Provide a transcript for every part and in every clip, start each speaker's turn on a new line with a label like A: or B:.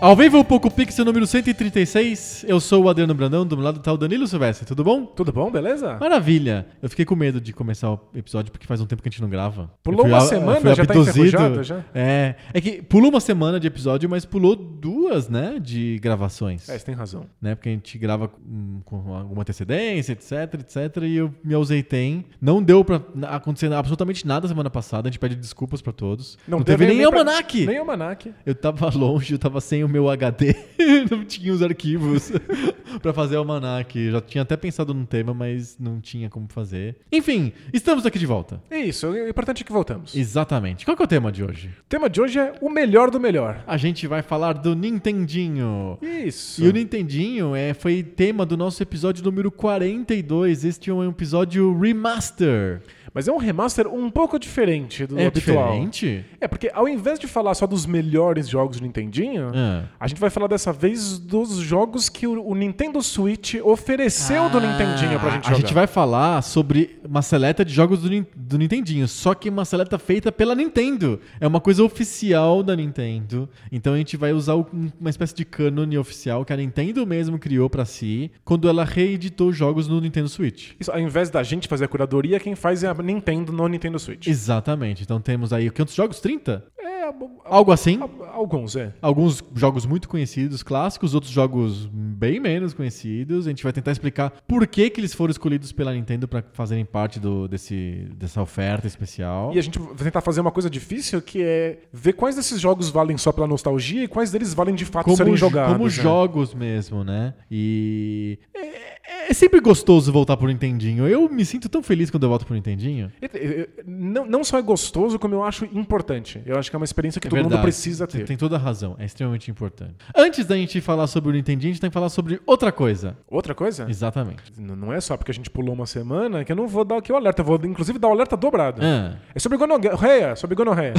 A: Ao vivo, Poco Pixel número 136. Eu sou o Adriano Brandão, do meu lado tá o Danilo Silvestre, tudo bom?
B: Tudo bom, beleza?
A: Ah, Maravilha! Eu fiquei com medo de começar o episódio porque faz um tempo que a gente não grava.
B: Pulou
A: Eu fui
B: uma
A: a-
B: semana,
A: fui
B: já tá
A: abduzido.
B: enferrujado, já?
A: É. É que pulou uma semana de episódio, mas pulou duas, né? De gravações.
B: É, você tem razão.
A: né? Porque a gente grava com, com alguma antecedência, etc, etc. E eu me ausentei. hein? Não deu pra acontecer absolutamente nada semana passada. A gente pede desculpas pra todos. Não, teve, nem
B: pra-
A: almanac!
B: Nem almanac.
A: Eu tava longe, eu tava sem o meu HD, não tinha os arquivos pra fazer o almanac. Já tinha até pensado num tema, mas não tinha como fazer. Enfim, estamos aqui de volta.
B: É isso, o importante é que voltamos.
A: Exatamente. Qual que é o tema de hoje?
B: O tema de hoje é o melhor do melhor.
A: A gente vai falar do Nintendinho.
B: Isso.
A: E o Nintendinho é, foi tema do nosso episódio número 42. Este é um episódio remaster.
B: Mas é um remaster um pouco diferente do
A: é
B: habitual.
A: diferente?
B: É, porque ao invés de falar só dos melhores jogos do Nintendinho,
A: Ah.
B: a gente vai falar dessa vez dos jogos que o, o Nintendo Switch ofereceu do Nintendinho pra gente
A: Ah, A
B: jogar.
A: gente vai falar sobre uma seleta de jogos do, Nin- do Nintendinho, só que uma seleta feita pela Nintendo. É uma coisa oficial da Nintendo. Então a gente vai usar o- um- uma espécie de cânone oficial que a Nintendo mesmo criou pra si quando ela reeditou jogos no Nintendo Switch.
B: Isso, ao invés da gente fazer a curadoria, quem faz é a Nintendo no Nintendo Switch.
A: Exatamente. Então temos aí quantos jogos? 30?
B: É, al-
A: Algo assim?
B: al- alguns, é.
A: Alguns jogos muito conhecidos, clássicos, outros jogos bem menos conhecidos. A gente vai tentar explicar por que, que eles foram escolhidos pela Nintendo pra fazerem parte do, desse, dessa oferta especial.
B: E é a gente vai tentar fazer uma coisa difícil que é ver quais desses jogos valem só pela nostalgia e quais deles valem de fato
A: como,
B: serem
A: jo-
B: jogados.
A: como
B: né?
A: jogos mesmo, né? E é, é- é sempre gostoso voltar pro Nintendinho. Eu me sinto tão feliz quando eu volto pro Nintendinho.
B: E- e- e- Não, não só é gostoso, como eu acho importante. Eu acho que é uma experiência que
A: É
B: todo
A: verdade.
B: mundo precisa
A: Você
B: ter.
A: Tem toda a razão, é extremamente importante. Antes da gente falar sobre o Nintendinho, a gente tem que falar sobre outra coisa.
B: Outra coisa?
A: Exatamente.
B: N- Não é só porque a gente pulou uma semana que eu não vou dar aqui o alerta. Eu vou, inclusive, dar o alerta dobrado.
A: Ah.
B: É sobre gonorreia. Sobre gonorreia.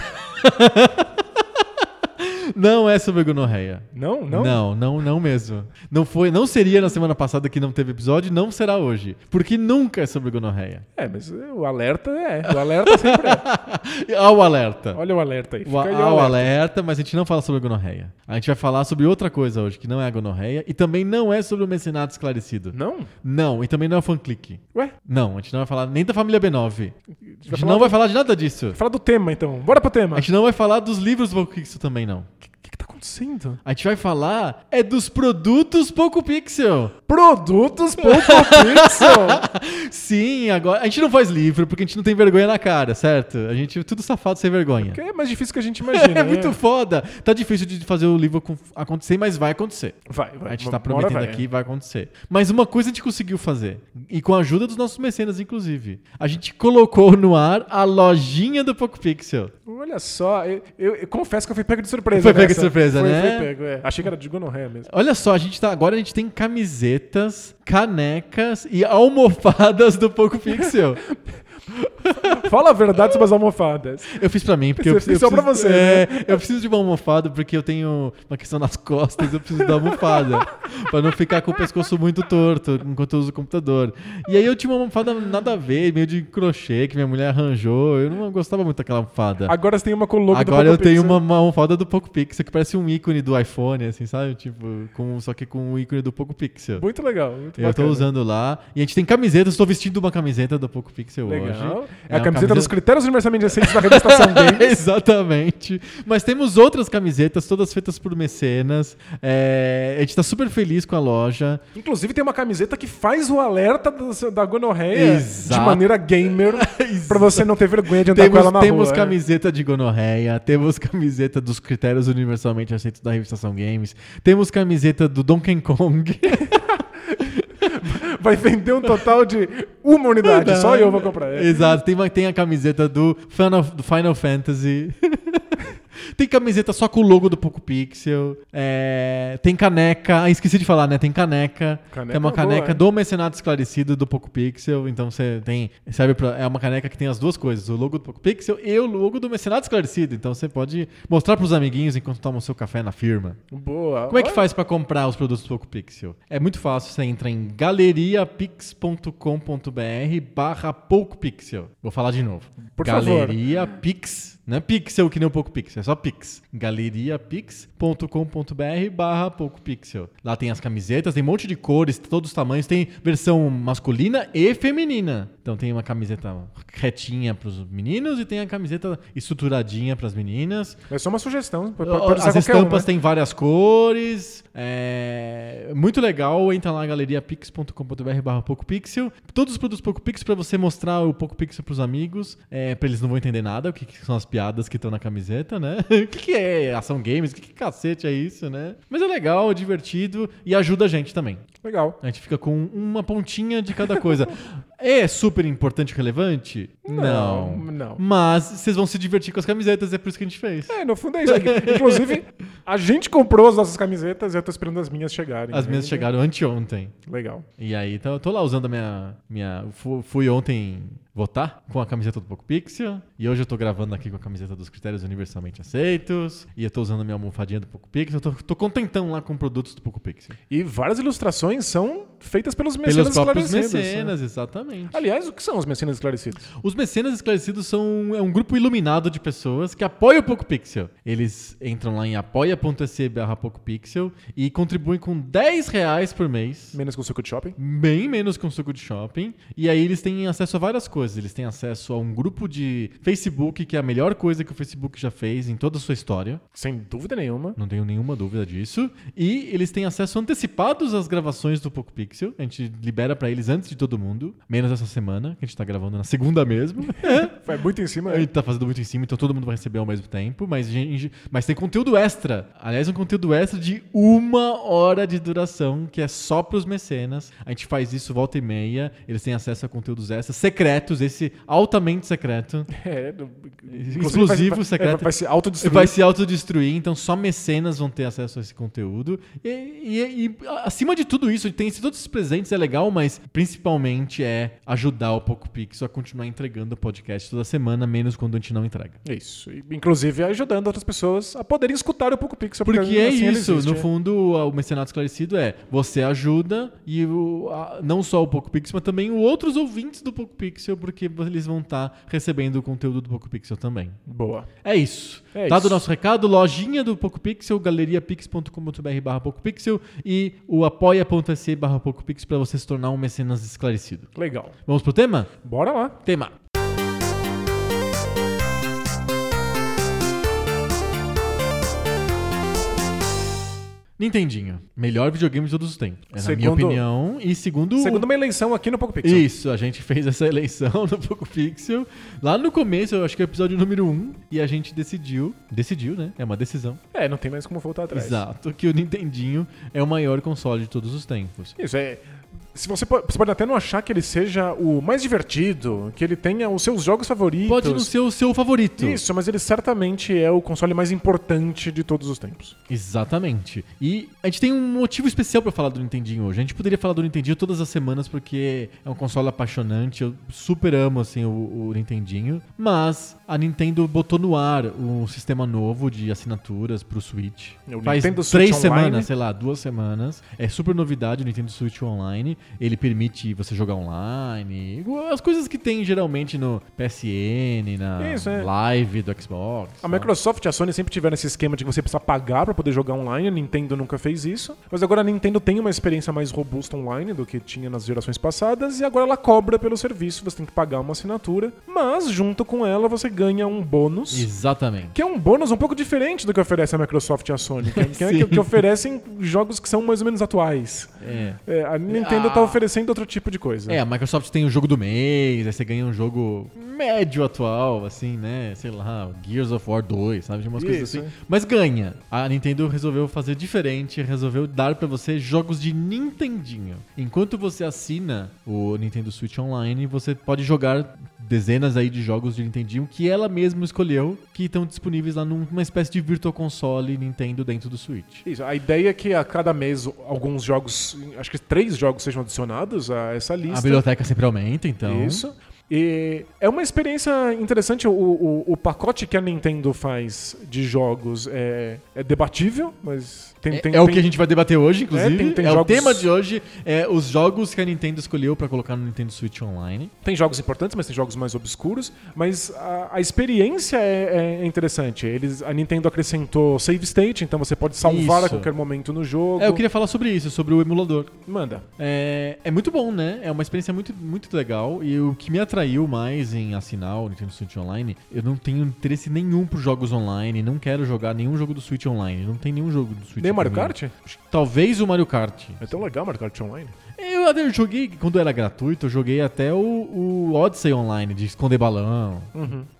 A: Não é sobre gonorreia.
B: não? Não?
A: Não? não, não, mesmo. Não foi, não seria na semana passada que não teve episódio, não será hoje, porque nunca é sobre gonorreia.
B: É, mas é, o alerta é. O alerta sempre é.
A: Ao alerta.
B: Olha o alerta aí.
A: O,
B: Fica aí o
A: ao alerta, mas a gente não fala sobre gonorreia. A gente vai falar sobre outra coisa hoje, que não é a gonorreia e também não é sobre o mencionado esclarecido.
B: Não?
A: Não, e também não é o fanclick.
B: Ué?
A: Não, a gente não vai falar nem da família B9. A gente
B: falar
A: não
B: do-
A: vai falar de nada disso.
B: Fala do tema, então. Bora pro tema.
A: A gente não vai falar dos livros do Pixel também, não.
B: O que, que tá acontecendo?
A: A gente vai falar é dos produtos Poco Pixel.
B: Produtos pouco pixel.
A: Sim, agora. A gente não faz livro porque a gente não tem vergonha na cara, certo? A gente é tudo safado sem vergonha.
B: Que é mais difícil que a gente imagina.
A: É muito foda. Tá difícil de fazer o livro acon- acontecer, mas vai acontecer.
B: Vai, vai.
A: A gente
B: uma
A: tá
B: hora
A: prometendo
B: vai. é.
A: aqui, vai acontecer. Mas uma coisa a gente conseguiu fazer, e com a ajuda dos nossos mecenas, inclusive. A gente colocou no ar a lojinha do Poco Pixel.
B: Olha só, eu, eu- eu confesso que eu fui pego de surpresa.
A: Foi pego
B: nessa.
A: de surpresa,
B: Foi-
A: né?
B: Foi pego, é. Achei que era de gonorreia mesmo.
A: Olha só, a gente tá, agora a gente tem camisetas, canecas e almofadas do Poco Pixel.
B: Fala a verdade sobre as almofadas.
A: Eu fiz pra mim, porque eu
B: Você
A: preciso.
B: fez
A: eu
B: só
A: preciso-
B: pra você, né?
A: é, eu preciso de uma almofada, porque eu tenho uma questão nas costas, eu preciso da almofada. pra não ficar com o pescoço muito torto enquanto eu uso o computador. E aí eu tinha uma almofada nada a ver, meio de crochê, que minha mulher arranjou. Eu não gostava muito daquela almofada.
B: Agora você tem uma com o logo do
A: Agora eu
B: Poco né?
A: tenho
B: Pixel.
A: uma, uma almofada do Poco Pixel, que parece um ícone do iPhone, assim, sabe? Tipo, com, só que com o ícone do Poco Pixel.
B: Muito legal, muito
A: Eu tô
B: bacana.
A: usando lá. E a gente tem camiseta, eu estou vestindo uma camiseta do Poco Pixel
B: Legal.
A: hoje.
B: É,
A: É
B: a
A: uma
B: camiseta
A: camisa-
B: dos critérios universalmente aceitos da revista São Games.
A: Exatamente. Mas temos outras camisetas, todas feitas por mecenas. É, a gente tá super feliz com a loja.
B: Inclusive tem uma camiseta que faz o alerta do- da gonorreia
A: Exato.
B: de maneira gamer pra você não ter vergonha de andar com
A: Temos,
B: ela na
A: temos
B: rua. né?
A: camiseta de gonorreia, temos camiseta dos critérios universalmente aceitos da revista São Games, temos camiseta do Donkey Kong.
B: Vai vender um total de uma unidade, só eu vou comprar. É.
A: Exato, tem, uma- tem a camiseta do Final, do Final Fantasy. tem camiseta só com o logo do Poco Pixel. É, tem caneca, ah, esqueci de falar, né? Tem caneca.
B: Caneca
A: tem uma
B: é boa,
A: caneca
B: hein?
A: do Mecenato Esclarecido do Poco Pixel. Então você tem, serve pra, é uma caneca que tem as duas coisas, o logo do Poco Pixel e o logo do Mecenato Esclarecido. Então você pode mostrar pros amiguinhos enquanto tomam seu café na firma.
B: Boa.
A: Como é que faz pra comprar os produtos do PocoPixel? É muito fácil, você entra em galeriapix.com.br barra PocoPixel. Vou falar de novo.
B: Por favor.
A: Galeria Pix, não é Pixel que nem o PocoPixel, é só Pix. galeriapix.com.br barra PocoPixel. Lá tem as camisetas, tem um monte de cores, todos os tamanhos, tem versão masculina e feminina. Então tem uma camiseta retinha pros meninos e tem a camiseta estruturadinha pras meninas.
B: É só uma sugestão. Pode,
A: Ó,
B: pode usar
A: As
B: qualquer uma,
A: estampas
B: né?
A: têm várias cores. É muito legal. Entra lá galeriapix.com.br barra PocoPixel. Todos os produtos PocoPixel para você mostrar o PocoPixel pros amigos. É, pra eles não vão entender nada, o que, que são as piadas que estão na camiseta, né? o que, que é ação games? O que, que cacete é isso, né? Mas é legal, é divertido e ajuda a gente também.
B: Legal.
A: A gente fica com uma pontinha de cada coisa. é super importante e relevante?
B: Não,
A: Não.
B: não.
A: Mas vocês vão se divertir com as camisetas, é por isso que a gente fez.
B: É, no fundo é isso aqui. Inclusive, a gente comprou as nossas camisetas e eu tô esperando as minhas chegarem.
A: As minhas
B: Né?
A: chegaram anteontem.
B: Legal.
A: E aí, então, eu tô lá usando a minha. minha fu- fui ontem votar com a camiseta do Poco Pixel. E hoje eu tô gravando aqui com a camiseta dos critérios universalmente aceitos. E eu tô usando a minha almofadinha do Poco Pixel. Eu tô, tô contentão lá com produtos do Poco Pixel.
B: E várias ilustrações são feitas pelos mecenas
A: Pelos próprios
B: esclarecidos. né?
A: mecenas, exatamente.
B: Aliás, o que são os mecenas esclarecidos?
A: Os mecenas esclarecidos são é um grupo iluminado de pessoas que apoia o PocoPixel. Eles entram lá em apoia.se barra PocoPixel e contribuem com 10 reais por mês.
B: Menos com o Circuit Shopping.
A: bem menos que um suco de shopping. E aí eles têm acesso a várias coisas. Eles têm acesso a um grupo de Facebook, que é a melhor coisa que o Facebook já fez em toda a sua história.
B: Sem dúvida nenhuma.
A: Não tenho nenhuma dúvida disso. E eles têm acesso antecipados às gravações do Poco Pixel. A gente libera pra eles antes de todo mundo. Menos essa semana, que a gente tá gravando na segunda mesmo.
B: Vai muito em cima.
A: A gente tá fazendo muito em cima, então todo mundo vai receber ao mesmo tempo. Mas, gente- mas tem conteúdo extra. Aliás, um conteúdo extra de uma hora de duração, que é só pros mecenas. A gente faz isso volta e meia. Eles têm acesso a conteúdos extras, secretos, esse altamente secreto.
B: É, do-
A: Exclusivo,
B: vai- vai-
A: secreto.
B: é, Vai se autodestruir.
A: Vai se autodestruir, então só mecenas vão ter acesso a esse conteúdo. E, e- e, a- acima de tudo isso, tem esse- todos esses presentes, é legal, mas principalmente é ajudar o PocoPixel a continuar entregando o podcast toda semana, menos quando a gente não entrega.
B: É Isso. E, Inclusive ajudando outras pessoas a poderem escutar o Poco Pixel.
A: Porque é
B: assim ele
A: isso,
B: existe.
A: no fundo, a- o mecenato esclarecido é você ajuda e o- a- não só o PocoPixel, mas também os outros ouvintes do PocoPixel, porque eles vão estar recebendo o conteúdo do PocoPixel também.
B: Boa.
A: É isso.
B: É
A: Dado o
B: isso.
A: nosso recado, lojinha do PocoPixel, galeriapix.com.br barra PocoPixel e o apoia.se barra PocoPixel para você se tornar um mecenas esclarecido.
B: Legal.
A: Vamos pro tema?
B: Bora lá.
A: Tema. Nintendinho. Melhor videogame de todos os tempos. É na minha
B: Segundo-
A: opinião. E segundo.
B: Segunda uma eleição aqui no Poco Pixel.
A: Isso, a gente fez essa eleição no Poco Pixel. Lá no começo, eu acho que é o episódio número 1, e a gente decidiu. Decidiu, né? É uma decisão.
B: É, não tem mais como voltar atrás.
A: Exato. Que o Nintendinho é o maior console de todos os tempos.
B: Isso, é. Se você, po- você pode até não achar que ele seja o mais divertido, que ele tenha os seus jogos favoritos.
A: Pode não ser o seu favorito.
B: Isso, mas ele certamente é o console mais importante de todos os tempos.
A: Exatamente. E a gente tem um motivo especial pra falar do Nintendinho hoje. A gente poderia falar do Nintendinho todas as semanas porque é um console apaixonante. Eu super amo assim o, o Nintendinho, mas a Nintendo botou no ar um sistema novo de assinaturas pro Switch.
B: É o
A: Faz
B: Nintendo Switch
A: três
B: Online.
A: semanas, sei lá, duas semanas. É super novidade o Nintendo Switch Online. online. Ele permite você jogar online. As coisas que tem geralmente no PSN, na
B: Isso, é.
A: live do Xbox.
B: A
A: tal.
B: Microsoft e a Sony sempre tiveram esse esquema de que você precisa pagar pra poder jogar online, a Nintendo nunca fez isso. Mas agora a Nintendo tem uma experiência mais robusta online do que tinha nas gerações passadas e agora ela cobra pelo serviço, você tem que pagar uma assinatura, mas junto com ela você ganha um bônus.
A: Exatamente.
B: Que é um bônus um pouco diferente do que oferece a Microsoft e a Sony, que, é, que,
A: Sim.
B: que, que oferecem jogos que são mais ou menos atuais.
A: É.
B: É, a Nintendo
A: Ah.
B: tá oferecendo outro tipo de coisa.
A: É, a Microsoft tem o jogo do mês, aí você ganha um jogo médio atual, assim, né? Sei lá, Gears of War 2, sabe? De umas coisas
B: Isso,
A: assim.
B: é.
A: Mas ganha. A Nintendo resolveu fazer diferente, resolveu dar pra você jogos de Nintendinho. Enquanto você assina o Nintendo Switch Online, você pode jogar dezenas aí de jogos de Nintendinho que ela mesma escolheu, que estão disponíveis lá numa espécie de virtual console Nintendo dentro do Switch.
B: Isso, a ideia é que a cada mês alguns jogos, acho que três jogos sejam adicionados a essa
A: A
B: lista.
A: biblioteca sempre aumenta, então.
B: Isso. E é uma experiência interessante. O, o, o pacote que a Nintendo faz de jogos é, é debatível, mas tem,
A: É-
B: tem-
A: é o
B: tem-
A: que a gente vai debater hoje, inclusive. É,
B: tem- tem
A: o
B: jogos-
A: tema de hoje, é os jogos que a Nintendo escolheu pra colocar no Nintendo Switch Online.
B: Tem jogos importantes, mas tem jogos mais obscuros. Mas a, a experiência é, é interessante. Eles, a Nintendo acrescentou save state, então você pode salvar
A: Isso.
B: a qualquer momento no jogo.
A: É, eu queria falar sobre isso, sobre o emulador.
B: Manda.
A: É, é muito bom, né? É uma experiência muito, muito legal. E o que me atraiu mais em assinar o Nintendo Switch Online, eu não tenho interesse nenhum por jogos online, não quero jogar nenhum jogo do Switch Online. Não tem nenhum jogo do Switch
B: Nem o Mario
A: pra mim.
B: Kart?
A: Talvez o Mario Kart.
B: É tão legal Mario Kart Online.
A: Eu, até joguei, quando era gratuito, eu joguei até o, o Odyssey Online, de esconder balão.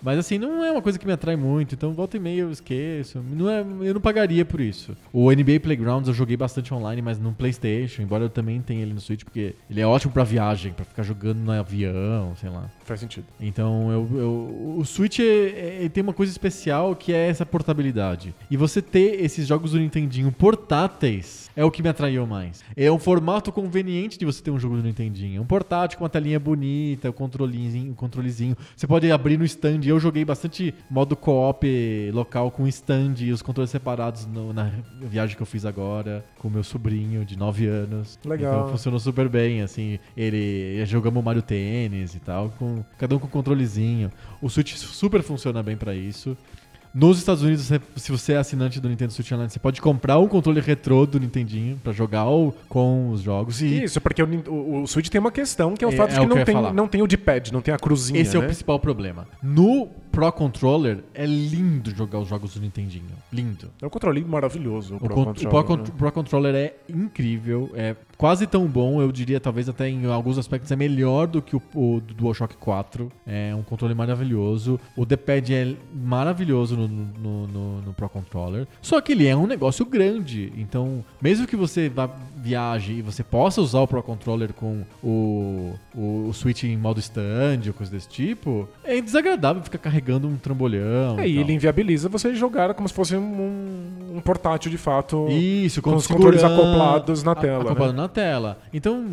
A: Mas assim, não é uma coisa que me atrai muito, então volta e meia eu esqueço. Não é, eu não pagaria por isso. O NBA Playgrounds eu joguei bastante online, mas no Playstation, embora eu também tenha ele no Switch, porque ele é ótimo pra viagem, pra ficar jogando no avião, sei lá.
B: Faz sentido.
A: Então, eu, eu- o Switch é- é- tem uma coisa especial que é essa portabilidade. E você ter esses jogos do Nintendinho portáteis é o que me atraiu mais. É um formato conveniente de você ter um jogo do Nintendinho. Um portátil com uma telinha bonita, o controlezinho, o controlezinho. Você pode abrir no stand. Eu joguei bastante modo co-op local com stand e os controles separados no- na viagem que eu fiz agora com meu sobrinho de 9 anos.
B: Legal.
A: Então, funcionou super bem, assim. Ele jogamos Mario Tênis e tal, com cada um com controlezinho. O Switch super funciona bem pra isso. Nos Estados Unidos, você- se você é assinante do Nintendo Switch Online, você pode comprar um controle retrô do Nintendinho pra jogar ou com os jogos. E
B: Isso, porque o, Nin- o, o Switch tem uma questão, que é o
A: É,
B: fato
A: é
B: de
A: o
B: que
A: que eu ia
B: não, tem,
A: falar.
B: não tem o D-pad, não tem a cruzinha,
A: esse é o
B: né?
A: principal problema. No Pro Controller, é lindo jogar os jogos do Nintendinho. Lindo.
B: É um controle maravilhoso, o,
A: O,
B: Pro
A: con-
B: Controller,
A: o Pro,
B: né?
A: Contro- Pro Controller é incrível, é quase tão bom, eu diria talvez até em alguns aspectos é melhor do que o, o do DualShock 4. É um controle maravilhoso. O D-pad é maravilhoso no, no, no- no Pro Controller. Só que ele é um negócio grande, então mesmo que você vá viaje e você possa usar o Pro Controller com o, o, o Switch em modo stand ou coisa desse tipo, é desagradável ficar carregando um trambolhão.
B: É,
A: e
B: e
A: tal.
B: ele inviabiliza você jogar como se fosse um, um portátil de fato.
A: Isso,
B: com os
A: configurar-
B: controles acoplados na tela, né?
A: Acoplado na tela. Então,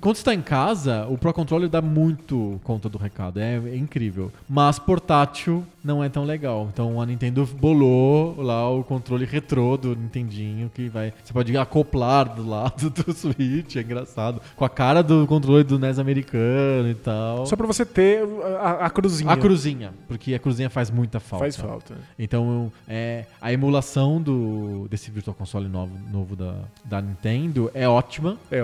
A: quando você está em casa, o Pro Controller dá muito conta do recado. É, é incrível. Mas portátil não é tão legal. Então a Nintendo bolou lá o controle retrô do Nintendinho, que vai. Você pode acoplar do lado do Switch, é engraçado. Com a cara do controle do NES americano e tal.
B: Só pra você ter a, a cruzinha.
A: a cruzinha, porque a cruzinha faz muita falta.
B: Faz falta.
A: Então, é, a emulação do, desse Virtual Console novo, novo da, da Nintendo é ótima.
B: É,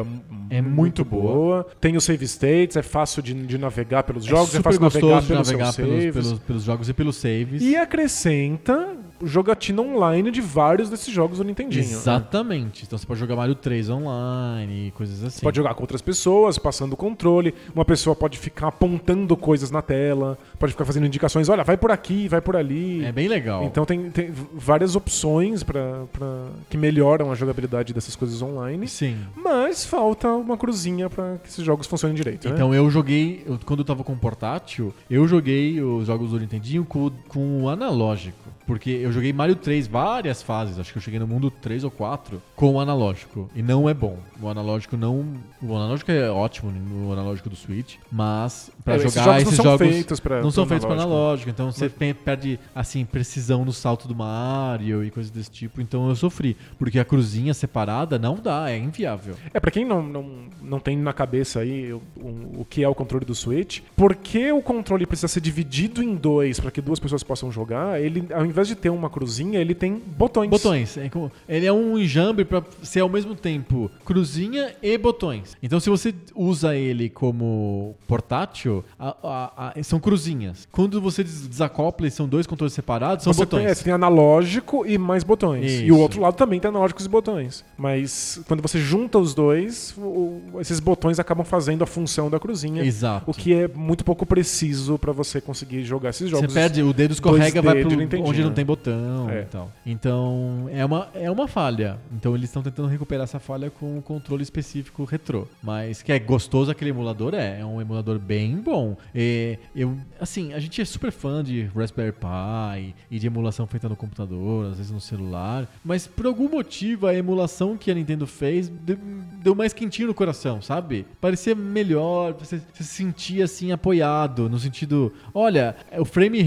A: É
B: muito,
A: muito
B: boa. Tem os save states, é fácil de, de navegar pelos jogos,
A: é
B: é,
A: super
B: fácil
A: gostoso de
B: pelos
A: navegar
B: seus
A: pelos,
B: saves.
A: pelos, pelos jogos e pelos saves.
B: E um acrescenta jogatina online de vários desses jogos do Nintendinho. né?
A: Exatamente. Então você pode jogar Mario 3 online e coisas assim.
B: Você pode jogar com outras pessoas, passando o controle. Uma pessoa pode ficar apontando coisas na tela, pode ficar fazendo indicações. Olha, vai por aqui, vai por ali.
A: É bem legal.
B: Então tem, tem várias opções pra, pra- que melhoram a jogabilidade dessas coisas online.
A: Sim.
B: Mas falta uma cruzinha pra que esses jogos funcionem direito. né?
A: Então eu joguei, eu- quando eu tava com o portátil, eu joguei os jogos do Nintendinho com, com o analógico. Porque eu Eu joguei Mario 3 várias fases, acho que eu cheguei no mundo 3 ou 4 com o analógico. E não é bom. O analógico não. O analógico é ótimo, o analógico do Switch, mas pra
B: É, esses
A: jogar
B: jogos não
A: esses
B: são
A: jogos.
B: feitos pra-
A: não são
B: pro
A: feitos pra
B: analógico.
A: analógico, então você pe- perde, assim, precisão no salto do Mario e coisas desse tipo. Então eu sofri. Porque a cruzinha separada não dá, é inviável.
B: É, pra quem não, não, não tem na cabeça aí o, o- o que é o controle do Switch, por que o controle precisa ser dividido em dois para que duas pessoas possam jogar? Ele, ao invés de ter uma cruzinha, ele tem botões.
A: Botões. É como- Ele é um enjambre pra ser ao mesmo tempo cruzinha e botões. Então, se você usa ele como portátil, a- a- a- são cruzinhas. Quando você des- desacopla e são dois controles separados, são
B: você
A: botões.
B: Tem, é, você tem analógico e mais botões.
A: Isso.
B: E o outro lado também tem analógicos e botões. Mas quando você junta os dois, o- esses botões acabam fazendo a função da cruzinha.
A: Exato.
B: O que é muito pouco preciso pra você conseguir jogar esses
A: Você
B: jogos.
A: perde, o dedo escorrega, vai
B: 2D
A: pro
B: do Nintendinho,
A: onde não
B: né?
A: tem botão
B: É.
A: e tal. Então, é uma, é uma falha. Então, eles estão tentando recuperar essa falha com o controle específico retrô. Mas que é gostoso aquele emulador, é. É um emulador bem bom. E eu, assim, a gente é super fã de Raspberry Pi e de emulação feita no computador, às vezes no celular. Mas por algum motivo, a emulação que a Nintendo fez de- deu mais quentinho no coração, sabe? Parecia melhor, você você se sentia assim apoiado, no sentido, olha, é o frame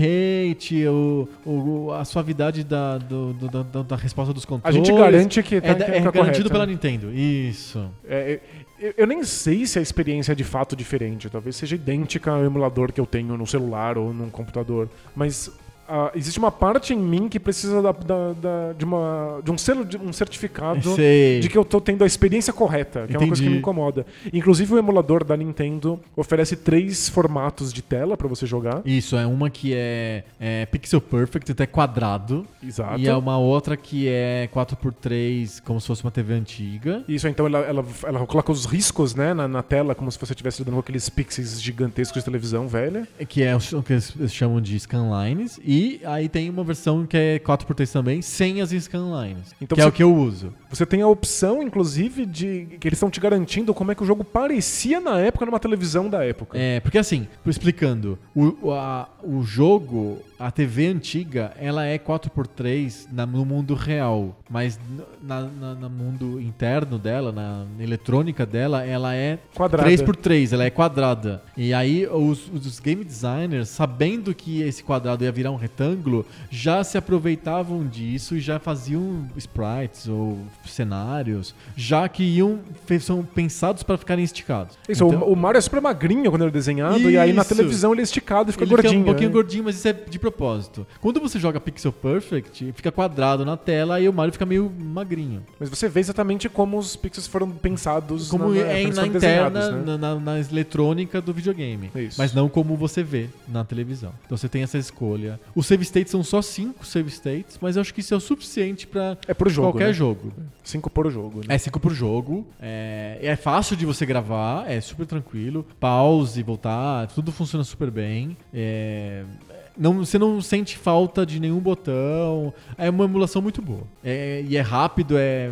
A: rate, o, o- a suavidade da, do- do- da- da- da resposta dos
B: A
A: controles.
B: gente garante que
A: é,
B: tá,
A: da-
B: que
A: é
B: tá
A: garantido
B: correto,
A: pela
B: né?
A: Nintendo. Isso.
B: É, eu, eu nem sei se a experiência é de fato diferente. Talvez seja idêntica ao emulador que eu tenho no celular ou num computador. Mas ah, existe uma parte em mim que precisa da- da- da- de, uma- de um selo, de um certificado
A: Sei.
B: de que eu tô tendo a experiência correta, que é uma coisa que
A: Entendi.
B: me incomoda. Inclusive, o emulador da Nintendo oferece três formatos de tela pra você jogar.
A: Isso, é uma que é, é pixel perfect, até quadrado.
B: Exato.
A: E é uma outra que é 4x3, como se fosse uma TV antiga.
B: Isso, então ela, ela, ela coloca os riscos né, na, na tela, como se você estivesse lidando com aqueles pixels gigantescos de televisão velha.
A: que é o que eles eles chamam de scanlines, e aí tem uma versão que é 4x3 também, sem as scanlines,
B: Então
A: que é
B: você-
A: o que eu uso.
B: Você tem a opção, inclusive, de que eles estão te garantindo como é que o jogo parecia na época numa televisão da época.
A: É, porque assim, explicando, o, o- a- o jogo, a TV antiga, ela é 4x3 na- no mundo real, mas no- na, na- no mundo interno dela, na eletrônica dela, ela é
B: Quadrada.
A: 3x3, ela é quadrada. E aí os, os game designers, sabendo que esse quadrado ia virar um retângulo, já se aproveitavam disso e já faziam sprites ou cenários, já que iam fe- são pensados para ficarem esticados.
B: Isso, o-
A: Então-
B: o, Mario é super magrinho quando ele é desenhado, e aí na
A: Isso.
B: televisão ele é esticado e fica
A: ele
B: gordinho.
A: fica um pouquinho
B: né?
A: gordinho, mas isso é de propósito. Quando você joga Pixel Perfect, fica quadrado na tela e o Mario fica meio magrinho.
B: Mas você vê exatamente como os pixels foram pensados
A: Como
B: na,
A: é
B: eles
A: na
B: foram
A: interna,
B: desenhados, né? É
A: na, na- na eletrônica do videogame.
B: Isso.
A: Mas não como você vê na televisão. Então você tem essa escolha. Os save states são só cinco save states, mas eu acho que isso é o suficiente pra
B: É pro jogo,
A: qualquer
B: né?
A: jogo.
B: Cinco por jogo, né?
A: É cinco por jogo, é, é fácil de você gravar, é super tranquilo, pause, voltar, tudo funciona super bem. é, não, você não sente falta de nenhum botão, é uma emulação muito boa. É, e é rápido, é,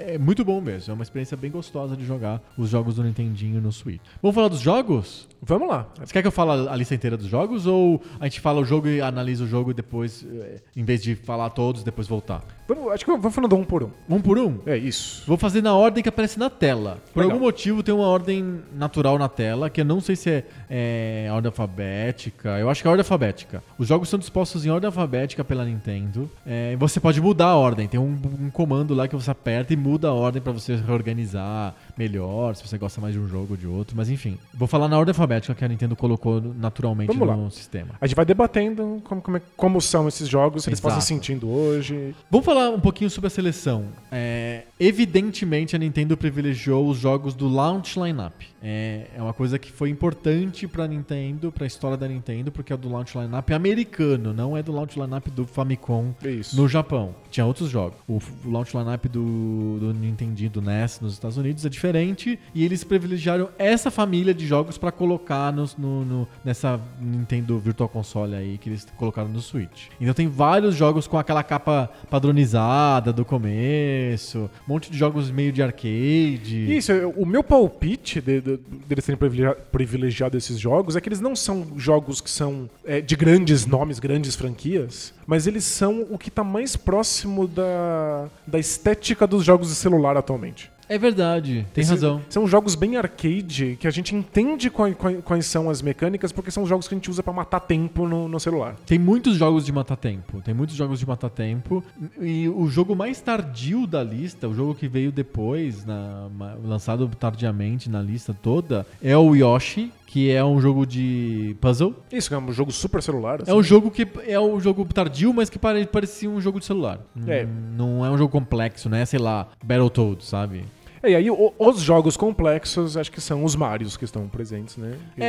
A: é muito bom mesmo, é uma experiência bem gostosa de jogar os jogos do Nintendinho no Switch. Vamos falar dos jogos?
B: Vamos lá.
A: Você quer que eu fale a lista inteira dos jogos ou a gente fala o jogo e analisa o jogo e depois, é, em vez de falar todos, depois voltar?
B: Vamos- acho que eu vou falando um por um.
A: Um por um?
B: É isso.
A: Vou fazer na ordem que aparece na tela. Por
B: Legal.
A: algum motivo tem uma ordem natural na tela, que eu não sei se é, é ordem alfabética. Eu acho que é ordem alfabética. Os jogos são dispostos em ordem alfabética pela Nintendo. É, você pode mudar a ordem. Tem um, um comando lá que você aperta e muda a ordem pra você reorganizar melhor, se você gosta mais de um jogo ou de outro. Mas enfim, vou falar na ordem alfabética que a Nintendo colocou naturalmente
B: Vamos lá.
A: no sistema.
B: A gente vai debatendo como, como é- como são esses jogos, se eles
A: Exato.
B: fazem sentido hoje.
A: Vamos falar um pouquinho sobre a seleção. É, evidentemente, a Nintendo privilegiou os jogos do launch lineup. É, é uma coisa que foi importante pra Nintendo, pra história da Nintendo, porque é do launch lineup americano, não é do launch lineup do Famicom
B: É isso.
A: no Japão. Tinha outros jogos. O, f- o launch lineup do, do Nintendinho, do NES nos Estados Unidos é diferente e eles privilegiaram essa família de jogos pra colocar nos- no, no- nessa Nintendo Virtual Console aí que eles colocaram no Switch. Então tem vários jogos com aquela capa padronizada do começo, Um monte de jogos meio de arcade.
B: Isso, eu- o meu palpite de- de- deles terem privilegia- privilegiado esses jogos é que eles não são jogos que são é, de grandes nomes, grandes franquias, mas eles são o que tá mais próximo da, da estética dos jogos de celular atualmente.
A: É verdade, tem
B: Esses-
A: razão.
B: São jogos bem arcade que a gente entende quai- quai- quais são as mecânicas, porque são os jogos que a gente usa pra matar tempo no, no celular.
A: Tem muitos jogos de matar tempo. Tem muitos jogos de matar tempo. E o jogo mais tardio da lista, o jogo que veio depois, na- ma- lançado tardiamente na lista toda, é o Yoshi, que é um jogo de puzzle.
B: Isso, é um jogo super celular. assim.
A: É um jogo que é um jogo tardio, mas que pare- parecia um jogo de celular.
B: É.
A: Hum, Não é um jogo complexo, né? Sei lá, Battletoads, sabe?
B: É, e aí o- os jogos complexos acho que são os Marios que estão presentes, né?
A: É,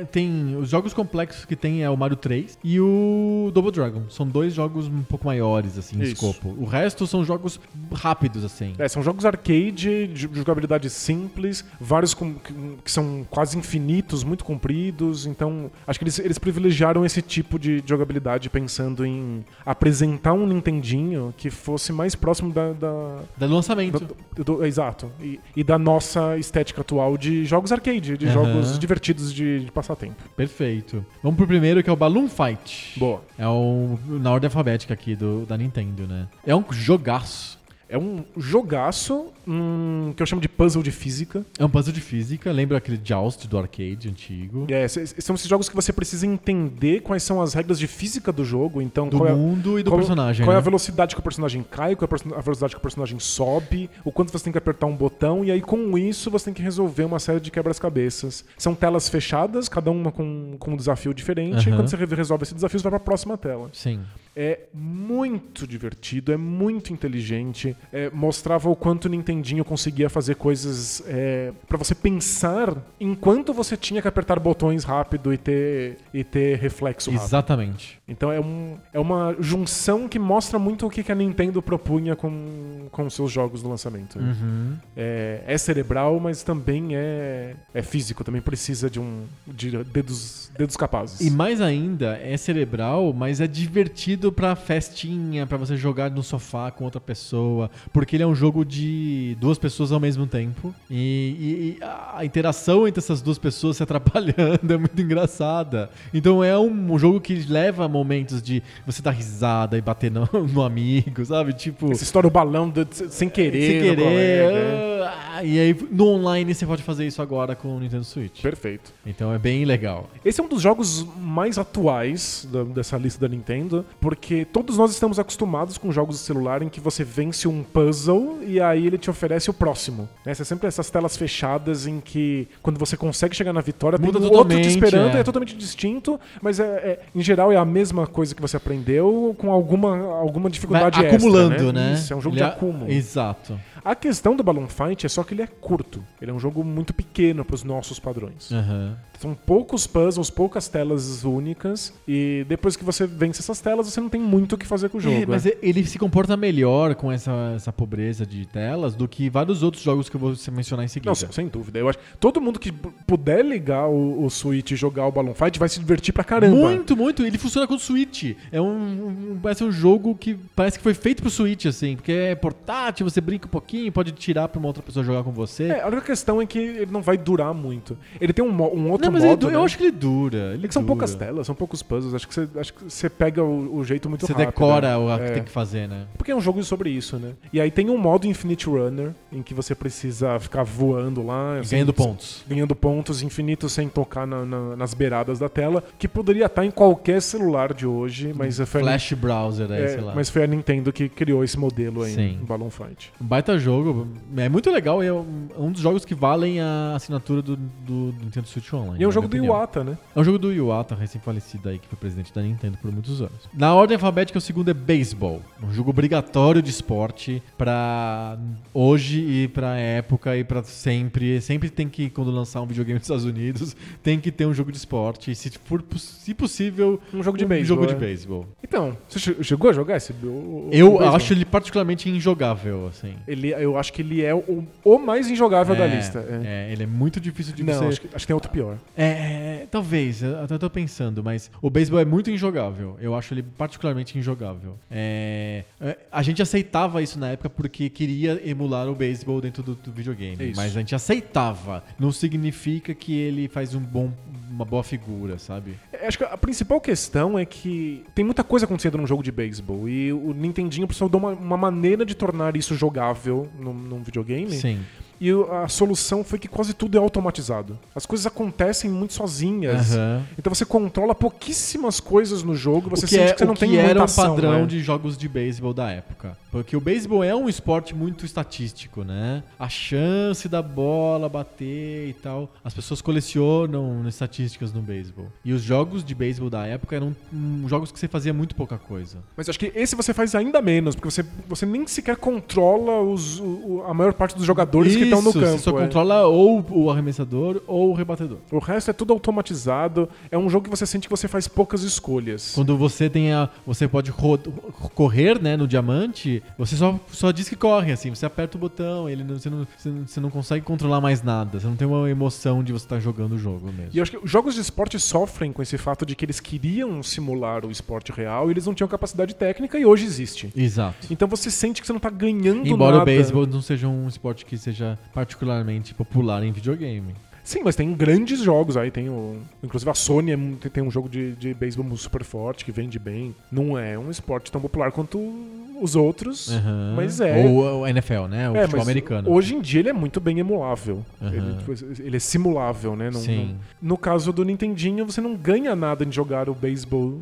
A: é, tem. Os jogos complexos que tem é o Mario 3 e o Double Dragon. São dois jogos um pouco maiores, assim, em
B: Isso.
A: escopo. O resto são jogos rápidos, assim.
B: É, são jogos arcade, de de jogabilidade simples, vários com- que, que são quase infinitos, muito compridos. Então, acho que eles, eles privilegiaram esse tipo de de jogabilidade pensando em apresentar um Nintendinho que fosse mais próximo da. da-
A: Do lançamento.
B: da- do- exato. E, e da nossa estética atual de jogos arcade, de
A: Aham.
B: jogos divertidos de, de passatempo.
A: Perfeito. Vamos pro primeiro, que é o Balloon Fight.
B: Boa.
A: É o, na ordem alfabética aqui do, da Nintendo, né? É um jogaço.
B: É um jogaço hum, que eu chamo de puzzle de física.
A: É um puzzle de física, lembra aquele Joust do arcade antigo.
B: É, c- c- são esses jogos que você precisa entender quais são as regras de física do jogo, então
A: Do
B: qual é,
A: mundo e do
B: qual-
A: personagem.
B: Qual é a
A: né?
B: velocidade que o personagem cai, qual é a perso- a velocidade que o personagem sobe, o quanto você tem que apertar um botão, e aí com isso você tem que resolver uma série de quebras-cabeças. São telas fechadas, cada uma com, com um desafio diferente, e
A: Aham.
B: quando você re- resolve esse desafio, você vai pra próxima tela.
A: Sim.
B: É muito divertido, é muito inteligente, é, mostrava o quanto o Nintendinho conseguia fazer coisas é, para você pensar enquanto você tinha que apertar botões rápido e ter, e ter reflexo rápido.
A: Exatamente.
B: Então é, um, é uma junção que mostra muito o que, que a Nintendo propunha com, com seus jogos do lançamento. né?
A: Uhum.
B: É, é cerebral, mas também é, é físico, também precisa de um de dedos, dedos capazes.
A: E mais ainda, é cerebral, mas é divertido pra festinha, pra você jogar no sofá com outra pessoa, porque ele é um jogo de duas pessoas ao mesmo tempo. E, e- e a interação entre essas duas pessoas se atrapalhando é muito engraçada. Então é um jogo que leva a momentos de você dar risada e bater no, no amigo, sabe? Tipo.
B: Você estoura o balão do- sem querer.
A: sem
B: no colega. né?
A: querer. ah, e aí, no online, você pode fazer isso agora com o Nintendo Switch.
B: Perfeito.
A: Então é bem legal.
B: Esse é um dos jogos mais atuais da- dessa lista da Nintendo, porque todos nós estamos acostumados com jogos de celular em que você vence um puzzle e aí ele te oferece o próximo. Né? Você sempre essas telas fechadas em que quando você consegue chegar na vitória,
A: Muda
B: tem um outro te
A: totalmente,
B: esperando,
A: é.
B: é. totalmente distinto, mas é- é- em geral é a mesma coisa que você aprendeu com alguma, alguma
A: Vai
B: dificuldade extra,
A: acumulando, né?
B: Isso, é um jogo
A: Ele
B: de acúmulo.
A: Exato.
B: A questão do Balloon Fight é só que ele é curto. Ele é um jogo muito pequeno para os nossos padrões.
A: Aham.
B: São poucos puzzles, poucas telas únicas, e depois que você vence essas telas, você não tem muito o que fazer com o jogo.
A: É, mas
B: né?
A: e- ele se comporta melhor com essa, essa pobreza de telas do que vários outros jogos que eu vou se- mencionar em seguida.
B: Não, sem, sem dúvida. Eu acho que todo mundo que p- puder ligar o, o Switch e jogar o Balloon Fight vai se divertir pra caramba.
A: muito, muito. Ele funciona com o Switch. É um, um- parece um jogo que parece que foi feito pro Switch, assim. Porque é portátil, você brinca um pouquinho, pode tirar pra uma outra pessoa jogar com você.
B: É, a única questão é que ele não vai durar muito. Ele tem um, mo- um outro
A: não, mas ele
B: modo.
A: du-
B: né?
A: eu acho que ele dura. Ele
B: É que são
A: dura.
B: poucas telas, são poucos puzzles. Acho que você, acho que você pega o, o jeito muito
A: Você
B: rápido.
A: decora o que
B: É.
A: tem que fazer, né?
B: Porque é um jogo sobre isso, né? E aí tem um modo Infinite Runner, em que você precisa ficar voando lá.
A: E
B: assim,
A: Ganhando pontos.
B: ganhando pontos infinitos sem tocar na- na- nas beiradas da tela, que poderia estar em qualquer celular de hoje, mas foi, a Nin-
A: Flash browser, aí,
B: é,
A: sei lá.
B: mas foi a Nintendo que criou esse modelo aí,
A: Sim.
B: no Balloon Fight.
A: Um baita jogo. É muito legal. É um é um dos jogos que valem a assinatura do, do Nintendo Switch Online.
B: E é um
A: na
B: jogo do
A: minha opinião.
B: Iwata, né?
A: É um jogo do Iwata, recém-falecido aí, que foi presidente da Nintendo por muitos anos. Na ordem alfabética, o segundo é Baseball. Um jogo obrigatório de esporte pra hoje e pra época e pra sempre. Sempre tem que, quando lançar um videogame dos Estados Unidos, tem que ter um jogo de esporte. E se for poss- se possível,
B: Um jogo de
A: um
B: beisebol.
A: jogo de
B: é.
A: beisebol.
B: Então, você che- chegou a jogar esse? o- o- o
A: Eu
B: beisebol?
A: acho ele particularmente injogável, assim.
B: Ele ele, eu acho que ele é o, o mais injogável da lista. É.
A: É. ele é muito difícil de
B: Não,
A: você.
B: acho, que, acho que tem outro pior.
A: É, talvez, eu até tô pensando, mas o beisebol é muito injogável. Eu acho ele particularmente injogável. É, é, a gente aceitava isso na época porque queria emular o beisebol dentro do, do videogame.
B: Isso.
A: Mas a gente aceitava. Não significa que ele faz um bom, uma boa figura, sabe?
B: É, Acho que a principal questão é que tem muita coisa acontecendo num jogo de beisebol e o Nintendinho precisou dar uma, uma maneira de tornar isso jogável num, num videogame. E o- a solução foi que quase tudo é automatizado. As coisas acontecem muito sozinhas.
A: Aham.
B: Então você controla pouquíssimas coisas no jogo, você
A: o que,
B: sente
A: é,
B: que você não
A: o
B: tem
A: que era
B: muita
A: um
B: ação,
A: padrão
B: né?
A: de jogos de beisebol da época. Porque o beisebol é um esporte muito estatístico, né? A chance da bola bater e tal. As pessoas colecionam estatísticas no beisebol. E os jogos de beisebol da época eram hum, jogos que você fazia muito pouca coisa.
B: Mas acho que esse você faz ainda menos, porque você, você nem sequer controla os, o- o- a maior parte dos jogadores que estão no
A: Isso,
B: campo.
A: Você só
B: é.
A: controla ou o arremessador ou o rebatedor.
B: O resto é tudo automatizado. É um jogo que você sente que você faz poucas escolhas.
A: Quando você tem a. Você pode ro- correr, né, no diamante, você só, só diz que corre, assim, você aperta o botão, ele não- você, não, você, não, você não consegue controlar mais nada. Você não tem uma emoção de você estar jogando o jogo mesmo.
B: E eu acho que os jogos de esporte sofrem com esse fato de que eles queriam simular o esporte real e eles não tinham capacidade técnica e hoje existe.
A: Exato.
B: Então você sente que você não tá ganhando
A: Embora
B: nada.
A: o beisebol não seja um esporte que seja particularmente popular em videogame.
B: Sim, mas tem grandes jogos aí. Tem o... Inclusive a Sony é mu- tem- tem um jogo de, de beisebol super forte que vende bem. Não é um esporte tão popular quanto os outros,
A: Aham.
B: mas é.
A: Ou o NFL, né? O
B: É,
A: futebol
B: mas
A: americano.
B: Hoje em dia ele é muito bem emulável.
A: Aham.
B: Ele, tipo, ele é simulável, né? Não-
A: Sim.
B: não- no caso do Nintendinho, você não ganha nada em jogar o beisebol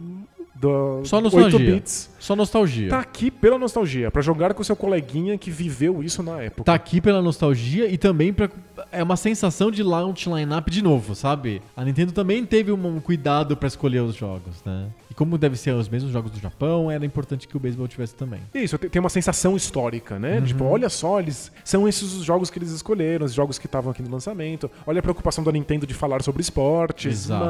B: do
A: Só
B: 8
A: nostalgia.
B: bits.
A: Só nostalgia.
B: Tá aqui pela nostalgia, pra jogar com seu coleguinha que viveu isso na época.
A: Tá aqui pela nostalgia e também pra, é uma sensação de launch lineup de novo, sabe? A Nintendo também teve um um cuidado pra escolher os jogos, né? E como deve ser os mesmos jogos do Japão, era importante que o beisebol tivesse também.
B: Isso, tem tem uma sensação histórica, né?
A: Uhum.
B: Tipo, olha só, eles são esses os jogos que eles escolheram, os jogos que estavam aqui no lançamento. Olha a preocupação da Nintendo de falar sobre esportes,
A: Exato.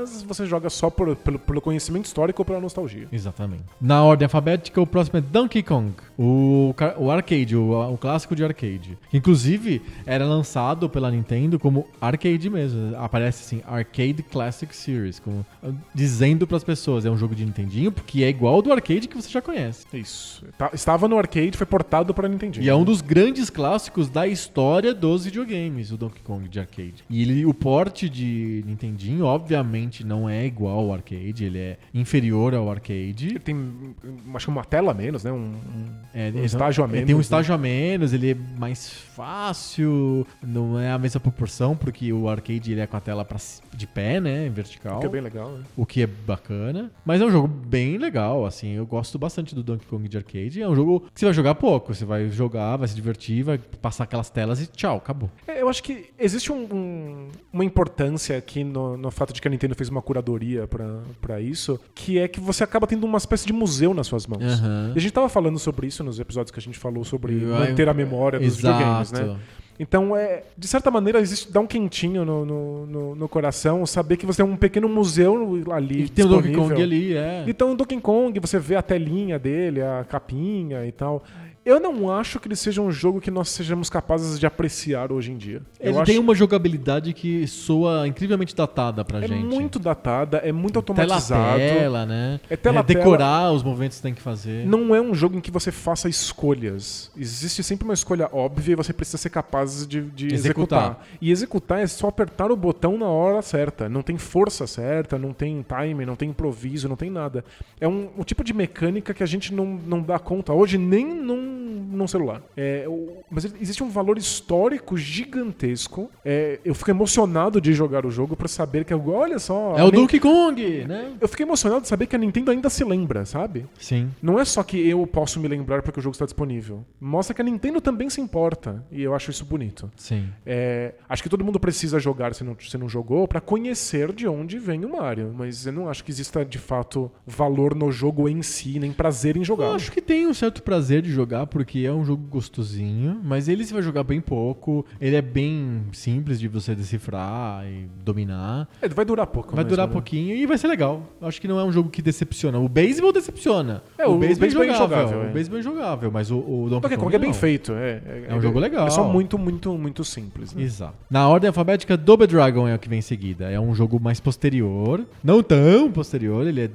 B: mas você joga só por- pelo, pelo conhecimento histórico ou pela nostalgia.
A: Exatamente. Na ordem alfabética, o próximo é Donkey Kong, o, ca- o arcade, o, o clássico de arcade. Inclusive, era lançado pela Nintendo como arcade mesmo. Aparece assim, Arcade Classic Series, como, ah, dizendo pras pessoas, é um jogo de Nintendinho, porque é igual ao do arcade que você já conhece.
B: Isso. Tá- estava no arcade, foi portado pra Nintendinho.
A: E é um dos grandes clássicos da história dos videogames, o Donkey Kong de arcade. E ele, o porte de Nintendinho, obviamente, não é igual ao arcade, ele é inferior ao arcade.
B: Ele tem, hum, acho que uma tela a menos, né? Um, um-
A: É,
B: um
A: ele-
B: estágio a
A: ele
B: menos.
A: Tem um
B: né?
A: estágio a menos, ele é mais fácil, não é a mesma proporção, porque o arcade ele é com a tela pra ci- de pé, né? em Vertical.
B: Que é bem legal, né?
A: O que é bacana. Mas é um jogo bem legal, assim. Eu gosto bastante do Donkey Kong de arcade. É um jogo que você vai jogar pouco. Você vai jogar, vai se divertir, vai passar aquelas telas e tchau, acabou.
B: É, eu acho que existe um- um- uma importância aqui no, no fato de que a Nintendo fez uma curadoria pra- pra isso, que é que você acaba tendo uma espécie de museu nas suas mãos.
A: Aham.
B: E a gente tava falando sobre isso nos episódios que a gente falou sobre
A: Eu-
B: manter a memória dos videogames, né?
A: Exato.
B: Então, é, de certa maneira, existe, dá um quentinho no, no- no- no coração saber que você tem um pequeno museu ali.
A: E tem o Donkey
B: disponível.
A: Kong ali, é.
B: Então, o Donkey Kong, você vê a telinha dele, a capinha e tal. Eu não acho que ele seja um jogo que nós sejamos capazes de apreciar hoje em dia.
A: Ele
B: Eu
A: tem
B: acho
A: uma jogabilidade que soa incrivelmente datada pra
B: é
A: gente.
B: muito datada, é muito
A: tela a
B: automatizado.
A: tela, né?
B: É tela a tela.
A: decorar os movimentos que tem que fazer.
B: Não é um jogo em que você faça escolhas. Existe sempre uma escolha óbvia e você precisa ser capaz de, de
A: Executar.
B: executar. E executar é só apertar o botão na hora certa. Não tem força certa, não tem timer, não tem improviso, não tem nada. É um, um tipo de mecânica que a gente não, não dá conta hoje nem num, num celular. É, o- mas existe um valor histórico gigantesco. É, eu fico emocionado de jogar o jogo pra saber que, eu- olha só.
A: É
B: a
A: o
B: Nin-
A: Donkey Kong, né?
B: Eu fiquei emocionado de saber que a Nintendo ainda se lembra, sabe?
A: Sim.
B: Não é só que eu posso me lembrar porque o jogo está disponível. Mostra que a Nintendo também se importa. E eu acho isso bonito.
A: Sim.
B: É, acho que todo mundo precisa jogar se não, se não jogou pra conhecer de onde vem o Mario. Mas eu não acho que exista de fato valor no jogo em si, nem prazer em
A: Eu
B: jogar.
A: acho que tem um certo prazer de jogar, porque é é um jogo gostosinho, mas ele se vai jogar bem pouco. Ele é bem simples de você decifrar e dominar.
B: É, vai durar pouco.
A: Vai
B: mesmo,
A: durar um
B: né?
A: pouquinho e vai ser legal. Acho que não é um jogo que decepciona. O beisebol decepciona.
B: É, o
A: beisebol
B: beisebol é injogável, é.
A: O beisebol é injogável, mas o, o Donkey
B: Donkey Kong
A: Kong
B: é bem
A: não.
B: feito. É,
A: É um jogo legal.
B: É só muito, muito, muito simples. né?
A: Exato. Na ordem alfabética, Double Dragon é o que vem em seguida. É um jogo mais posterior. Não tão posterior, ele é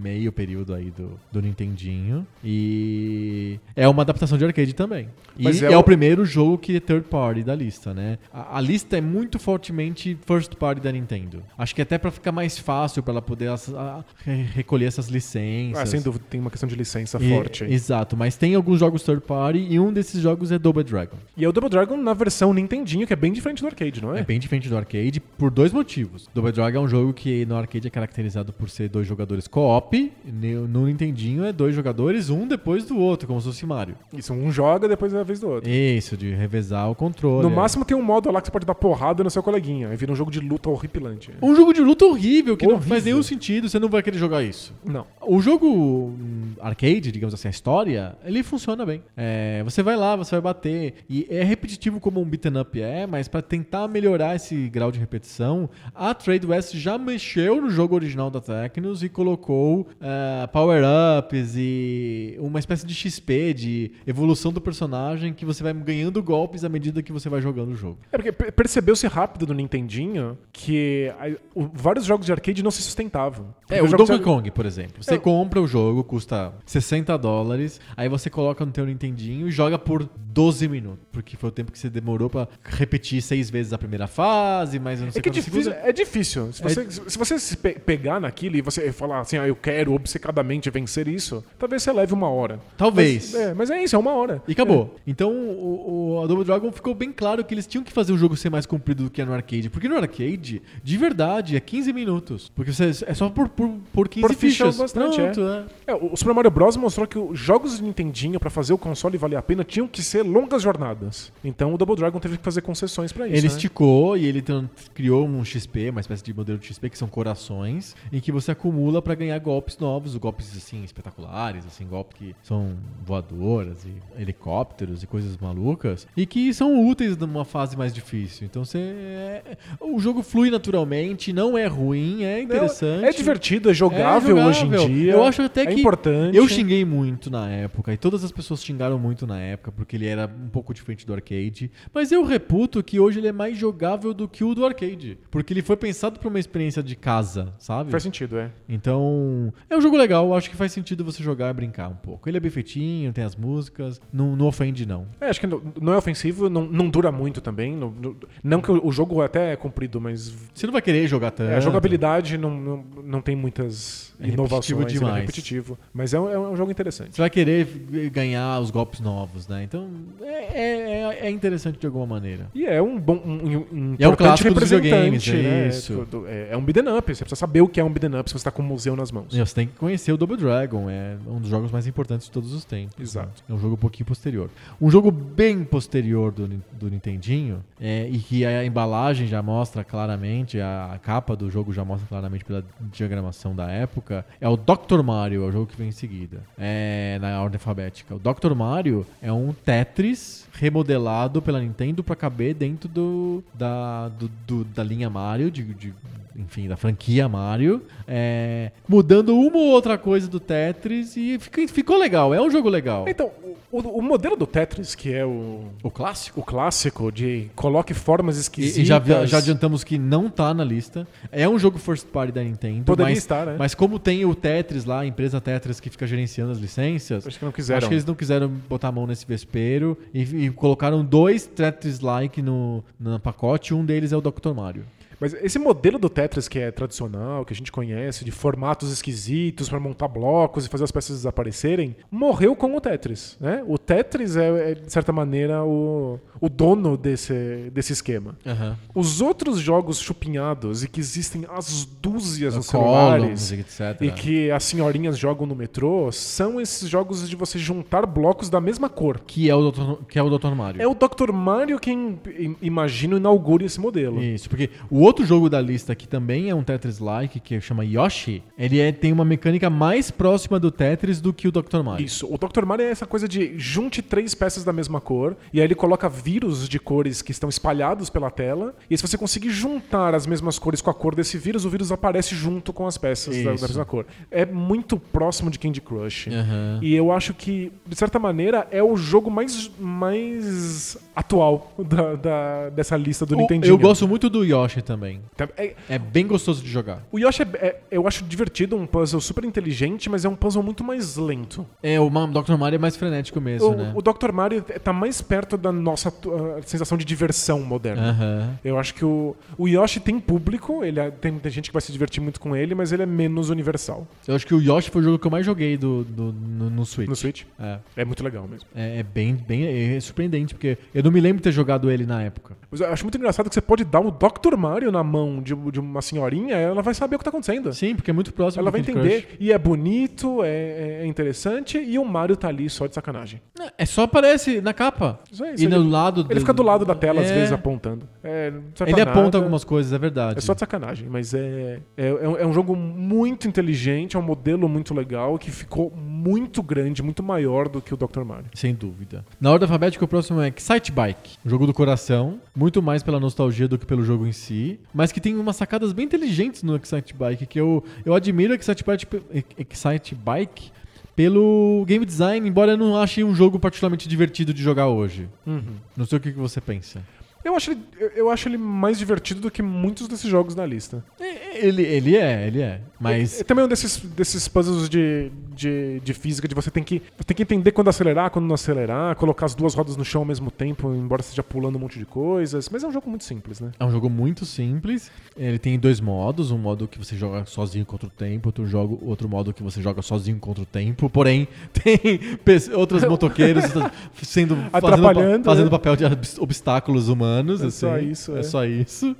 A: meio período aí do, do Nintendinho. E é uma adaptação de arcade também. E
B: Mas é
A: é,
B: o-
A: o... primeiro jogo que é third party da lista, né? A, a lista é muito fortemente first party da Nintendo. Acho que até pra ficar mais fácil pra ela poder ass- a- re- recolher essas licenças.
B: Ah, sem dúvida, tem uma questão de licença
A: E-
B: forte. aí.
A: Exato, mas tem alguns jogos third party e um desses jogos é Double Dragon.
B: E é o Double Dragon na versão Nintendinho, que é bem diferente do arcade, não é?
A: É bem diferente do arcade por dois motivos. Double Dragon é um jogo que no arcade é caracterizado por ser dois jogadores co-op, ne- no Nintendinho é dois jogadores, um depois do outro, como se fosse Mario.
B: Isso, um joga, depois é a vez do outro.
A: Isso, de revezar o controle.
B: No
A: é.
B: máximo tem um modo lá que você pode dar porrada no seu coleguinha. Aí vira um jogo de luta horripilante.
A: Um jogo de luta horrível, que não faz
B: Horrível.
A: nenhum sentido, você não vai querer jogar isso.
B: Não.
A: O jogo hum, arcade, digamos assim, a história, ele funciona bem. É, você vai lá, você vai bater. E é repetitivo como um beaten up é, mas pra tentar melhorar esse grau de repetição, a Trade West já mexeu no jogo original da Tecnos e colocou ah, power-ups e uma espécie de XP, de evolução do personagem, que você vai ganhando golpes à medida que você vai jogando o jogo.
B: É porque per- percebeu-se rápido no Nintendinho que a- o- vários jogos de arcade não se sustentavam.
A: É,
B: Porque
A: o
B: jogos
A: Donkey
B: de-
A: Kong, por exemplo. Você
B: Eu-
A: compra o jogo, custa 60 dólares, aí você coloca no teu Nintendinho e joga por 12 minutos. Porque foi o tempo que você demorou pra repetir seis vezes a primeira fase, mas não sei
B: É que é
A: quantas
B: difícil,
A: segundas.
B: é difícil. Se
A: É-
B: você se, se você se pe- pegar naquilo e você falar assim, ah, eu quero obcecadamente vencer isso, talvez você leve uma hora.
A: Talvez.
B: Mas é, mas é isso, é uma hora.
A: E acabou. Então, o, o a Double Dragon ficou bem claro que eles tinham que fazer o jogo ser mais comprido do que é no arcade. Porque no arcade, de verdade, é 15 minutos. Porque você, é só por, por, por 15
B: Por ficha é
A: fichas.
B: bastante,
A: Pronto, é.
B: É, o Super Mario Bros. mostrou que os jogos de Nintendinho, pra fazer o console valer a pena, tinham que ser longas jornadas. Então o Double Dragon teve que fazer concessões pra isso.
A: Ele
B: né?
A: esticou e ele tran- criou um XP, uma espécie de modelo de XP que são corações, em que você acumula pra ganhar golpes novos, golpes assim espetaculares, assim golpes que são voadoras e helicópteros e coisas malucas e que são úteis numa fase mais difícil. Então você é- o jogo flui naturalmente, não é ruim, é
B: Não,
A: interessante.
B: É divertido, é jogável,
A: É
B: hoje em
A: jogável.
B: dia.
A: Eu acho até
B: é
A: que
B: importante.
A: Eu xinguei muito na época, e todas as pessoas xingaram muito na época, porque ele era um pouco diferente do arcade. Mas eu reputo que hoje ele é mais jogável do que o do arcade. Porque ele foi pensado pra uma experiência de casa, sabe?
B: Faz sentido, é.
A: Então, é um jogo legal, acho que faz sentido você jogar e brincar um pouco. Ele é bem feitinho, tem as músicas, não, não ofende, não.
B: É, acho que não, não é ofensivo, não, não dura muito também. Não, não- não que o, o jogo até é comprido, mas
A: Você não vai querer jogar tanto.
B: é, a jogabilidade não, não, não tem muitas
A: É repetitivo
B: inovações. ele É
A: demais.
B: repetitivo. Mas é um, é um jogo interessante.
A: Você vai querer ganhar os golpes novos, né? Então, é- é- é- é interessante de alguma maneira.
B: E é um bom. Um, um- um
A: E é o
B: importante
A: clássico dos
B: representante,
A: videogames, é
B: né?
A: isso.
B: Do- É, é um beat'em up. Você precisa saber o que é um beat'em up se você está com um museu nas mãos.
A: É, Você tem que conhecer o Double Dragon, é um dos jogos mais importantes de todos os tempos.
B: Exato.
A: É um jogo um pouquinho posterior. Um jogo bem posterior do, Nin- do Nintendinho, é, e que a embalagem já mostra claramente, a, a capa do jogo já mostra claramente pela diagramação da época, é o Dr. Mario, é o jogo que vem em seguida, é, na ordem alfabética. O Dr. Mario é um Tetris remodelado pela Nintendo pra caber dentro do, da, do- do- da linha Mario, de- de enfim, da franquia Mario, é, mudando uma ou outra coisa do Tetris e fica- ficou legal, é um jogo legal.
B: Então, o, o- o modelo do Tetris, que é o,
A: O clássico?
B: o clássico de coloque formas esquisitas.
A: E, e já, vi- já adiantamos que não tá na lista. É um jogo first party da Nintendo.
B: Poderia
A: mas,
B: estar, né?
A: Mas como tem o Tetris lá, a empresa Tetris que fica gerenciando as licenças,
B: Acho que não quiseram.
A: Acho que eles não quiseram botar a mão nesse vespeiro e, e colocaram dois Tetris-like no, no pacote. Um deles é o Dr. Mario.
B: Mas esse modelo do Tetris que é tradicional, que a gente conhece, de formatos esquisitos pra montar blocos e fazer as peças desaparecerem, morreu com o Tetris. Né? O Tetris é, é, de certa maneira, o, o dono desse, desse esquema. Os outros jogos chupinhados e que existem as dúzias nos celulares
A: Columns, etc.
B: e que as senhorinhas jogam no metrô são esses jogos de você juntar blocos da mesma cor.
A: Que é o Dr. Que é o Dr. Mario.
B: É o Dr. Mario quem, im- imagino, inaugura esse modelo.
A: Isso, porque o outro jogo da lista, que também é um Tetris-like, que chama Yoshi, ele é- tem uma mecânica mais próxima do Tetris do que o Dr. Mario.
B: Isso. O Dr. Mario é essa coisa de junte três peças da mesma cor, e aí ele coloca vírus de cores que estão espalhados pela tela, e aí se você conseguir juntar as mesmas cores com a cor desse vírus, o vírus aparece junto com as peças da, da
A: Isso.
B: mesma cor. É muito próximo de Candy Crush.
A: Aham.
B: E eu acho que, de certa maneira, é o jogo mais, mais atual da- da- dessa lista do
A: O-
B: Nintendinho.
A: eu gosto muito do Yoshi também.
B: É-
A: É bem gostoso de jogar.
B: o Yoshi, é- é- eu acho divertido, um puzzle super inteligente, mas é um puzzle muito mais lento.
A: É, o Ma- Dr. Mario é mais frenético mesmo,
B: O,
A: né?
B: o Dr. Mario tá mais perto da nossa atu- ah, sensação de diversão moderna.
A: Aham.
B: Eu acho que o, o Yoshi tem público, ele é- tem, tem gente que vai se divertir muito com ele, mas ele é menos universal
A: Eu acho que o Yoshi foi o jogo que eu mais joguei do, do- no, no Switch.
B: no Switch.
A: É,
B: É muito legal mesmo.
A: é, é bem, bem é surpreendente, porque eu não me lembro de ter jogado ele na época.
B: Mas eu acho muito engraçado que você pode dar o Dr. Mario na mão de, de uma senhorinha, ela vai saber o que tá acontecendo.
A: Sim, porque é muito próximo
B: Ela
A: do
B: vai
A: Candy
B: entender, e é bonito, é, é interessante, e o Mario tá ali só de sacanagem.
A: Crush. É só aparece na capa.
B: Isso aí,
A: e
B: isso aí.
A: no lado do-
B: Ele fica do lado da tela, às
A: É.
B: vezes, apontando. É, não serve
A: Ele
B: pra
A: aponta
B: nada.
A: algumas coisas, é verdade.
B: É só de sacanagem, mas é, é, é um- é um jogo muito inteligente, é um modelo muito legal, que ficou muito grande, muito maior do que o Dr. Mario.
A: Sem dúvida. Na ordem alfabética, o próximo é Excite Bike. Um jogo do coração, muito mais pela nostalgia do que pelo jogo em si, mas que tem umas sacadas bem inteligentes no Excite Bike, que eu, eu admiro o Excite Bike, Excite Bike pelo game design, embora eu não ache um jogo particularmente divertido de jogar hoje. Não sei o que que você pensa.
B: Eu acho, ele, eu- eu acho ele mais divertido do que muitos desses jogos na lista.
A: Ele, ele é, ele é. Mas
B: É, é também um desses, desses puzzles de, de, de física, de você tem que, tem que entender quando acelerar, quando não acelerar, colocar as duas rodas no chão ao mesmo tempo, embora esteja pulando um monte de coisas. Mas é um jogo muito simples, né?
A: É um jogo muito simples. Ele tem dois modos. Um modo que você joga sozinho contra o tempo, outro, jogo, outro modo que você joga sozinho contra o tempo. Porém, tem pe- outros motoqueiros sendo fazendo,
B: Atrapalhando,
A: pa- fazendo
B: né?
A: papel de abs- obstáculos humanos.
B: É só
A: assim.
B: isso,
A: É
B: é.
A: só isso.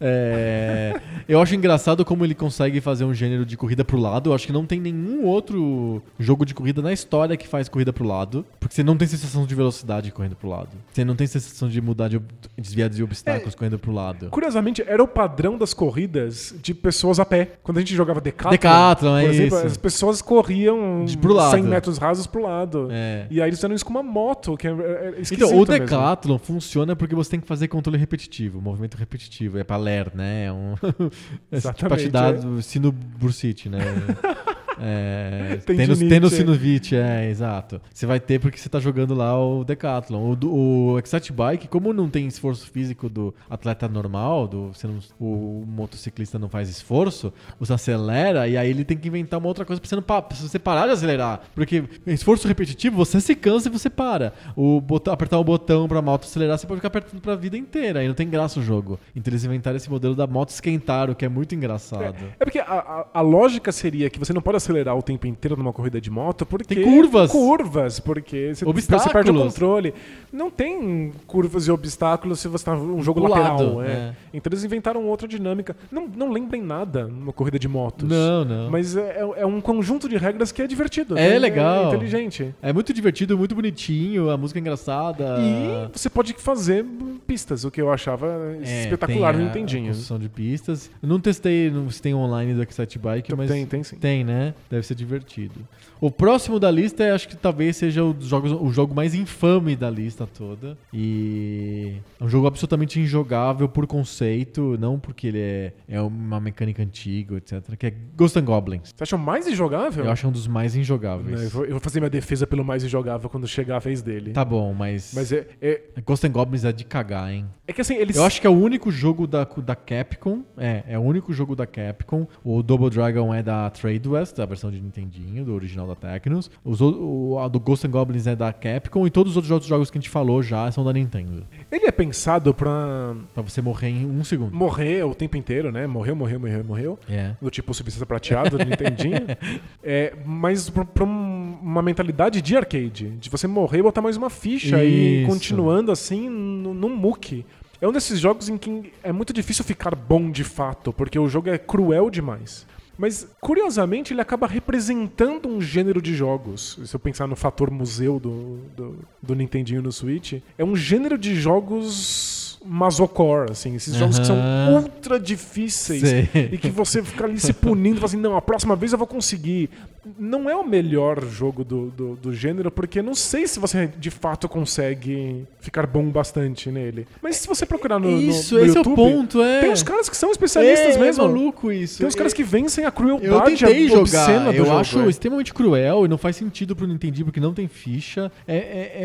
A: É, eu acho engraçado como ele consegue fazer um gênero de corrida pro lado. Eu acho que não tem nenhum outro jogo de corrida na história que faz corrida pro lado. Porque você não tem sensação de velocidade correndo pro lado. Você não tem sensação de mudar de ob- desviar de obstáculos
B: É,
A: correndo pro lado.
B: Curiosamente, era o padrão das corridas de pessoas a pé. Quando a gente jogava Decathlon,
A: Decathlon,
B: por
A: é
B: exemplo,
A: isso.
B: as pessoas corriam
A: De- pro lado.
B: 100 metros rasos pro lado.
A: É.
B: E aí eles fizeram isso com uma moto, que é, é é esquisito
A: Então, o
B: mesmo.
A: Decathlon funciona porque você tem que fazer controle repetitivo, movimento repetitivo. É pra ler, né? É um. é
B: Exatamente,
A: Partidado, é. sino bursite, né? É,
B: Tendinite,
A: tendo, tendo
B: é.
A: sinusite, é, exato. Você vai ter porque você tá jogando lá o Decathlon. O, do- o Excite Bike, como não tem esforço físico do atleta normal, do, você não- o motociclista não faz esforço, você acelera e aí ele tem que inventar uma outra coisa pra você, não, pa- pra você parar de acelerar. Porque esforço repetitivo, você se cansa e você para. O botão- apertar o botão pra moto acelerar, você pode ficar apertando pra vida inteira. Aí não tem graça o jogo. Então eles inventaram esse modelo da moto esquentar, o que é muito engraçado.
B: É porque a, a- a lógica seria que você não pode acelerar o tempo inteiro numa corrida de moto, porque.
A: Tem curvas.
B: Curvas, porque você,
A: Obstáculos.
B: você perde o controle. Não tem curvas e obstáculos se você tá um jogo
A: Do lado,
B: lateral. é.
A: é.
B: Então eles inventaram outra dinâmica. Não, não lembrem nada numa corrida de motos.
A: Não, não.
B: Mas é, é- é um conjunto de regras que é divertido.
A: É legal.
B: inteligente.
A: É muito divertido, muito bonitinho, a música é engraçada.
B: E você pode fazer pistas, o que eu achava
A: Ah. É,
B: espetacular
A: tem
B: no
A: a-
B: Nintendinho.
A: a construção de pistas. Eu Não testei não, se tem online do Excite Bike, mas
B: Tem, tem sim.
A: tem, né? Deve ser divertido. O próximo da lista, é, acho que talvez seja o, dos jogos- o jogo mais infame da lista toda. E é um jogo absolutamente injogável por conceito, não porque ele é, é uma mecânica antiga, etc. Que é Ghost and Goblins.
B: Você acha o mais injogável?
A: Eu acho um dos mais
B: Não, Né, eu,
A: injogáveis.
B: vou, eu vou fazer minha defesa pelo mais injogável quando chegar a vez dele.
A: Tá bom, mas,
B: Mas é, é,
A: Ghost and Goblins é de cagar, hein?
B: é que assim, eles.
A: Eu acho que é o único jogo da, da Capcom. É, é o único jogo da Capcom. O Double Dragon é da Tradewest, da versão de Nintendinho, do original da Tecnos. Os, o, o- a do Ghost and Goblins é da Capcom. E todos os outros outros jogos que a gente falou já são da Nintendo.
B: Ele é pensado pra
A: Pra você morrer em um segundo.
B: morrer o tempo inteiro, né? Morreu, morreu, morreu, morreu.
A: É.
B: Do tipo substância prateada do Nintendinho. É, mas pra, pra um- uma mentalidade de arcade. De você morrer e botar mais uma ficha e
A: Isso.
B: continuando assim no- num muque. É um desses jogos em que é muito difícil ficar bom de fato, porque o jogo é cruel demais. Mas, curiosamente, ele acaba representando um gênero de jogos. Se eu pensar no fator museu do, do, do Nintendinho no Switch, é um gênero de jogos masocore, assim, esses jogos que são
A: Aham.
B: ultra difíceis
A: Sei.
B: e que você fica ali se punindo, fala assim, não, a próxima vez eu vou conseguir. Não é o melhor jogo do, do, do gênero, porque não sei se você de fato consegue ficar bom bastante nele. Mas se você procurar no, no-
A: Isso,
B: no
A: esse
B: YouTube,
A: é o ponto, é.
B: Tem uns caras que são especialistas
A: é,
B: mesmo.
A: É maluco isso.
B: Tem uns caras que vencem a crueldade
A: Eu tentei
B: é obscena
A: jogar,
B: do
A: eu
B: jogo.
A: acho
B: é.
A: extremamente cruel e não faz sentido pro Nintendo porque não tem ficha. É, é-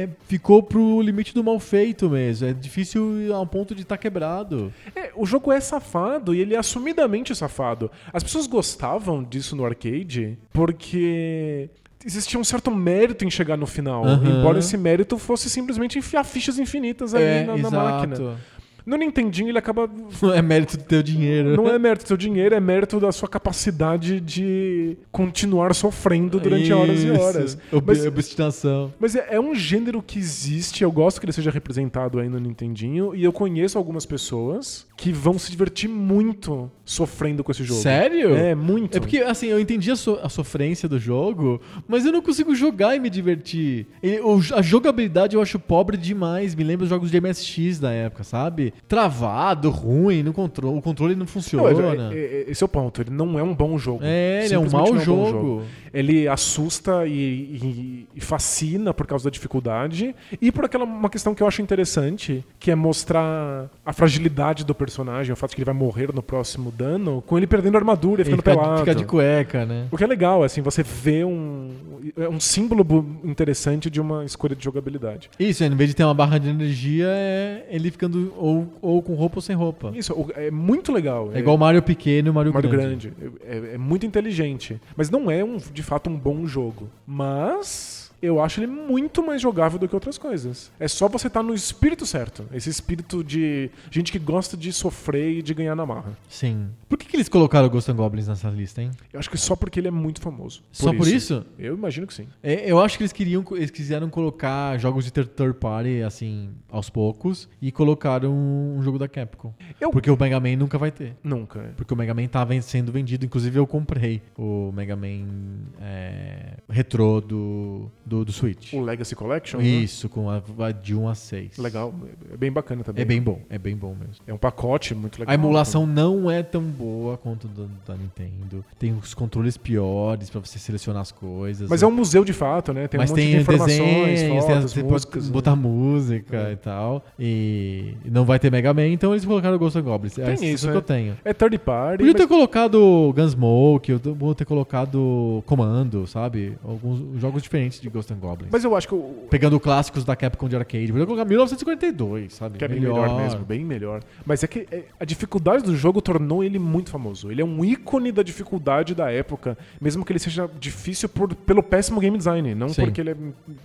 A: é- ficou pro limite do mal feito mesmo. É difícil ao ponto de estar quebrado.
B: É, o jogo é safado e ele é assumidamente safado. As pessoas gostavam disso no arcade porque existia um certo mérito em chegar no final,
A: Aham.
B: embora esse mérito fosse simplesmente enfiar fichas infinitas ali
A: é,
B: na, na
A: exato.
B: máquina. No Nintendinho ele acaba
A: Não é mérito do teu dinheiro.
B: não é mérito do seu dinheiro, é mérito da sua capacidade de continuar sofrendo durante horas e
A: Isso.
B: horas.
A: Ob-
B: Mas-
A: Obstinação.
B: mas é, é um gênero que existe, eu gosto que ele seja representado aí no Nintendinho, e eu conheço algumas pessoas que vão se divertir muito sofrendo com esse jogo.
A: Sério?
B: É, muito.
A: É porque, assim, eu entendi a, so- a sofrência do jogo, mas eu não consigo jogar e me divertir. E o j- a jogabilidade eu acho pobre demais. Me lembra os jogos de MSX da época, sabe? Travado, ruim, no contro o controle não
B: Não, é-
A: funciona.
B: é- é- esse é o ponto, ele não é um bom jogo.
A: É, ele é um
B: Simplesmente
A: mau
B: não bom
A: jogo.
B: Ele assusta e, e- e fascina por causa da dificuldade e por aquela uma questão que eu acho interessante, que é mostrar a fragilidade do personagem, o fato de que ele vai morrer no próximo dano, com ele perdendo a armadura e
A: Ele
B: ficando
A: fica,
B: pelado.
A: fica de cueca, né?
B: O que é legal, assim, você vê um, é um símbolo bu- interessante de uma escolha de jogabilidade.
A: Isso, em vez de ter uma barra de energia, é ele ficando ou, ou com roupa ou sem roupa.
B: Isso o- é muito legal.
A: É igual o Mario pequeno e o Mario,
B: Mario
A: grande.
B: Grande. É, é muito inteligente. Mas não é, um, de fato, um bom jogo. Mas eu acho ele muito mais jogável do que outras coisas. É só você estar no espírito certo. Esse espírito de gente que gosta de sofrer e de ganhar na marra.
A: Sim. Por que, que eles colocaram o Ghost and Goblins nessa lista, hein?
B: Eu acho que só porque ele é muito famoso.
A: Só por isso?
B: Eu imagino que sim.
A: É, eu acho que eles queriam, eles quiseram colocar jogos de ter- third party assim aos poucos e colocaram um jogo da Capcom.
B: Eu-
A: Porque o Mega Man nunca vai ter.
B: Nunca. é.
A: Porque o Mega Man tá ven- sendo vendido. Inclusive, eu comprei o Mega Man é, retrô do, do, do Switch.
B: O Legacy Collection? né?
A: Isso, com a, a de 1 a 6.
B: Legal. É bem bacana também.
A: É bem bom, é bem bom mesmo.
B: É um pacote muito legal.
A: A emulação não é tão boa quanto do, da Nintendo. Tem os controles piores pra você selecionar as coisas.
B: Mas é um museu de fato, né? Tem
A: Mas
B: um monte de informações,
A: desenhos, tem
B: fotos,
A: as- tipo, você pode
B: músicas. né?
A: botar música
B: É.
A: e tal. E não vai ter Mega Man, então eles colocaram Ghost and Goblins. é
B: Tem
A: isso,
B: isso,
A: que
B: né?
A: eu tenho.
B: É third party.
A: Podia
B: mas-
A: ter colocado Gunsmoke, eu vou ter colocado Comando, sabe? Alguns jogos diferentes de Ghost and Goblins.
B: Mas eu acho que o.
A: Pegando clássicos da Capcom de arcade. Podia colocar 1942, sabe?
B: Que é bem melhor. mesmo, bem melhor. Mas é que é, a dificuldade do jogo tornou ele muito famoso. Ele é um ícone da dificuldade da época, mesmo que ele seja difícil por- pelo péssimo game design, não
A: Sim.
B: porque ele é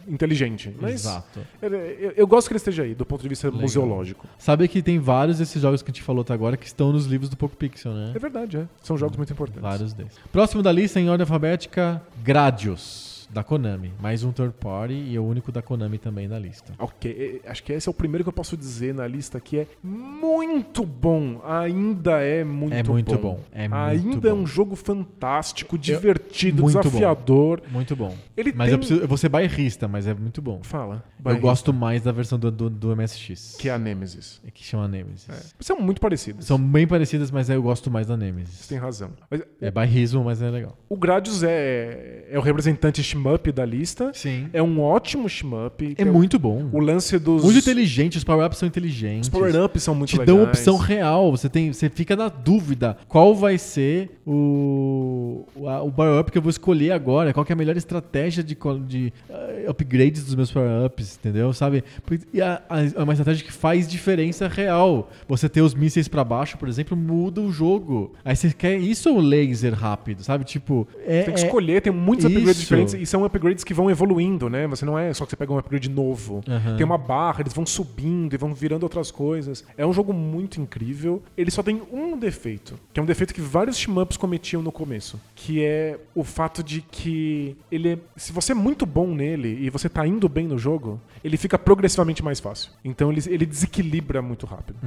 B: inteligente. Mas
A: Exato.
B: ele- eu, eu gosto que ele esteja aí, do ponto de vista
A: Legal.
B: museológico.
A: Sabe que tem vários desses jogos que a gente falou até agora que estão nos livros do Poco Pixel, né?
B: É verdade, é. São jogos muito importantes.
A: Hum. Vários desses. Próximo da lista, em ordem alfabética, Gradius, da Konami. Mais um third party e é o único da Konami também na lista.
B: Ok, eh, acho que esse é o primeiro que eu posso dizer na lista que é muito bom. Ainda é muito bom.
A: É muito bom, é muito
B: Ainda é
A: bom.
B: um jogo fantástico, divertido,
A: muito bom.
B: desafiador.
A: Muito bom.
B: Ele
A: mas
B: tem-
A: eu, preciso, eu vou ser bairrista, mas é muito bom.
B: Fala.
A: Eu
B: Barry,
A: gosto mais da versão do, do, do MSX.
B: Que é a Nemesis.
A: Que chama Nemesis.
B: É. São muito parecidos.
A: São bem parecidas, mas eu gosto mais da
B: Você
A: Nemesis.
B: tem razão. Mas
A: É bairrismo, mas é legal.
B: o Gradius é, é o representante shmup da lista.
A: Sim.
B: É um ótimo shmup.
A: É
B: Tem
A: muito bom.
B: O lance dos...
A: Muito inteligente, os power-ups são inteligentes.
B: Os power-ups são muito
A: te
B: legais.
A: dão opção real. Você, tem, você fica na dúvida qual vai ser o, o, a- o power-up que eu vou escolher agora. Qual que é a melhor estratégia de, co- de ah, upgrades dos meus power-ups, entendeu? Sabe? Porque- E a- a- é uma estratégia que faz diferença real. Você ter os mísseis pra baixo, por exemplo, muda o jogo. Aí você quer isso ou laser rápido, sabe? Tipo, é,
B: Tem que
A: é-
B: escolher, tem muitos upgrades
A: Isso.
B: diferentes e são upgrades que vão evoluindo, né? Você não é só que você pega um upgrade novo.
A: Aham.
B: Tem uma barra, eles vão subindo e vão virando outras coisas. É um jogo muito incrível. Ele só tem um defeito, que é um defeito que vários shmups cometiam no começo, que é o fato de que ele é- se você é muito bom nele e você tá indo bem no jogo, ele fica progressivamente mais fácil. Então ele, ele desequilibra muito rápido.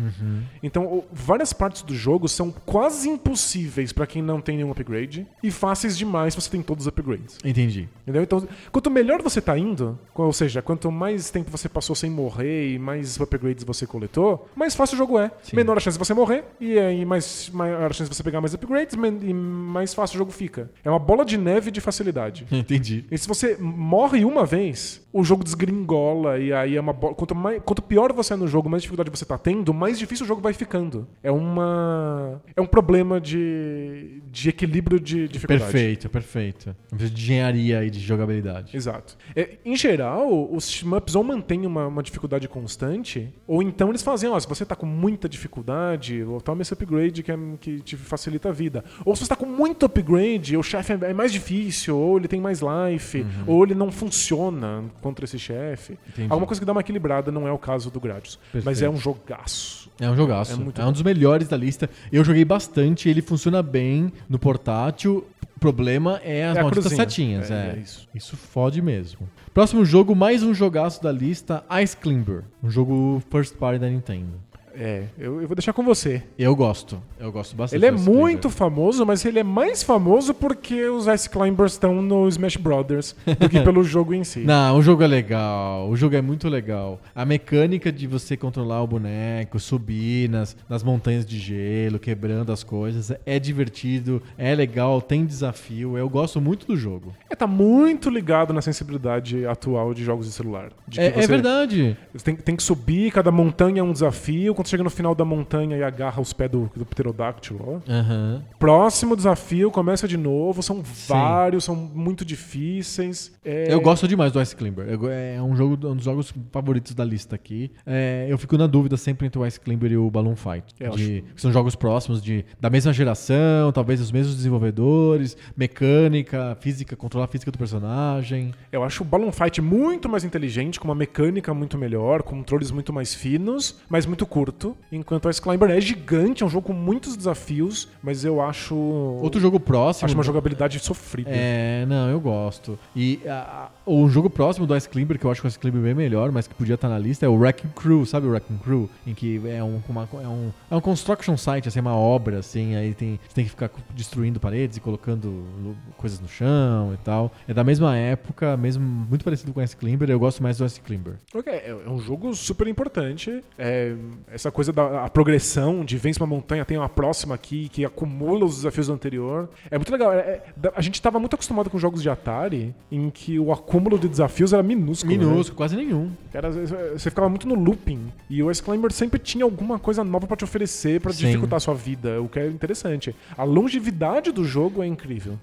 B: Então o- várias partes do jogo são quase impossíveis pra quem não tem nenhum upgrade e fáceis demais se você tem todos os upgrades.
A: Entendi.
B: Entendeu? Então, quanto melhor você tá indo, ou seja, quanto mais tempo você passou sem morrer e mais upgrades você coletou, mais fácil o jogo é. Menor a chance de você morrer e aí mais maior a chance de você pegar mais upgrades men- e mais fácil o jogo fica. É uma bola de neve de facilidade.
A: Entendi.
B: E se você morre uma vez, o jogo desgringola e aí é uma bola. Quanto, mai- quanto pior você é no jogo, mais dificuldade você tá tendo, mais difícil o jogo vai ficando. É uma. É um problema de, de equilíbrio de dificuldade.
A: Perfeito, perfeito. Eu preciso de engenharia e de jogabilidade.
B: Exato. É, em geral, os shmups ou mantêm uma, uma dificuldade constante, ou então eles fazem, ó, se você tá com muita dificuldade, ou toma esse upgrade que, é- que te facilita a vida. Ou se você tá com muito upgrade, o chefe é é mais difícil, ou ele tem mais life, ou ele não funciona contra esse chefe.
A: Uhum. Entendi.
B: Alguma coisa que dá uma equilibrada, não é o caso do Gradius. Mas
A: Perfeito.
B: é um jogaço.
A: É um jogaço.
B: É
A: É,
B: muito
A: um dos melhores da lista. Eu joguei bastante, ele funciona bem no portátil. O problema é as
B: É a
A: malditas
B: cruzinha.
A: setinhas.
B: É,
A: É,
B: é isso.
A: fode mesmo. Próximo jogo, mais um jogaço da lista, Ice Climber. Um jogo first party da Nintendo.
B: É, eu, eu vou deixar com você.
A: Eu gosto. Eu gosto bastante.
B: Ele é
A: do Ice Climber.
B: muito famoso, mas ele é mais famoso porque os Ice Climbers estão no Smash Brothers do que pelo jogo em si.
A: Não, o jogo é legal. O jogo é muito legal. A mecânica de você controlar o boneco, subir nas, nas montanhas de gelo, quebrando as coisas, é divertido, é legal, tem desafio. Eu gosto muito do jogo.
B: É, tá muito ligado na sensibilidade atual de jogos de celular. De
A: É,
B: que
A: é
B: você-
A: verdade.
B: Você tem, tem que subir, cada montanha é um desafio. Quando chega no final da montanha e agarra os pés do, do pterodáctilo, ó.
A: Aham.
B: Próximo desafio, começa de novo. São
A: Sim.
B: vários, são muito difíceis. É-
A: Eu gosto demais do Ice Climber. Eu go- é um, jogo, um dos jogos favoritos da lista aqui. É, eu fico na dúvida sempre entre o Ice Climber e o Balloon Fight.
B: Eu
A: de- que são jogos próximos, de, da mesma geração, talvez os mesmos desenvolvedores, mecânica, física, controlar a física do personagem.
B: Eu acho o Balloon Fight muito mais inteligente, com uma mecânica muito melhor, com controles muito mais finos, mas muito curto. Enquanto o Ice Climber é gigante, é um jogo com muitos desafios, mas eu acho.
A: Outro jogo próximo.
B: Acho uma jogabilidade sofrida.
A: É, não, eu gosto. E ah, o jogo próximo do Ice Climber, que eu acho que o Ice Climber é bem melhor, mas que podia estar na lista, é o Wrecking Crew, sabe o Wrecking Crew? Em que é um, uma- é um, é um construction site, assim, uma obra, assim, aí tem, você tem que ficar destruindo paredes e colocando lu- coisas no chão e tal. É da mesma época, mesmo muito parecido com o Ice Climber, eu gosto mais do Ice Climber.
B: Ok, É é um jogo super importante. É, essa coisa da a progressão de vence uma montanha, tem uma próxima aqui que acumula os desafios do anterior. É muito legal. É- é- da- a gente estava muito acostumado com jogos de Atari em que o acúmulo de desafios era minúsculo. né?
A: Minúsculo, quase nenhum.
B: Era- você ficava muito no looping. E o Ice Climber sempre tinha alguma coisa nova pra te oferecer pra
A: Sim.
B: dificultar a sua vida, o que é interessante. A longevidade do jogo é incrível.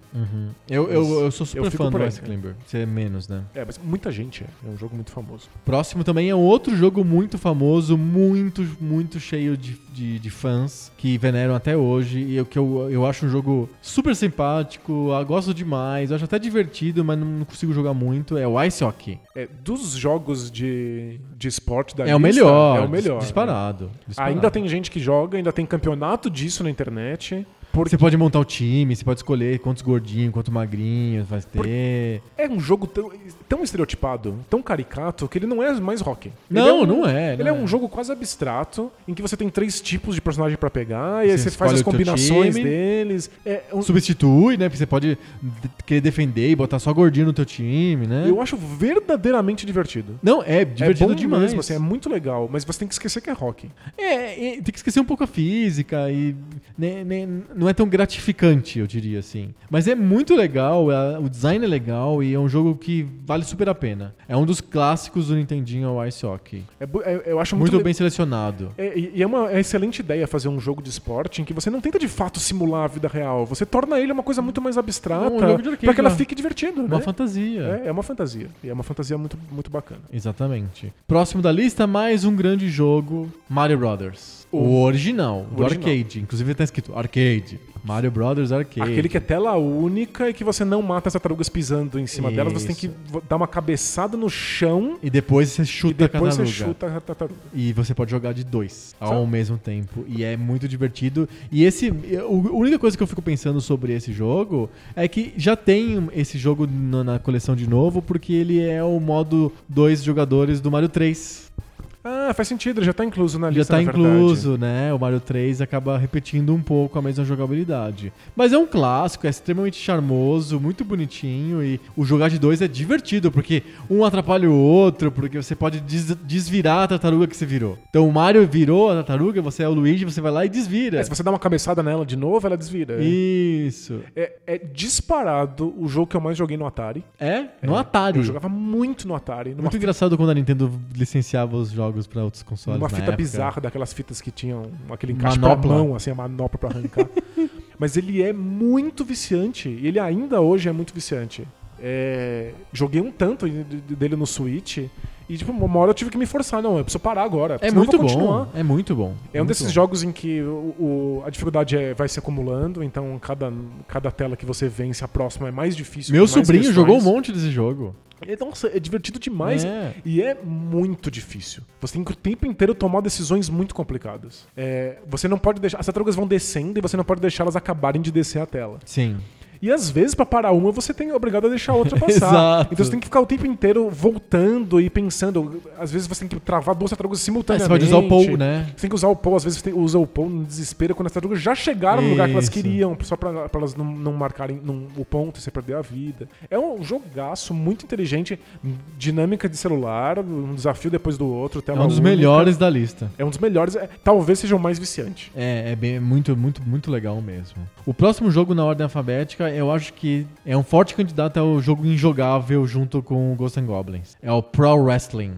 A: Eu, eu, eu sou
B: Eu
A: super
B: fico
A: fã
B: por
A: do
B: aí,
A: Ice
B: né?
A: Climber. Você é menos, né?
B: É, mas muita gente é. É um jogo muito famoso.
A: Próximo também é um outro jogo muito famoso, muito, muito cheio de, de, de fãs que veneram até hoje. E eu, que eu, eu acho um jogo super simpático, eu gosto demais, eu acho até divertido, mas não consigo jogar muito. É o Ice Hockey.
B: É, dos jogos de, de esporte da
A: É o
B: lista,
A: melhor.
B: É o melhor. né?
A: Disparado. disparado.
B: Ainda tem gente que joga, ainda tem campeonato disso na internet. Porque
A: Você pode montar o time, você pode escolher quantos gordinhos, quantos magrinhos vai ter.
B: é um jogo tão, tão estereotipado, tão caricato, que ele não é mais rock.
A: Não,
B: ele é um-
A: não é.
B: Ele
A: não
B: é um jogo quase abstrato, em que você tem três tipos de personagem pra pegar, e aí você
A: Você
B: faz as
A: escolhe o teu
B: combinações
A: time.
B: deles. É um-
A: Substitui, né? Porque você pode de- querer defender e botar só gordinho no teu time, né?
B: Eu acho verdadeiramente divertido.
A: Não, é
B: é
A: divertido
B: bom
A: demais.
B: mesmo, assim, é muito legal, mas você tem que esquecer que é rock.
A: É, é, tem que esquecer um pouco a física e né, né, não é tão gratificante, eu diria assim. Mas é muito legal, é- o design é legal e é um jogo que vale super a pena. É um dos clássicos do Nintendinho ao Ice Hockey.
B: É bu- é- eu acho
A: Muito,
B: muito, le-
A: bem selecionado.
B: É, e e é uma é excelente ideia fazer um jogo de esporte em que você não tenta de fato simular a vida real, você torna ele uma coisa muito mais abstrata
A: Um jogo de arcade,
B: pra que ela
A: né?
B: fique divertida,
A: Uma
B: né?
A: fantasia.
B: É, é uma fantasia. E é uma fantasia muito, muito bacana.
A: Exatamente. Próximo da lista, mais um grande jogo, Mario Brothers. O,
B: O-
A: original, do
B: original.
A: arcade. Inclusive tá escrito arcade.
B: Arcade.
A: Mario Brothers Arcade.
B: Aquele que é tela única e que você não mata as tartarugas pisando em cima delas, você tem que vo- dar uma cabeçada no chão
A: E depois você
B: e
A: chuta
B: depois
A: cada
B: você
A: lugar.
B: chuta a tartaruga.
A: E você pode jogar de dois ao mesmo tempo. E é muito divertido. E esse. o- A única coisa que eu fico pensando sobre esse jogo é que já tem esse jogo na na coleção de novo, porque ele é o modo dois jogadores do Mario 3.
B: Ah, faz sentido, ele já tá incluso na
A: Já
B: lista.
A: tá
B: na verdade.
A: incluso, né? O Mario 3 acaba repetindo um pouco a mesma jogabilidade. Mas é um clássico, é extremamente charmoso, muito bonitinho e o jogar de dois é divertido, porque um atrapalha o outro, porque você pode des- desvirar a tartaruga que você virou. Então o Mario virou a tartaruga, você é o Luigi, você vai lá e desvira.
B: É, se você dá uma cabeçada nela de novo, ela desvira.
A: Isso.
B: É, é disparado o jogo que eu mais joguei no Atari.
A: É? No
B: Eu
A: Atari.
B: jogava muito no Atari. Numa,
A: Muito engraçado quando a Nintendo licenciava os jogos pra outros consoles.
B: numa
A: na
B: fita
A: época.
B: bizarra daquelas fitas que tinham aquele encaixe pra
A: Manopla.
B: mão, assim, a manopla pra arrancar. Mas ele é muito viciante. E ele ainda hoje é muito viciante. É, joguei um tanto de- de- dele no Switch. E, tipo, uma hora eu tive que me forçar. Não, eu preciso parar agora.
A: É
B: senão eu
A: muito
B: vou continuar.
A: bom. É muito bom.
B: É um
A: muito
B: desses
A: bom.
B: jogos em que o- o- a dificuldade é- vai se acumulando, então cada, cada tela que você vence, a próxima é mais difícil.
A: Meu
B: com mais
A: sobrinho
B: questões.
A: jogou um monte desse jogo.
B: É, nossa, é divertido demais
A: É.
B: e é muito difícil. Você tem que o tempo inteiro tomar decisões muito complicadas. É, você não pode deixar. As tartarugas vão descendo e você não pode deixá-las acabarem de descer a tela.
A: Sim.
B: E às vezes, pra parar uma, você tem é obrigado a deixar a outra passar.
A: Exato.
B: Então você tem que ficar o tempo inteiro voltando e pensando. Às vezes você tem que travar duas tartarugas
A: É,
B: simultaneamente.
A: você pode usar o Paul, né?
B: Você tem que usar o Paul, às vezes você tem- usa o Paul no desespero quando as tartarugas já chegaram no lugar que elas
A: Isso.
B: queriam, só pra, pra elas não, não marcarem num- o ponto e você perder a vida. É um jogaço muito inteligente, dinâmica de celular, um desafio depois do outro.
A: É
B: Tela
A: um dos
B: única.
A: melhores da lista.
B: É um dos melhores, é, talvez seja o mais viciante.
A: É, é bem- muito, muito, muito legal mesmo. O próximo jogo na ordem alfabética, eu acho que é um forte candidato ao jogo injogável junto com o Ghost and Goblins. É o Pro Wrestling.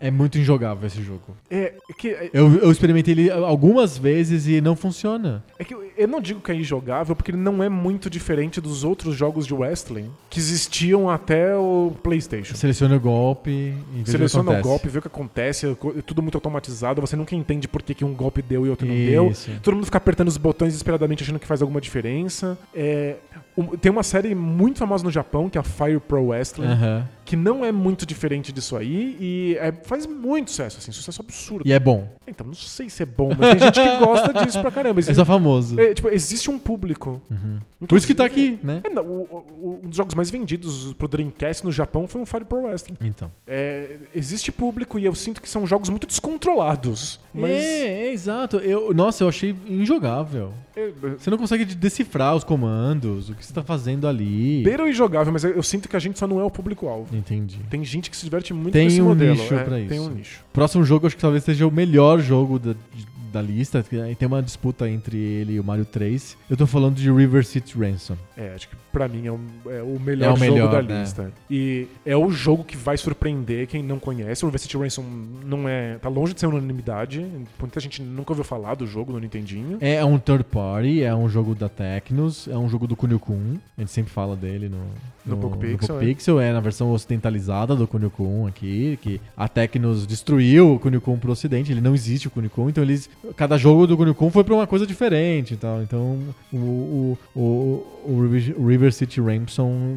A: é muito injogável esse jogo.
B: É que, é,
A: Eu, eu experimentei ele algumas vezes e não funciona.
B: é que eu- eu não digo que é injogável, porque ele não é muito diferente dos outros jogos de wrestling que existiam até o PlayStation.
A: Seleciona o golpe e vê
B: Seleciona
A: o que
B: o
A: acontece.
B: golpe, vê o que acontece, é co- é tudo muito automatizado, você nunca entende por que, que um golpe deu e outro não
A: Isso.
B: deu. Todo mundo fica apertando os botões desesperadamente achando que faz alguma diferença. É, um- tem uma série muito famosa no Japão, que é a Fire Pro Wrestling,
A: Aham.
B: que não é muito diferente disso aí e é- faz muito sucesso, assim, sucesso absurdo.
A: E é bom.
B: Então, não sei se é bom, mas tem gente que gosta disso pra caramba.
A: É só famoso.
B: É, tipo, existe um público. Então,
A: Por isso que tá aqui, né?
B: É, não, o- o- um dos jogos mais vendidos pro Dreamcast no Japão foi um Fire Pro Wrestling.
A: Então.
B: É, existe público e eu sinto que são jogos muito descontrolados. Mas.
A: É, é, exato. Eu, nossa, eu achei injogável.
B: É,
A: Você não consegue de- decifrar os comandos, o que você tá fazendo ali.
B: beira o injogável, mas eu, eu sinto que a gente só não é o público-alvo.
A: Entendi.
B: Tem gente que se diverte muito
A: Tem
B: com esse
A: um
B: modelo.
A: nicho
B: é,
A: pra
B: Tem
A: isso.
B: um nicho.
A: Próximo jogo, acho que talvez seja o melhor jogo da, de- da lista. que aí Tem uma disputa entre ele e o Mario 3. Eu tô falando de River City Ransom.
B: É, acho que pra mim é, o- é o melhor
A: É o
B: jogo
A: melhor,
B: da
A: né?
B: lista. E é o jogo que vai surpreender quem não conhece. O River Ransom não é. tá longe de ser unanimidade. Muita gente nunca ouviu falar do jogo no Nintendinho.
A: É um third party, é um jogo da Tecnos, é um jogo do Kunio Kun. A gente sempre fala dele no,
B: No Poco Pixel,
A: Poco
B: é.
A: Pixel, é. na versão ocidentalizada do Kunio Kun aqui, que a Tecnos destruiu o Kunio Kun pro ocidente, ele não existe o Kunio Kun, então eles. Cada jogo do Kunio Kun foi pra uma coisa diferente e tal. Então o, o, o, o River- o River City Ransom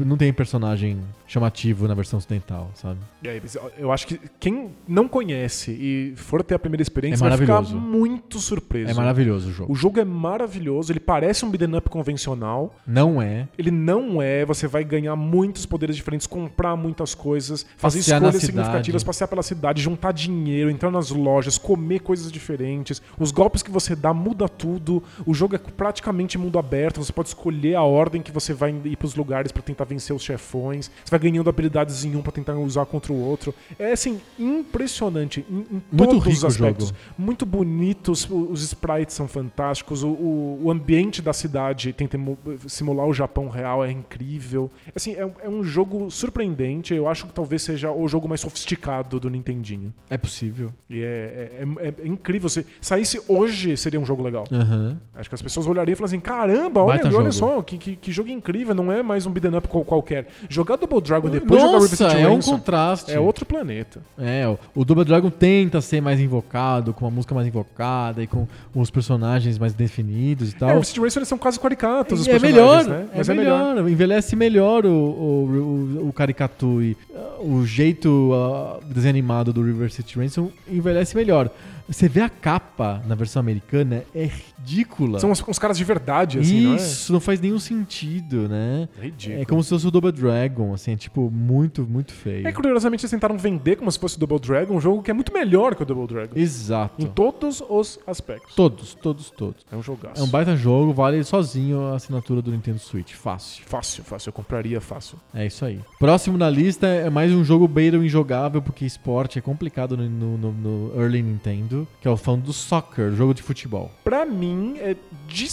A: não tem personagem chamativo na versão ocidental, sabe?
B: E aí, eu acho que quem não conhece e for ter a primeira experiência
A: É
B: vai ficar
A: maravilhoso.
B: muito surpreso.
A: É maravilhoso o jogo.
B: O jogo é maravilhoso, ele parece um beat'em up convencional,
A: Não é.
B: ele não é, você vai ganhar muitos poderes diferentes, comprar muitas coisas, fazer
A: Passear na
B: escolhas
A: cidade.
B: significativas, passear pela cidade, juntar dinheiro, entrar nas lojas, comer coisas diferentes. Os golpes que você dá muda tudo. O jogo é praticamente mundo aberto, você pode escolher a ordem que você vai ir pros lugares pra tentar vencer os chefões. Você vai ganhando habilidades em um pra tentar usar contra o outro. É assim impressionante em, em
A: Muito
B: todos os
A: rico o jogo.
B: aspectos muito bonitos, o- os sprites são fantásticos, o, o- o ambiente da cidade tenta emu- simular o Japão real, é incrível. Assim, é, um- é um jogo surpreendente, eu acho que talvez seja o jogo mais sofisticado do Nintendinho.
A: É possível.
B: E é, é- é- é incrível você. Saísse hoje, seria um jogo legal.
A: Aham.
B: Acho que as pessoas olhariam e falariam assim: caramba,
A: É.
B: olha,
A: Baita
B: olha
A: jogo.
B: só, que, que, que jogo incrível, não é mais um beat'em up qual- qualquer. Jogar Double Dragon depois de jogar River
A: Nossa,
B: City
A: é um
B: Ransom
A: contraste.
B: é outro planeta.
A: É, o- o Double Dragon tenta ser mais invocado, com uma música mais invocada e com os personagens mais definidos e
B: É,
A: tal.
B: o City Ransom eles são quase caricatos, os
A: Tá E é melhor,
B: personagens, né?
A: é, melhor, envelhece melhor o, o, o, o Karikatu e ah, o jeito ah, desanimado do River City Ransom envelhece melhor. Você vê a capa na versão americana, é ridícula.
B: São uns, uns caras de verdade, assim,
A: Isso, não, faz nenhum sentido, né?
B: não é? Ridículo.
A: É como se fosse o Double Dragon, assim, é tipo muito, muito feio.
B: É, curiosamente, eles tentaram vender como se fosse o Double Dragon, um jogo que é muito melhor que o Double Dragon.
A: Exato.
B: Em todos os aspectos.
A: Todos, todos, todos.
B: É um jogaço.
A: É um baita jogo, vale sozinho a assinatura do Nintendo Switch. Fácil.
B: Fácil, fácil. Eu compraria fácil.
A: É isso aí. Próximo na lista é mais um jogo beira o injogável, porque esporte é complicado no, no- no- no Early Nintendo, que é o fã do soccer, jogo de futebol.
B: Pra mim, é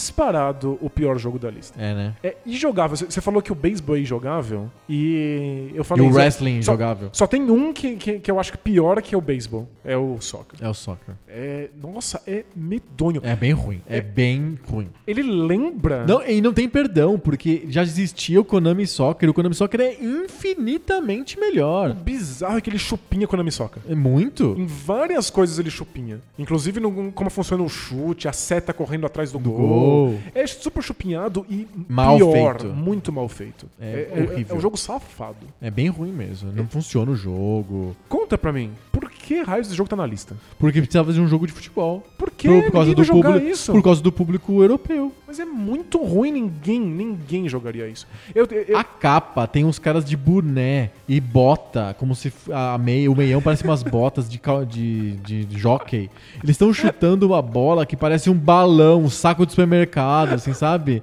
B: disparado o pior jogo da lista.
A: É, né?
B: É injogável. Você falou que o beisebol é injogável e eu falei...
A: e o
B: só-
A: wrestling é
B: só,
A: injogável.
B: Só tem um que, que, que eu acho que pior que é o beisebol. É o soccer.
A: É o soccer.
B: É, nossa, é medonho.
A: É bem ruim. É,
B: É.
A: bem ruim.
B: Ele lembra...
A: Não, e não tem perdão, porque já existia o Konami Soccer. O Konami Soccer é infinitamente melhor.
B: Bizarro é que ele chupinha Konami Soccer.
A: É muito.
B: Em várias coisas ele chupinha. Inclusive no, como funciona o chute, a seta correndo atrás do, gol.
A: gol.
B: É super chupinhado e
A: Mal
B: pior,
A: feito.
B: muito mal feito.
A: É horrível.
B: É um jogo safado.
A: É bem ruim mesmo. Não funciona o jogo.
B: Conta pra mim, por que raios esse jogo tá na lista?
A: Porque precisava de um jogo de futebol.
B: Por que
A: por causa
B: ninguém
A: do
B: vai jogar
A: público,
B: isso?
A: por causa do público europeu.
B: Mas é muito ruim, ninguém, ninguém jogaria isso. Eu, eu- eu-
A: A capa tem uns caras de boné e bota, como se f- a meia, o meião parece umas botas de, cal- de, de jockey. Eles estão chutando uma bola que parece um balão, um saco de supermercado, assim, sabe?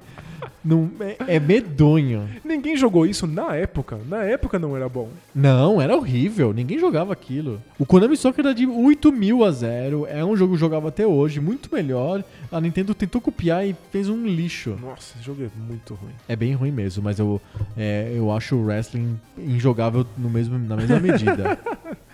A: Não, é, é medonho.
B: Ninguém jogou isso na época. Na época não era bom.
A: Não, era horrível. Ninguém jogava aquilo. O Konami Soccer dá de 8 mil a zero. É um jogo que jogava até hoje, muito melhor. A Nintendo tentou copiar e fez um lixo.
B: Nossa, esse jogo é muito ruim.
A: É bem ruim mesmo, mas eu, é, eu acho o wrestling injogável no mesmo, na mesma medida.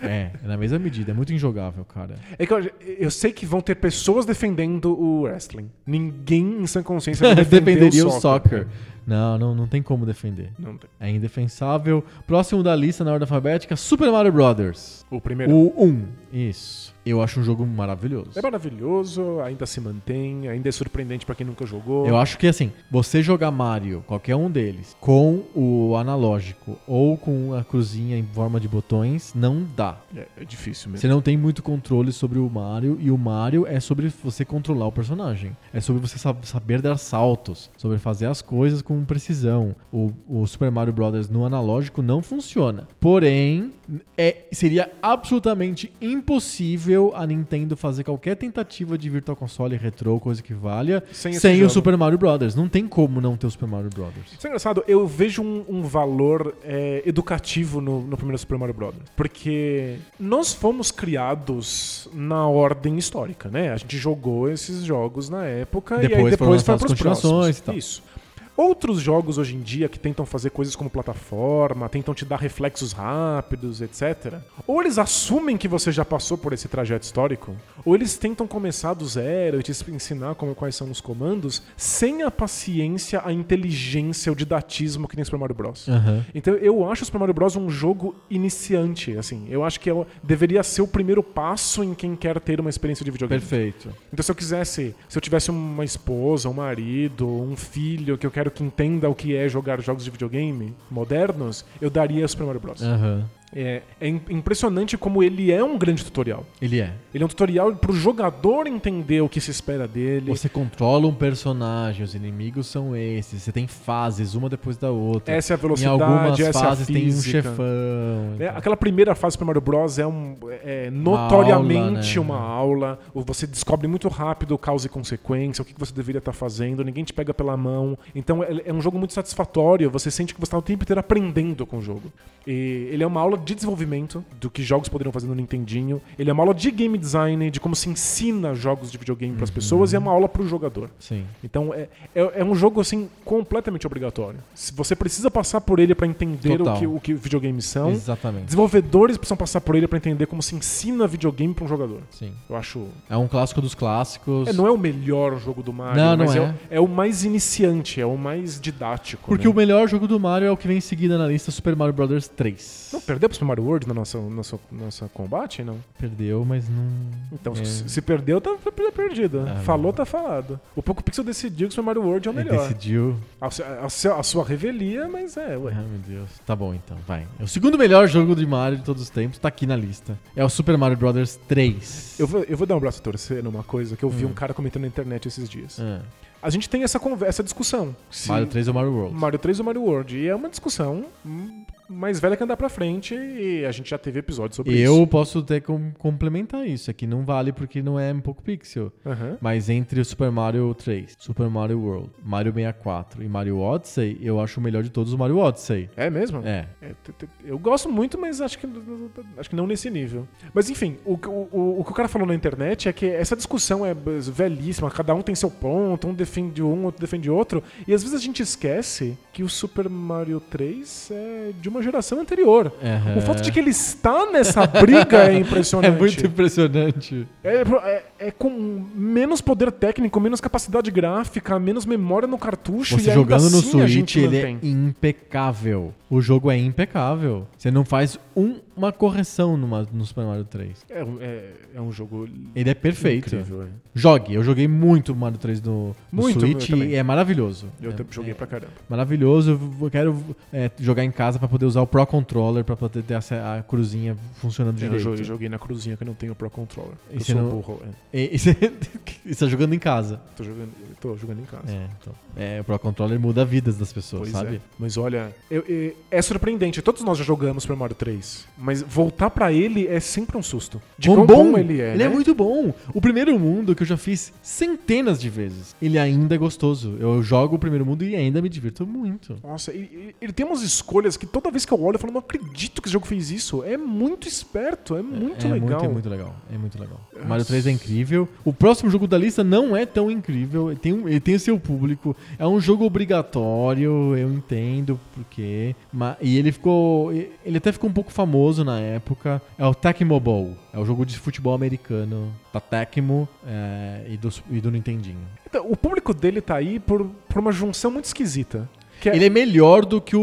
A: é, é na mesma medida. É muito injogável, cara.
B: É que eu, eu sei que vão ter pessoas defendendo o wrestling. Ninguém em sã consciência vai defender
A: Defenderia
B: o
A: o soccer.
B: soccer.
A: Não, não, não tem como defender.
B: Não tem.
A: É indefensável. Próximo da lista na ordem alfabética, Super Mario Brothers.
B: O primeiro.
A: O 1. Isso. Eu acho um jogo maravilhoso.
B: É maravilhoso, ainda se mantém, ainda é surpreendente pra quem nunca jogou.
A: Eu acho que assim, você jogar Mario, qualquer um deles, com o analógico ou com a cruzinha em forma de botões, não dá.
B: É, é difícil mesmo.
A: Você não tem muito controle sobre o Mario, e o Mario é sobre você controlar o personagem. É sobre você sab- saber dar saltos, sobre fazer as coisas com precisão. O, o Super Mario Bros. no analógico não funciona. Porém, é, seria absolutamente impossível a Nintendo fazer qualquer tentativa de Virtual Console retrô, coisa que valha,
B: Sem
A: sem,
B: esse jogo.
A: o Super Mario Bros. Não tem como não ter o Super Mario Bros.
B: Isso é engraçado, eu vejo um, um valor é, educativo no, no primeiro Super Mario Bros. Porque nós fomos criados na ordem histórica, né? A gente jogou esses jogos na época e aí
A: Depois foram
B: depois foi
A: lançadas
B: pros
A: continuações
B: próximos.
A: e tal.
B: Isso. Outros jogos hoje em dia que tentam fazer coisas como plataforma, tentam te dar reflexos rápidos, etc. Ou eles assumem que você já passou por esse trajeto histórico, ou eles tentam começar do zero e te ensinar como, quais são os comandos, sem a paciência, a inteligência, o didatismo que tem Super Mario Bros.
A: Aham.
B: Então eu acho o Super Mario Bros. um jogo iniciante, assim. Eu acho que é o- deveria ser o primeiro passo em quem quer ter uma experiência de videogame.
A: Perfeito.
B: Então, se eu quisesse, se eu tivesse uma esposa, um marido, um filho que eu quero que entenda o que é jogar jogos de videogame modernos, eu daria Super Mario Bros.
A: Aham.
B: É, é im- impressionante como ele é um grande tutorial.
A: Ele é.
B: Ele é um tutorial pro jogador entender o que se espera dele.
A: Você controla um personagem, os inimigos são esses, você tem fases, uma depois da outra.
B: Essa é a
A: em
B: velocidade,
A: algumas
B: essa
A: fases
B: é a
A: tem um
B: física.
A: chefão.
B: É,
A: então.
B: aquela primeira fase do Super Mario Bros. é, um, é notoriamente
A: aula, né?
B: uma aula. O- Você descobre muito rápido causa e consequência, o que que você deveria estar fazendo, ninguém te pega pela mão. tá Então é, é um jogo muito satisfatório, você sente que você está o tempo inteiro aprendendo com o jogo. E ele é uma aula de desenvolvimento, do que jogos poderiam fazer no Nintendinho. Ele é uma aula de game design, de como se ensina jogos de videogame
A: Uhum.
B: pras pessoas, e é uma aula pro jogador.
A: Sim.
B: Então é, é, é um jogo assim completamente obrigatório. Se você precisa passar por ele pra entender o
A: Total.
B: que, o que videogames
A: Então,
B: são.
A: Exatamente.
B: Desenvolvedores precisam passar por ele pra entender como se ensina videogame pra um jogador.
A: Sim.
B: Eu acho.
A: É um clássico dos clássicos.
B: É, não é o melhor jogo do Mario,
A: Não, não
B: mas
A: é.
B: o- é o mais iniciante, é o mais didático.
A: Porque
B: né?
A: o melhor jogo do Mario é o que vem em seguida na lista Super Mario Bros. 3.
B: Não perdeu pro Super Mario World na nossa, nossa, nossa combate, não?
A: Perdeu, mas não.
B: Então,
A: É.
B: se se perdeu, tá tá perdida.
A: Ah,
B: Falou, tá falado. O Poco Pixel decidiu que o Super Mario World é o
A: Ele
B: melhor.
A: decidiu.
B: A, su- a su- a sua revelia, mas é, ué.
A: Ah, meu Deus. Tá bom, então, vai. É o segundo melhor jogo de Mario de todos os tempos, tá aqui na lista. É o Super Mario Bros. 3.
B: Eu vou, eu vou dar um braço a torcer numa coisa que eu
A: Hum.
B: vi um cara comentando na internet esses dias.
A: Ah,
B: A gente tem essa conversa, essa discussão. Se
A: Mario 3 ou Mario World.
B: Mario 3 ou Mario World. E é uma discussão hum, mais velha que andar pra frente e a gente já teve episódios sobre
A: Eu
B: isso.
A: posso até com- complementar isso. Aqui não vale porque não é um pouco pixel.
B: Aham.
A: Mas entre o Super Mario 3, Super Mario World, Mario 64 e Mario Odyssey, eu acho o melhor de todos o Mario Odyssey.
B: É mesmo?
A: É.
B: É, t- t- Eu gosto muito, mas acho que, acho que não nesse nível. Mas enfim, o, que- o- o- o que o cara falou na internet é que essa discussão é b- velhíssima, cada um tem seu ponto, um defende um, outro defende outro, e às vezes a gente esquece que o Super Mario 3 é de uma geração anterior.
A: Aham.
B: O fato de que ele está nessa briga é
A: É
B: impressionante.
A: muito impressionante.
B: É, pro- é- é com menos poder técnico, menos capacidade gráfica, menos memória no cartucho. e
A: Você
B: ainda
A: jogando no
B: assim a
A: Switch,
B: gente
A: ele é
B: mantém.
A: impecável. O jogo é impecável. Você não faz um- uma correção numa- no Super Mario 3.
B: É, um- é- é um jogo
A: Ele é perfeito.
B: incrível. é.
A: Jogue. Eu joguei muito Mario 3 no, no
B: Muito,
A: Switch
B: eu também.
A: e é maravilhoso.
B: Eu
A: é,
B: também joguei pra caramba.
A: Maravilhoso. Eu quero é, jogar em casa pra poder usar o Pro Controller pra poder ter essa- a cruzinha funcionando
B: Eu
A: direito.
B: jo- eu joguei na cruzinha que eu não tenho Pro Controller.
A: E
B: Eu
A: você
B: sou
A: não-
B: burro, é.
A: E, e você e você tá jogando em casa.
B: Tô jogando, eu tô jogando em casa.
A: É, então. É, o Pro Controller muda vidas das pessoas,
B: Pois
A: sabe?
B: é. Mas olha, eu- eu- é surpreendente. Todos nós já jogamos Super Mario 3. Mas voltar pra ele é sempre um susto. De
A: Quão
B: quão bom, ele é.
A: Ele é
B: né?
A: muito bom. O primeiro mundo que eu já fiz centenas de vezes, ele ainda é gostoso. Eu jogo o primeiro mundo e ainda me divirto muito.
B: Nossa, e- e- ele tem umas escolhas que toda vez que eu olho eu falo, não acredito que esse jogo fez isso. É muito esperto, é muito
A: é
B: legal.
A: muito, é muito legal. É muito legal. O Mario 3 é incrível. O próximo jogo da lista não é tão incrível. Ele tem, um- ele tem o seu público. É um jogo obrigatório, eu entendo porquê. Ma- E ele ficou. e- Ele até ficou um pouco famoso na época. É o Tecmo Bowl. É o jogo de futebol americano da Tecmo é, e, do, e do Nintendinho.
B: Então, o público dele tá aí por, por uma junção muito esquisita. Que é-
A: Ele é melhor do que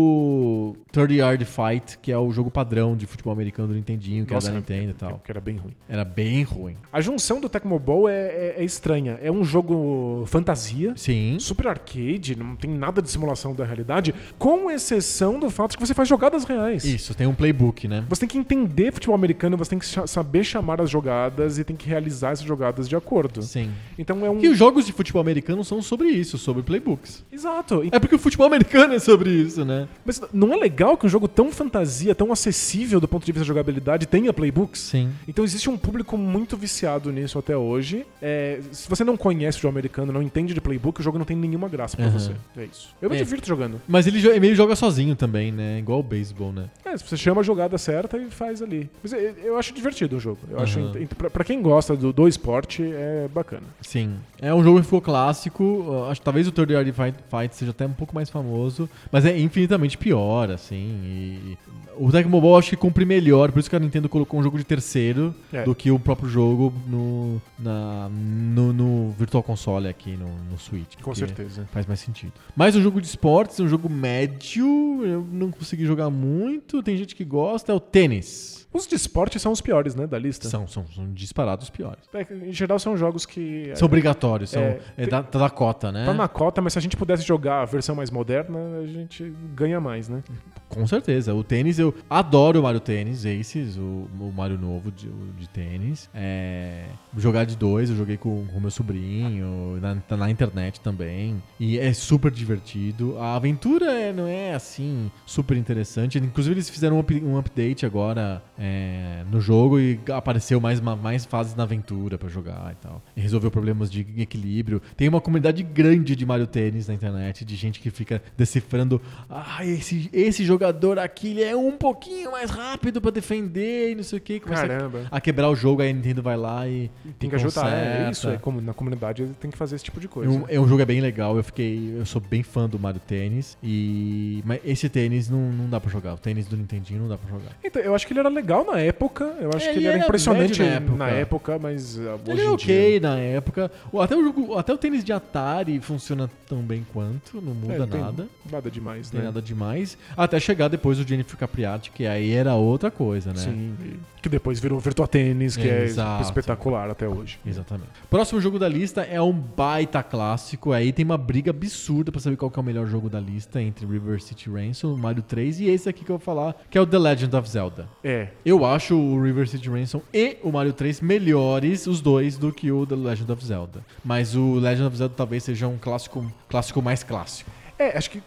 A: o, o 30 Yard Fight, que é o jogo padrão de futebol americano do Nintendinho, que
B: Nossa,
A: era da Nintendo e tal.
B: que era bem ruim.
A: Era bem ruim.
B: A junção do Tecmo Bowl é- é- é estranha. É um jogo fantasia.
A: Sim.
B: super arcade, não tem nada de simulação da realidade, com exceção do fato de que você faz jogadas reais.
A: Isso, tem um playbook, né?
B: Você tem que entender futebol americano, você tem que cha- saber chamar as jogadas e tem que realizar essas jogadas de acordo.
A: Sim.
B: Então é um.
A: E os jogos de futebol americano são sobre isso, sobre playbooks.
B: Exato. Então, E-
A: É porque o futebol americano é sobre isso, né?
B: Mas não é legal que um jogo tão fantasia, tão acessível do ponto de vista da jogabilidade, tenha playbooks?
A: Sim.
B: Então existe um público muito viciado nisso até hoje. É, se você não conhece o jogo americano, não entende de playbook, o jogo não tem nenhuma graça pra
A: Aham.
B: você. É isso. Eu me
A: É.
B: divirto jogando.
A: Mas ele jo- meio joga sozinho também, né? Igual o beisebol, né?
B: É, você chama a jogada certa e faz ali. Mas eu, eu acho divertido o jogo. Eu acho,
A: Aham.
B: ent- pra, pra quem gosta do, do esporte, é bacana.
A: Sim. É um jogo que ficou clássico. uh, Acho que talvez o Third Yard Fight, Fight seja até um pouco mais famoso. Mas é infinitamente pior, assim. E... O Tecmo Bowl acho que cumpre melhor. Por isso que a Nintendo colocou um jogo de terceiro
B: É.
A: do que o próprio jogo no, na, no, no Virtual Console aqui, no, no Switch.
B: Com
A: porque
B: certeza.
A: Faz mais sentido. Mas um jogo de esportes, um jogo médio. Eu não consegui jogar muito. Tem gente que gosta. É o tênis.
B: Os de esporte são os piores, né, da lista.
A: São, são, são disparados os piores.
B: É, em geral são jogos que.
A: São obrigatórios, são,
B: É,
A: é,
B: tem-
A: da, tá da cota, né?
B: Tá na cota, mas se a gente pudesse jogar a versão mais moderna, a gente ganha mais, né?
A: Com certeza. O tênis, eu adoro o Mario Tênis, Aces, o, o Mario novo de, o de tênis. É, jogar de dois, eu joguei com com o meu sobrinho, na, tá na internet também. E é super divertido. A aventura é- não é assim super interessante. Inclusive, eles fizeram um, up- um update agora, é, no jogo e apareceu mais, ma- mais fases na aventura pra jogar e tal. E resolveu problemas de equilíbrio. Tem uma comunidade grande de Mario Tênis na internet, de gente que fica decifrando. Ah, esse, esse jogador aqui ele é um pouquinho mais rápido pra defender e não sei o que. Começa
B: Caramba.
A: a, a quebrar o jogo, aí a Nintendo vai lá e.
B: Tem
A: e
B: que ajudar, é
A: conserta.
B: isso. É como na comunidade ele tem que fazer esse tipo de
A: É
B: coisa.
A: um, é um jogo é bem legal, eu fiquei. Eu sou bem fã do Mario Tênis. E. Mas esse tênis não, não dá pra jogar. O tênis do Nintendinho não dá pra jogar.
B: Então, eu acho que ele era legal na época. Eu acho
A: É,
B: que ele
A: ele
B: era,
A: era
B: impressionante
A: médio na época.
B: na época, mas ah, hoje
A: Ele é
B: em dia.
A: ok na época. O- Até o, jogo, até o tênis de Atari funciona tão bem quanto, não
B: É,
A: muda
B: não tem
A: nada.
B: Nada demais,
A: Não tem
B: né?
A: nada demais. Até chegar depois o Jennifer Capriati, que aí era outra coisa, né?
B: Sim. e Que depois virou Virtua Tênis, que
A: É,
B: é,
A: exato.
B: espetacular até hoje.
A: Exatamente. Próximo jogo da lista é um baita clássico. Aí tem uma briga absurda pra saber qual que é o melhor jogo da lista entre River City Ransom, Mario 3 e esse aqui que eu vou falar, que é o The Legend of Zelda.
B: É.
A: Eu acho o River City Ransom e o Mario 3 melhores, os dois, do que o The Legend of Zelda. Mas o Legend of Zelda talvez seja um clássico, clássico mais clássico.
B: É, acho que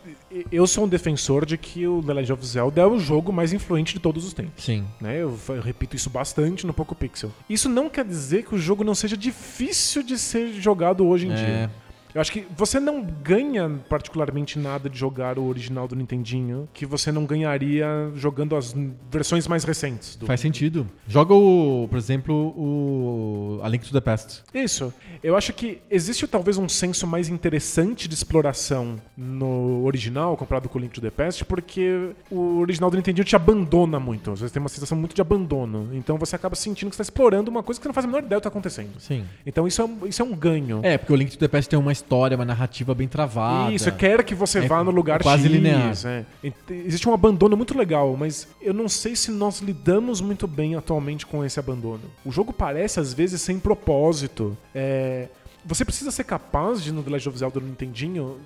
B: eu sou um defensor de que o The Legend of Zelda é o jogo mais influente de todos os tempos.
A: Sim.
B: Né? Eu, fa- eu repito isso bastante no Poco Pixel. Isso não quer dizer que o jogo não seja difícil de ser jogado hoje em
A: É.
B: dia. Eu acho que você não ganha particularmente nada de jogar o original do Nintendinho que você não ganharia jogando as n- versões mais recentes do
A: Faz sentido. Joga, o, por exemplo, o A Link to the Past.
B: Isso. Eu acho que existe talvez um senso mais interessante de exploração no original, comparado com o Link to the Past, porque o original do Nintendinho te abandona muito. Às vezes tem uma sensação muito de abandono. Então você acaba sentindo que você está explorando uma coisa que você não faz a menor ideia do que está acontecendo.
A: Sim.
B: Então isso é, um- isso é um ganho.
A: É, porque o Link to the Past tem uma história, uma narrativa bem travada.
B: Isso, quer que você
A: É
B: vá no lugar
A: quase
B: X,
A: linear.
B: é. E- Existe um abandono muito legal, mas eu não sei se nós lidamos muito bem atualmente com esse abandono. O jogo parece, às vezes, sem propósito. É, Você precisa ser capaz de, no The Legend of Zelda no Nintendinho,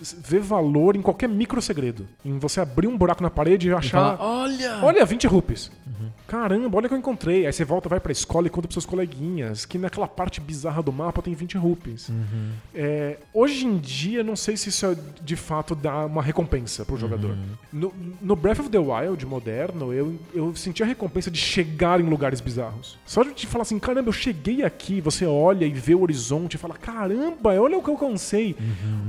B: v- ver valor em qualquer micro segredo. Em você abrir um buraco na parede e
A: E
B: achar.
A: fala, Olha! Uhum.
B: Olha, 20 rupees. Caramba, olha o que eu encontrei. Aí você volta, vai pra escola e conta pros seus coleguinhas que naquela parte bizarra do mapa tem 20 rupees.
A: Uhum.
B: É, hoje em dia, não sei se isso é, de fato dá uma recompensa pro jogador.
A: Uhum.
B: No, no Breath of the Wild moderno, eu, eu senti a recompensa de chegar em lugares bizarros. Só de te falar assim, caramba, eu cheguei aqui, você olha e vê o horizonte e fala, caramba, olha o que eu alcancei.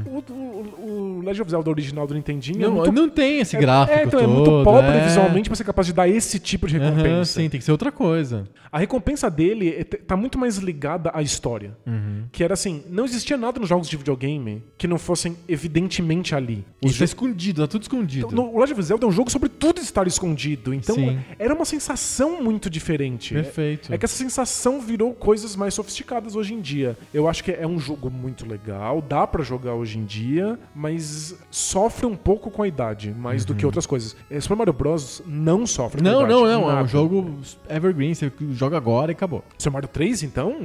B: O, o, o Legend of Zelda original do Nintendinho é
A: Uhum. Não,
B: muito
A: não tem esse gráfico.
B: é, então é
A: todo,
B: muito pobre
A: é.
B: visualmente pra ser capaz de dar esse tipo de
A: Aham,
B: recompensa.
A: sim, tem que ser outra coisa.
B: A recompensa dele é t- tá muito mais ligada à história.
A: Uhum.
B: Que era assim, não existia nada nos jogos de videogame que não fossem evidentemente ali. Os
A: Isso tá
B: jo-
A: escondido, tá tudo escondido.
B: no o Legend of Zelda é um jogo sobre tudo estar escondido. Então
A: Sim.
B: era uma sensação muito diferente.
A: Perfeito.
B: É, é que essa sensação virou coisas mais sofisticadas hoje em dia. Eu acho que é um jogo muito legal, dá pra jogar hoje em dia, mas sofre um pouco com a idade, mais do que outras coisas. É, Super Mario Bros. não sofre com a
A: Uhum. Não,
B: idade.
A: não, não. É um
B: nada.
A: jogo evergreen, você joga agora e acabou.
B: Super Mario 3, então?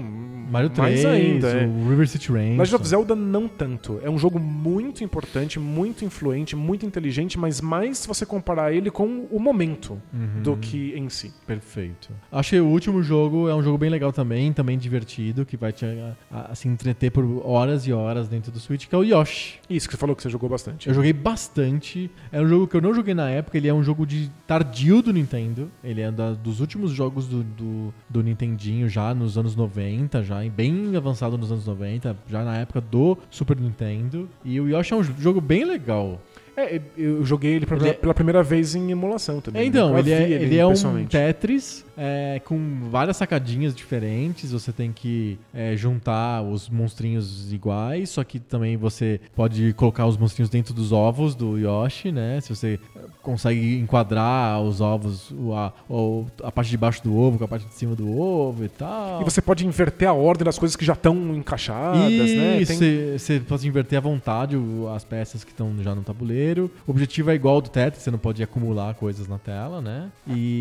A: Mario 3,
B: mais ainda. é.
A: o River City Ransom.
B: Legend of Zelda não tanto. É um jogo muito importante, muito influente, muito inteligente, mas mais se você comparar ele com o momento
A: Uhum.
B: do que em si.
A: Perfeito. Achei o último jogo é um jogo bem legal também, também divertido, que vai te a, a- se entreter por horas e horas dentro do Switch, que é o Yoshi.
B: Isso que você falou que você jogou bastante.
A: Eu joguei bastante. É um jogo que eu não joguei na época, ele é um jogo de tardio do Nintendo. Ele é da- dos últimos jogos do, do, do Nintendinho já nos anos 90, já e bem avançado nos anos 90, já na época do Super Nintendo. E o Yoshi é um jogo bem legal.
B: É, eu joguei ele, pra-
A: Ele é-
B: pela primeira vez em emulação também.
A: É,
B: né?
A: então,
B: Eu
A: ele é,
B: vi
A: ele é um
B: pessoalmente.
A: Tetris é, com várias sacadinhas diferentes. Você tem que é, juntar os monstrinhos iguais, só que também você pode colocar os monstrinhos dentro dos ovos do Yoshi, né? Se você é, consegue enquadrar os ovos, o- a, ou a parte de baixo do ovo com a parte de cima do ovo e tal.
B: E você pode inverter a ordem das coisas que já estão encaixadas, né?
A: Isso,
B: Tem-
A: você você pode inverter à vontade o- as peças que estão já no tabuleiro. O objetivo é igual ao do Tetris, você não pode acumular coisas na tela, né?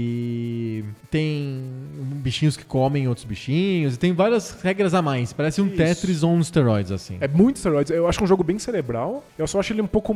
A: E tem bichinhos que comem outros bichinhos, e tem várias regras a mais. Parece um
B: Isso.
A: Tetris on steroids, assim.
B: É muito esteroides. Eu acho que é um jogo bem cerebral. Eu só acho ele um pouco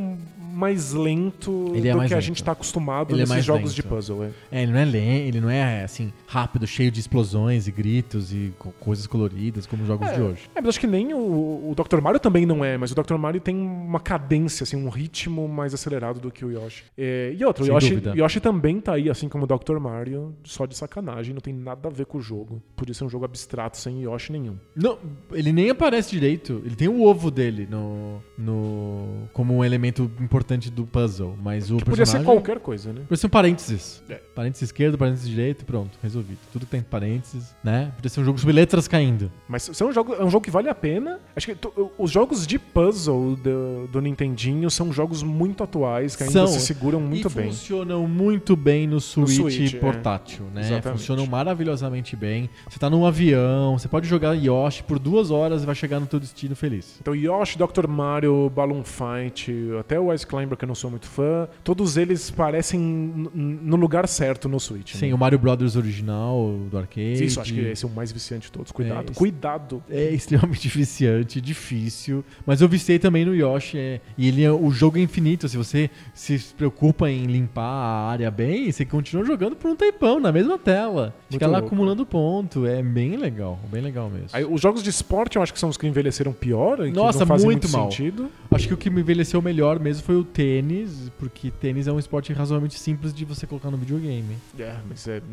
B: mais lento
A: Ele é
B: do
A: mais
B: que a
A: lento.
B: gente tá acostumado
A: Ele é
B: nesses
A: mais
B: jogos
A: lento.
B: de puzzle. é.
A: É, ele não é lento, ele não é assim, rápido, cheio de explosões e gritos e co- coisas coloridas como os jogos de hoje.
B: É, mas acho que nem o, o Dr. Mario também não é, mas o Dr. Mario tem uma cadência, assim, um ritmo mais acelerado do que o Yoshi. É, e outro, o
A: Sem
B: Yoshi,
A: dúvida.
B: Yoshi também tá aí, assim como o Dr. Mario, só de sacanagem, não tem nada a ver com o jogo. Podia ser um jogo abstrato sem Yoshi nenhum.
A: Não, ele nem aparece direito. Ele tem o ovo dele no, no como um elemento importante do puzzle, mas o
B: Podia
A: personagem
B: ser qualquer coisa, né?
A: Podia ser um parênteses.
B: É.
A: Parênteses esquerdo, parênteses direito, pronto, resolvido. Tudo que tem parênteses, né? Podia ser um jogo sobre letras caindo.
B: Mas são jogos, é um jogo que vale a pena. Acho que to- os jogos de puzzle do, do Nintendinho são jogos muito atuais, que ainda
A: São.
B: se seguram muito
A: e
B: bem.
A: funcionam muito bem no Switch,
B: Switch, é.
A: portátil, né?
B: Exatamente.
A: Funcionam maravilhosamente bem. Você tá num avião, você pode jogar Yoshi por duas horas e vai chegar no teu destino feliz.
B: Então, Yoshi, Dr. Mario, Balloon Fight, até o Ice Climber, que eu não sou muito fã, todos eles parecem n- n- no lugar certo no Switch.
A: Sim,
B: né?
A: o Mario Brothers original do arcade.
B: Isso, acho que esse é o mais viciante de todos. Cuidado,
A: É, esse-
B: cuidado.
A: É extremamente viciante, difícil. Mas eu viciei também no Yoshi. é, e ele é, o jogo é infinito. Se você se preocupa em limpar a área bem, você continua jogando por um tempão na mesma tela. Fica
B: Muito
A: lá
B: louco.
A: acumulando ponto. É bem legal, bem legal mesmo.
B: Aí, os jogos de esporte eu acho que são os que envelheceram pior e que
A: Nossa,
B: não fazem muito,
A: muito mal.
B: sentido.
A: Acho que o que me envelheceu melhor mesmo foi o tênis, porque tênis é um esporte razoavelmente simples de você colocar no videogame.
B: É, mas é, acho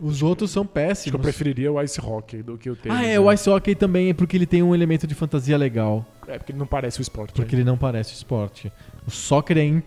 A: Os outros são
B: que eu
A: péssimos.
B: preferiria o Ice Hockey do que o tênis.
A: ah, é,
B: né?
A: o ice hockey também é porque ele tem um elemento de fantasia legal.
B: É, porque ele não parece o esporte.
A: Porque
B: né?
A: ele não parece esporte. O soccer é in-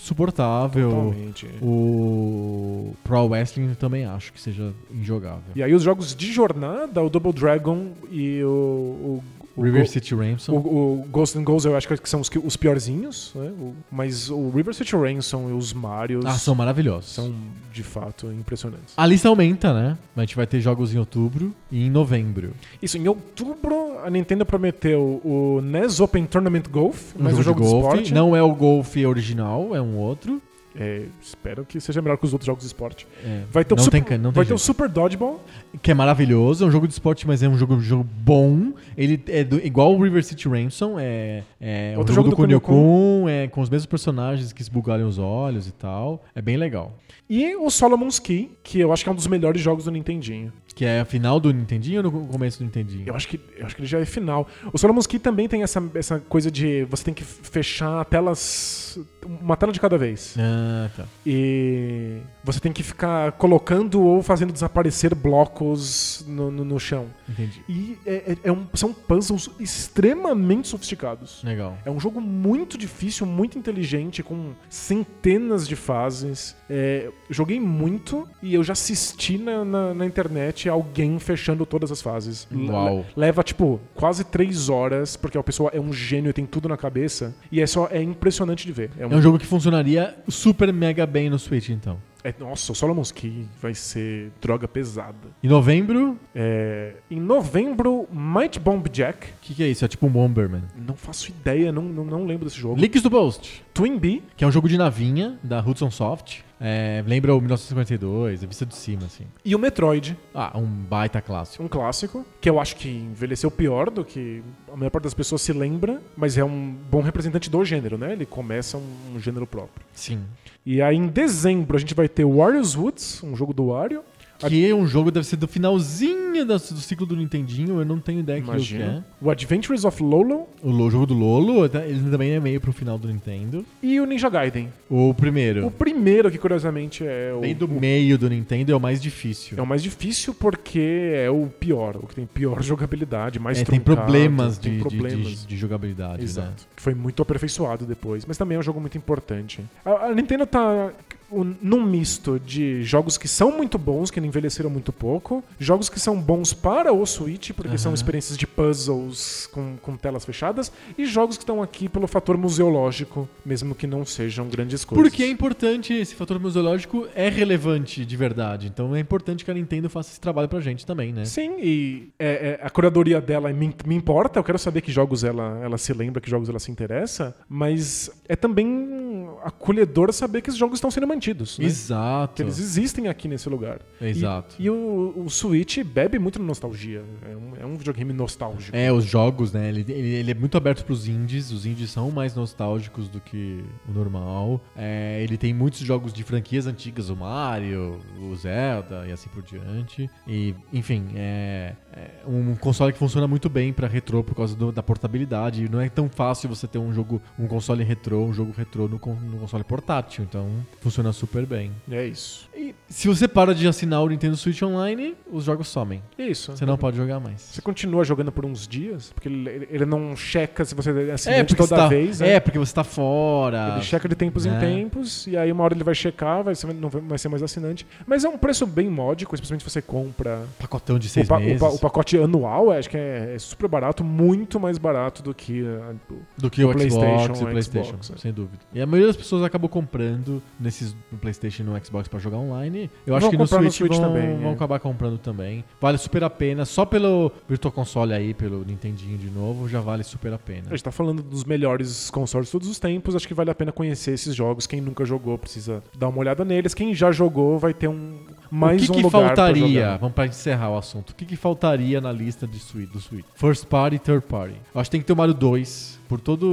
A: insuportável.
B: Totalmente.
A: O Pro Wrestling eu também acho que seja injogável.
B: E aí os jogos de jornada, o Double Dragon e o, o, o
A: River
B: Go-
A: City Ransom.
B: O, o Ghost and Goals eu acho que são os, que- os piorzinhos, né? O- mas o River City Ransom e os Marios
A: Ah, são maravilhosos.
B: são, de fato impressionantes.
A: A lista aumenta, né? A gente vai ter jogos em outubro e em novembro.
B: Isso, em outubro a Nintendo prometeu o NES Open Tournament Golf,
A: Um
B: mas o jogo de, esporte.
A: Não é o golfe original, é um outro.
B: É, espero que seja melhor que os outros jogos de esporte.
A: É,
B: Vai ter, o,
A: não
B: Sup-
A: tem, can- não tem
B: vai ter um o
A: jeito.
B: Super Dodgeball.
A: que é maravilhoso, é um jogo de esporte, mas é um jogo, um jogo bom. Ele é do- igual o River City Ransom, é, é um
B: Outro
A: jogo, do Kunio
B: Kunio-kun.
A: Kun, é com os mesmos personagens que esbugalham os olhos e tal. É bem legal.
B: E o Solomon's Key, que eu acho que é um dos melhores jogos do Nintendinho.
A: Que é a final do Nintendinho ou no começo do Nintendinho?
B: Eu acho que, eu acho que ele já é final. O Solomon's Key também tem essa, essa coisa de você tem que fechar telas. Uma tela de cada vez.
A: Ah, tá.
B: E você tem que ficar colocando ou fazendo desaparecer blocos no, no- no chão.
A: Entendi.
B: E é- é- é um- são puzzles extremamente sofisticados.
A: Legal.
B: É um jogo muito difícil, muito inteligente, com centenas de fases. É, joguei muito e eu já assisti na, na- na internet alguém fechando todas as fases. Le-
A: Uau.
B: leva, tipo, quase três horas, porque a pessoa é um gênio e tem tudo na cabeça. E é só é impressionante de ver. É um-
A: É um jogo que funcionaria super mega bem no Switch, então.
B: é- nossa, o Solomon's Key vai ser droga pesada.
A: Em novembro,
B: É, em novembro, Might Bomb Jack.
A: o que, que é isso? É tipo um Bomberman.
B: Não faço ideia, não, não, não lembro desse jogo.
A: Links do Post,
B: Twin Bee.
A: que é um jogo de navinha da Hudson Soft. É, lembra o 1952, a vista de cima, assim.
B: E o Metroid,
A: Ah, um baita clássico.
B: um clássico, que eu acho que envelheceu pior do que a maior parte das pessoas se lembra, mas é um bom representante do gênero, né? Ele começa um, um gênero próprio.
A: Sim.
B: E aí em dezembro a gente vai ter Wario's Woods, um jogo do Wario.
A: Que um jogo deve ser do finalzinho da- do ciclo do Nintendinho, eu não tenho ideia que jogo que é.
B: Imagina. O Adventures of Lolo
A: O lo- jogo do Lolo, tá? ele também é meio pro final do Nintendo.
B: e o Ninja Gaiden.
A: O
B: O
A: primeiro,
B: primeiro, que curiosamente é o,
A: bem do
B: o-
A: meio do Nintendo, é o mais difícil.
B: é o mais difícil porque é o pior, o que tem pior jogabilidade, mais
A: É, tem
B: truncado,
A: problemas,
B: tem
A: de, de- de-
B: problemas.
A: De, jogabilidade, né?
B: Exato. Que foi muito aperfeiçoado depois, mas também é um jogo muito importante. A, a Nintendo tá um- num misto de jogos que são muito bons, que envelheceram muito pouco, jogos que são bons para o Switch, porque são experiências de puzzles com, com telas fechadas, e jogos que estão aqui pelo fator museológico, mesmo que não sejam grandes coisas.
A: Porque é importante, esse fator museológico é relevante de verdade. Então é importante que a Nintendo faça esse trabalho pra gente também, né?
B: Sim, e é, é, a curadoria dela me, me importa, eu quero saber que jogos ela, ela se lembra, que jogos ela se interessa, mas é também acolhedor saber que esses jogos estão sendo mantidos. Né? Porque
A: Exato.
B: eles existem aqui nesse lugar.
A: Exato.
B: E, e o, o Switch bebe muito na nostalgia. É um, é um videogame nostálgico.
A: É, os jogos, né? Ele, ele, ele é muito aberto pros indies. Os indies são mais nostálgicos do que o normal. É, ele tem muitos jogos de franquias antigas, o Mario, o Zelda e assim por diante. E, enfim, é, é um console que funciona muito bem pra retrô por causa do- da portabilidade. Não é tão fácil você ter um jogo, um console retrô, um jogo retrô no, con- no console portátil. Então, funciona super bem.
B: É isso.
A: E se você para de assinar o Nintendo Switch Online, os jogos somem.
B: É isso.
A: Você não pode jogar mais.
B: Você continua jogando por uns dias, porque ele, ele- ele não checa se você é assinante
A: você
B: toda
A: tá,
B: vez. né?
A: É, porque você tá fora.
B: Ele checa de tempos
A: né?
B: em tempos, e aí uma hora ele vai checar, vai ser- não vai- vai ser mais assinante. Mas é um preço bem módico, especialmente se você compra
A: Pacotão de
B: o,
A: seis
B: pa- o
A: meses.
B: pa- o pacote anual, é, acho que é, é super barato, muito mais barato do que. ah, o-
A: do que o,
B: PlayStation,
A: Xbox e o
B: o
A: PlayStation,
B: Xbox, é.
A: sem dúvida. E a maioria das pessoas acabou comprando nesses no PlayStation e no Xbox pra jogar online. Eu acho
B: Vão
A: que no
B: comprar
A: Switch,
B: no Switch
A: vão,
B: também,
A: vão
B: é.
A: acabar comprando também. Vale super a pena. Só pelo Virtual Console aí, pelo Nintendinho de novo, já vale super a pena.
B: A gente tá falando dos melhores consoles de todos os tempos, acho que vale a pena conhecer esses jogos. Quem nunca jogou precisa dar uma olhada neles. Quem já jogou vai ter um mais
A: o que,
B: um
A: que
B: lugar pra
A: faltaria?
B: jogar.
A: Vamos pra encerrar o assunto. O que, que faltaria na lista de Switch, do Switch? First Party, Third Party. Eu acho que tem que ter o Mario 2, por toda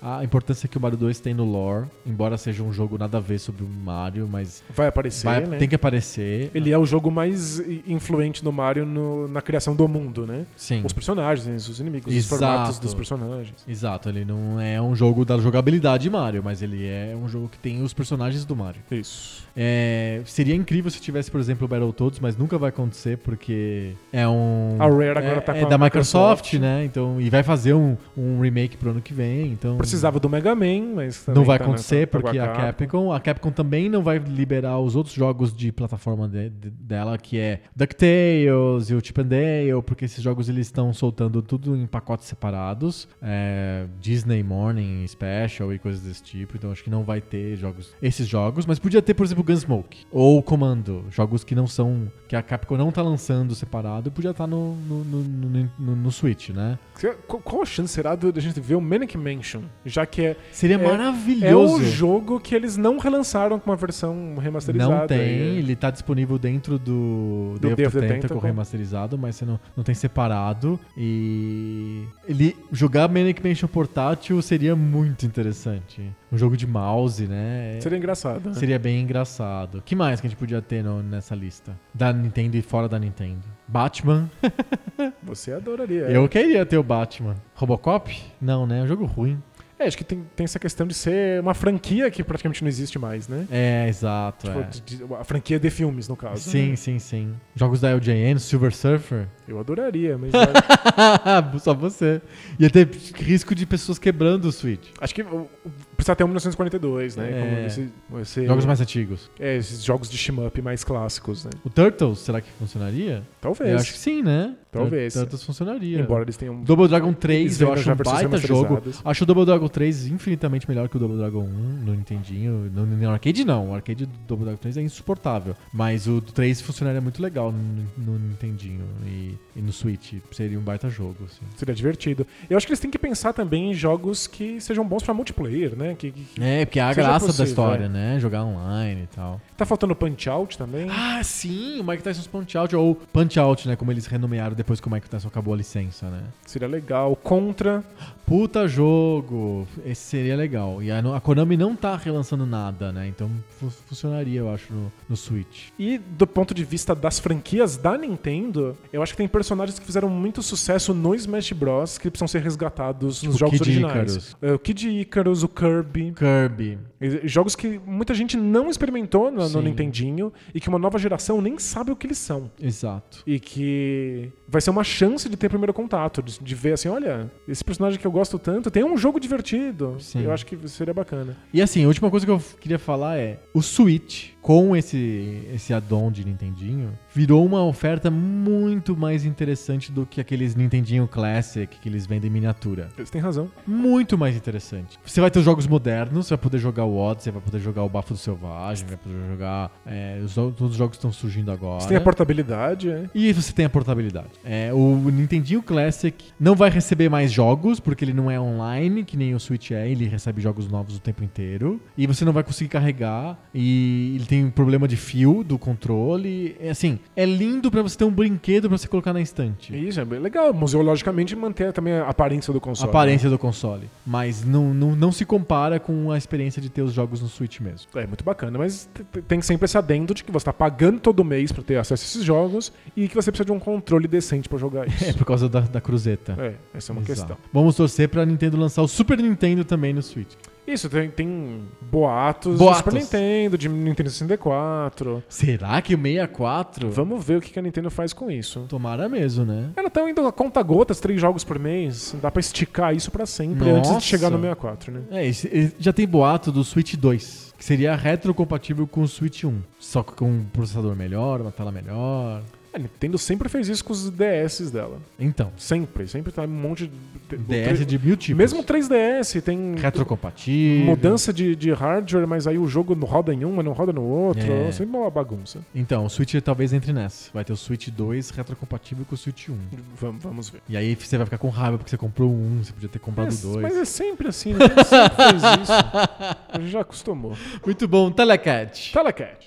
A: a importância que o Mario 2 tem no lore. Embora seja um jogo nada a ver sobre o Mario, mas
B: Vai aparecer,
A: vai-
B: né?
A: tem que aparecer.
B: Ele é o jogo mais i- influente do Mario no- na criação do mundo, né?
A: Sim.
B: Os personagens, né, os inimigos,
A: Exato.
B: os formatos dos personagens.
A: Exato, ele não é um jogo da jogabilidade Mario, mas ele é um jogo que tem os personagens do Mario.
B: Isso.
A: É, seria incrível se tivesse, por exemplo, o Battletoads, mas nunca vai acontecer porque é um.
B: A Rare agora
A: é,
B: tá com
A: é
B: a
A: da Microsoft,
B: Microsoft.
A: né? Então, e vai fazer um, um remake pro ano que vem. Então,
B: Precisava do Mega Man, mas também
A: não vai
B: tá
A: acontecer
B: nessa- tá com
A: porque a
B: capa.
A: Capcom, a Capcom também não vai liberar os outros jogos de plataforma de- de- dela, que é DuckTales e o Chip and Dale, porque esses jogos eles estão soltando tudo em pacotes separados, é, Disney Morning Special e coisas desse tipo, então acho que não vai ter jogos esses jogos, mas podia ter, por exemplo, Gunsmoke ou Commando, jogos que não são que a Capcom não tá lançando separado, podia estar no, no, no, no- no- no Switch, né?
B: Será- Qual qual a chance será do- da gente ver o Manic Mansion? Já que é,
A: Seria
B: É-
A: maravilhoso.
B: é o jogo que eles não relançaram com uma versão remasterizada.
A: Não tem,
B: E-
A: ele tá disponível dentro do,
B: Do
A: Day of the Tentacle
B: Tentacle.
A: remasterizado, mas você não, não tem separado. E ele jogar Manic Mansion portátil seria muito interessante. Um jogo de mouse, né?
B: Seria engraçado. né?
A: Seria bem engraçado. que mais que a gente podia ter no- nessa lista? Da Nintendo e fora da Nintendo. Batman.
B: Você adoraria.
A: Eu queria ter o Batman. Robocop? Não, né? É um jogo ruim.
B: É, acho que tem, tem essa questão de ser uma franquia que praticamente não existe mais, né?
A: É, exato.
B: Tipo,
A: é.
B: de- de- a franquia de filmes, no caso. né?
A: Sim, sim, sim. Jogos da LJN, Silver Surfer.
B: Eu adoraria, mas
A: Só você. Ia ter risco de pessoas quebrando o Switch.
B: acho que o- o- precisa um até o 1942, né?
A: É.
B: Como esse- esse-
A: Jogos mais antigos.
B: É, esses jogos de shmup mais clássicos, né?
A: O Turtles, será que funcionaria? Eu
B: Talvez.
A: acho que sim, né?
B: Talvez.
A: O Turtles funcionaria.
B: Embora eles tenham.
A: Double Dragon 3,
B: Eles
A: eu
B: vendam
A: acho
B: já
A: um
B: versões
A: baita jogo.
B: remasterizadas.
A: Acho o Double Dragon 3 infinitamente melhor que o Double Dragon 1 no Nintendinho. No, no arcade não, o arcade do Double Dragon 3 é insuportável. Mas o 3 funcionaria muito legal no, no Nintendinho e, e no Switch. Seria um baita jogo, assim.
B: Seria divertido. Eu acho que eles têm que pensar também em jogos que sejam bons pra multiplayer, né? Que, que- que-
A: É, porque é a
B: Seja
A: graça da
B: possível,
A: história,
B: é.
A: né? Jogar online e tal.
B: Tá faltando Punch Out também.
A: Ah, sim, o Mike Tyson's Punch Out, ou Punch Out, né? Como eles renomearam depois que o Mike Tyson acabou a licença, né?
B: Seria legal. Contra.
A: Puta jogo! Esse seria legal. E a, a Konami não tá relançando nada, né? Então fu- funcionaria, eu acho, no, no Switch.
B: E do ponto de vista das franquias da Nintendo, eu acho que tem personagens que fizeram muito sucesso no Smash Bros. que precisam ser resgatados nos
A: Tipo
B: jogos
A: Kid
B: originais.
A: Icarus.
B: É, O Kid Icarus, o Kirby.
A: Kirby.
B: Eh, Jogos que muita gente não experimentou no, no
A: Sim.
B: Nintendinho e que uma nova geração nem sabe o que eles são.
A: Exato.
B: E que vai ser uma chance de ter primeiro contato, de, de ver assim, olha, esse personagem que eu gosto tanto tem um jogo divertido.
A: Sim.
B: Eu acho que seria bacana.
A: E assim, a última coisa que eu f- queria falar é: o Switch, com esse, esse add-on de Nintendinho, virou uma oferta muito mais interessante do que aqueles Nintendinho Classic que eles vendem em miniatura.
B: Você tem razão.
A: muito mais interessante. Você vai ter os jogos modernos, você vai poder jogar o Odyssey, vai poder jogar o Bafo do Selvagem, vai poder jogar é, os, o- todos os jogos que estão surgindo agora.
B: Você tem a portabilidade, é.
A: E você tem a portabilidade. É, o Nintendinho Classic não vai receber mais jogos, porque ele não é online, que nem o Switch é, ele recebe jogos novos o tempo inteiro. E você não vai conseguir carregar. E ele tem um problema de fio do controle. É assim, é lindo pra você ter um brinquedo pra você colocar na estante.
B: Isso, é bem legal. Museologicamente manter também a aparência do
A: A
B: console. né?
A: aparência do console. Mas não, não, não se compara com a experiência de ter os jogos no Switch mesmo.
B: É muito bacana, mas t- t- tem sempre esse adendo de que você tá pagando todo mês pra ter acesso a esses jogos e que você precisa de um controle decente pra jogar
A: É
B: isso.
A: por causa da, da cruzeta.
B: É, essa é uma
A: Exato.
B: questão.
A: Vamos torcer pra Nintendo lançar o Super Nintendo também no Switch.
B: Isso, tem, tem boatos,
A: Boatos.
B: de Super Nintendo, de Nintendo 64.
A: Será que o 64?
B: Vamos ver o que que a Nintendo faz com isso.
A: Tomara mesmo, né?
B: Ela tá indo a conta gotas, três jogos por mês. Dá pra esticar isso pra sempre antes
A: Nossa.
B: de chegar no 64, né?
A: É, esse- ele já tem boato do Switch 2, que seria retrocompatível com o Switch 1. Só que com um processador melhor, uma tela melhor.
B: A Nintendo sempre fez isso com os DS dela.
A: Então,
B: Sempre, sempre tá um monte de.
A: DS de mil tipos.
B: Mesmo o 3DS tem
A: retrocompatível.
B: mudança de, de hardware, mas aí o jogo não roda em um, mas não roda no outro.
A: É.
B: Sempre uma bagunça.
A: Então, o Switch talvez entre nessa. Vai ter o Switch 2 retrocompatível com o Switch 1.
B: Vamos, vamos ver.
A: E aí você vai ficar com raiva porque você comprou um, você podia ter comprado
B: Mas,
A: dois.
B: mas é sempre assim, né? Sempre fez isso. A gente já acostumou.
A: Muito bom, Telecat.
B: Telecat.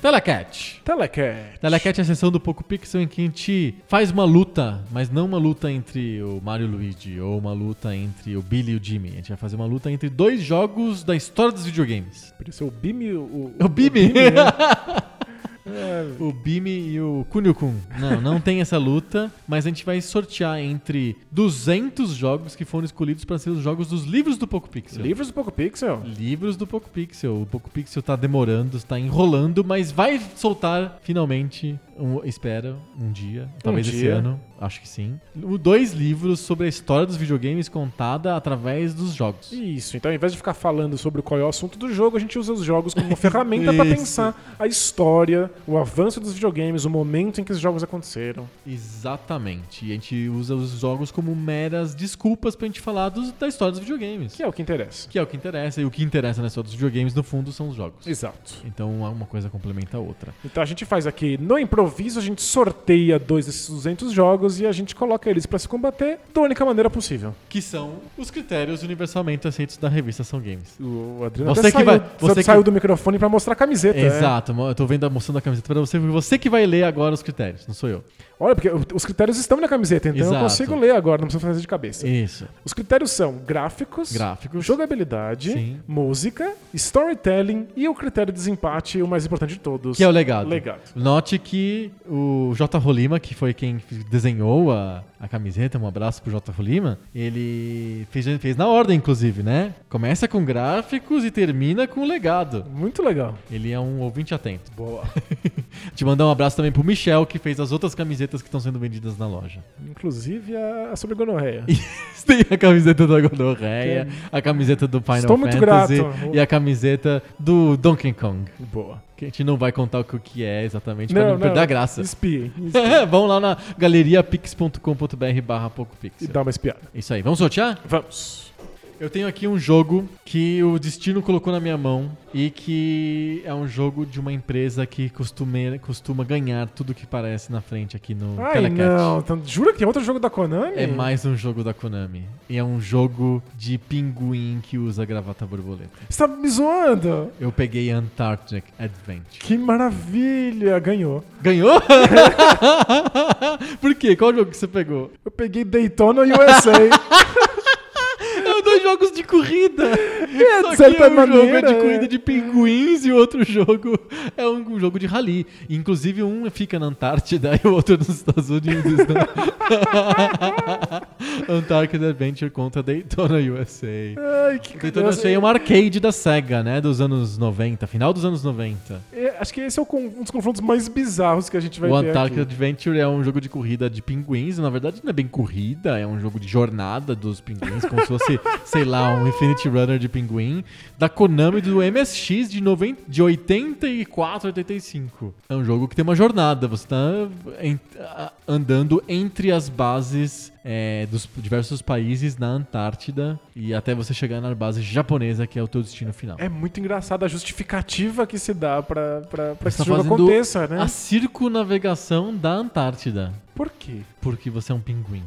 A: Telecat.
B: Telecat.
A: Telecat é a sessão do Poco Pixel em que a gente faz uma luta, mas não uma luta entre o Mario e o Luigi ou uma luta entre o Billy e o Jimmy. A gente vai fazer uma luta entre dois jogos da história dos videogames.
B: Podia ser o Bimi. O, né?
A: O Bimi!
B: é,
A: o Bimi e o Kunio-kun. Não, não tem essa luta, mas a gente vai sortear entre 200 jogos que foram escolhidos para ser os jogos dos livros do Poco Pixel.
B: livros do Poco Pixel.
A: Livros do Poco Pixel. O Poco Pixel tá demorando, tá enrolando, mas vai soltar finalmente. um- espera, um dia. Talvez esse
B: dia.
A: ano. Acho que sim. O- Dois livros sobre a história dos videogames contada através dos jogos.
B: Isso, então ao invés de ficar falando sobre qual é o assunto do jogo, a gente usa os jogos como ferramenta pra
A: Isso.
B: pensar a história, o avanço dos videogames, o momento em que os jogos aconteceram.
A: Exatamente. E a gente usa os jogos como meras desculpas pra gente falar dos- da história dos videogames.
B: Que é o que interessa.
A: Que é o que interessa. E o que interessa na história dos videogames, no fundo, são os jogos.
B: Exato.
A: Então uma coisa complementa a outra.
B: Então a gente faz aqui, no improviso, a gente sorteia dois desses 200 jogos e a gente coloca eles pra se combater da única maneira possível.
A: Que são os critérios universalmente aceitos da revista São Games.
B: O Adriano
A: Você
B: até
A: que
B: saiu,
A: vai-
B: até
A: você que-
B: saiu do microfone pra mostrar a camiseta. né?
A: Exato, mo- eu tô vendo a moção da camiseta pra você, porque você que vai ler agora os critérios, não sou eu.
B: Olha, porque os critérios estão na camiseta, então eu
A: Exato.
B: consigo ler agora, não precisa fazer de cabeça.
A: Isso.
B: Os critérios são gráficos,
A: Gráficos.
B: jogabilidade,
A: Sim.
B: música, storytelling e o critério de desempate, o mais importante de todos.
A: Que é o legado.
B: Legado.
A: Note que o J. Rolima, que foi quem f- desenhou a, a camiseta, um abraço pro J. Rolima, ele fez, fez na ordem, inclusive, né? Começa com gráficos e termina com legado.
B: Muito legal.
A: Ele é um ouvinte atento.
B: Boa.
A: Te mandar um abraço também pro Michel, que fez as outras camisetas que estão sendo vendidas na loja.
B: Inclusive a, a sobre gonorreia.
A: Tem a camiseta da Gonorreia, a camiseta do Final
B: Estou muito
A: Fantasy
B: grato.
A: e a camiseta do Donkey Kong.
B: Boa.
A: Que a gente não vai contar o que- o que é exatamente pra não, perder a graça.
B: Espiem.
A: Vão lá na galeriapix.com.br barra
B: E
A: PocoPixel.
B: dá uma espiada.
A: Isso aí, vamos sortear?
B: Vamos.
A: Eu tenho aqui um jogo que o destino colocou na minha mão e que é um jogo de uma empresa que costume, costuma ganhar tudo que parece na frente aqui no
B: Ai,
A: Telecat.
B: não. Então, jura que é outro jogo da Konami?
A: É mais um jogo da Konami. E é um jogo de pinguim que usa gravata borboleta.
B: Você tá me zoando?
A: Eu peguei Antarctic Adventure.
B: Que maravilha. Ganhou.
A: Ganhou? Por quê? Qual jogo que você pegou?
B: Eu peguei Daytona USA.
A: São dois jogos de corrida. Só
B: de
A: que
B: certa
A: um jogo é
B: maneira,
A: de corrida
B: é.
A: de pinguins e o outro jogo é um, um jogo de rally. Inclusive, um fica na Antártida e o outro nos Estados Unidos. né? Antarctic Adventure contra Daytona USA.
B: Ai, que
A: Daytona USA é uma arcade da SEGA, né? Dos anos 90, final dos anos 90.
B: É, acho que esse é o con- um dos confrontos mais bizarros que a gente vai
A: o
B: ter
A: Antarctic
B: aqui.
A: Adventure é um jogo de corrida de pinguins. Na verdade, não é bem corrida, é um jogo de jornada dos pinguins, como se fosse, sei lá, um Infinity Runner de pinguim. Da Konami do MSX de, 90, de 84 85. É um jogo que tem uma jornada. Você tá en- a- andando entre as bases é, dos diversos países na Antártida e até você chegar na base japonesa, que é o teu destino final.
B: É muito engraçado a justificativa que se dá pra, pra, pra que
A: Você
B: isso
A: tá
B: jogo
A: fazendo
B: aconteça, né?
A: A circunavegação da Antártida.
B: Por quê?
A: Porque você é um pinguim.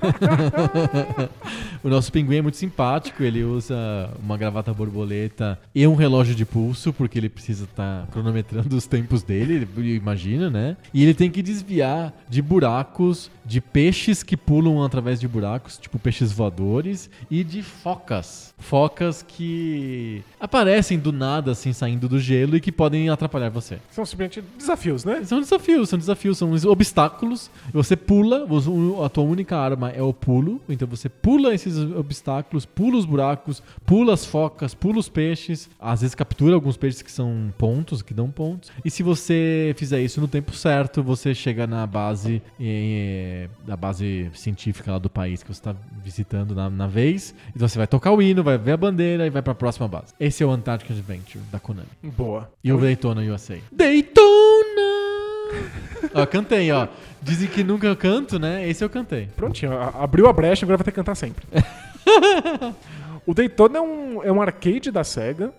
A: o nosso pinguim é muito simpático, ele usa uma gravata borboleta e um relógio de pulso, porque ele precisa estar cronometrando os tempos dele, ele- imagina, né? E ele tem que desviar de buracos, de peixes que pulam através de buracos, tipo peixes voadores, e de focas. Focas que aparecem do nada, assim, saindo do gelo e que podem atrapalhar você.
B: São simplesmente desafios, né?
A: é, São desafios, são desafios, são obstáculos. Você pula, você- um, a tua única arma é o pulo. Então você pula esses obstáculos, pula os buracos, pula as focas, pula os peixes. Às vezes captura alguns peixes que são pontos, que dão pontos. E se você fizer isso no tempo certo, você chega na base, eh, na base científica lá do país que você está visitando na, na vez. Então você vai tocar o hino, vai ver a bandeira e vai para a próxima base. Esse é o Antarctic Adventure da Konami.
B: Boa.
A: E o Daytona USA. Daytona! ó, cantei, ó. Dizem que nunca eu canto, né? Esse eu cantei.
B: Prontinho, a- abriu a brecha, agora vai ter que cantar sempre. o Daytona é um, é um arcade da SEGA,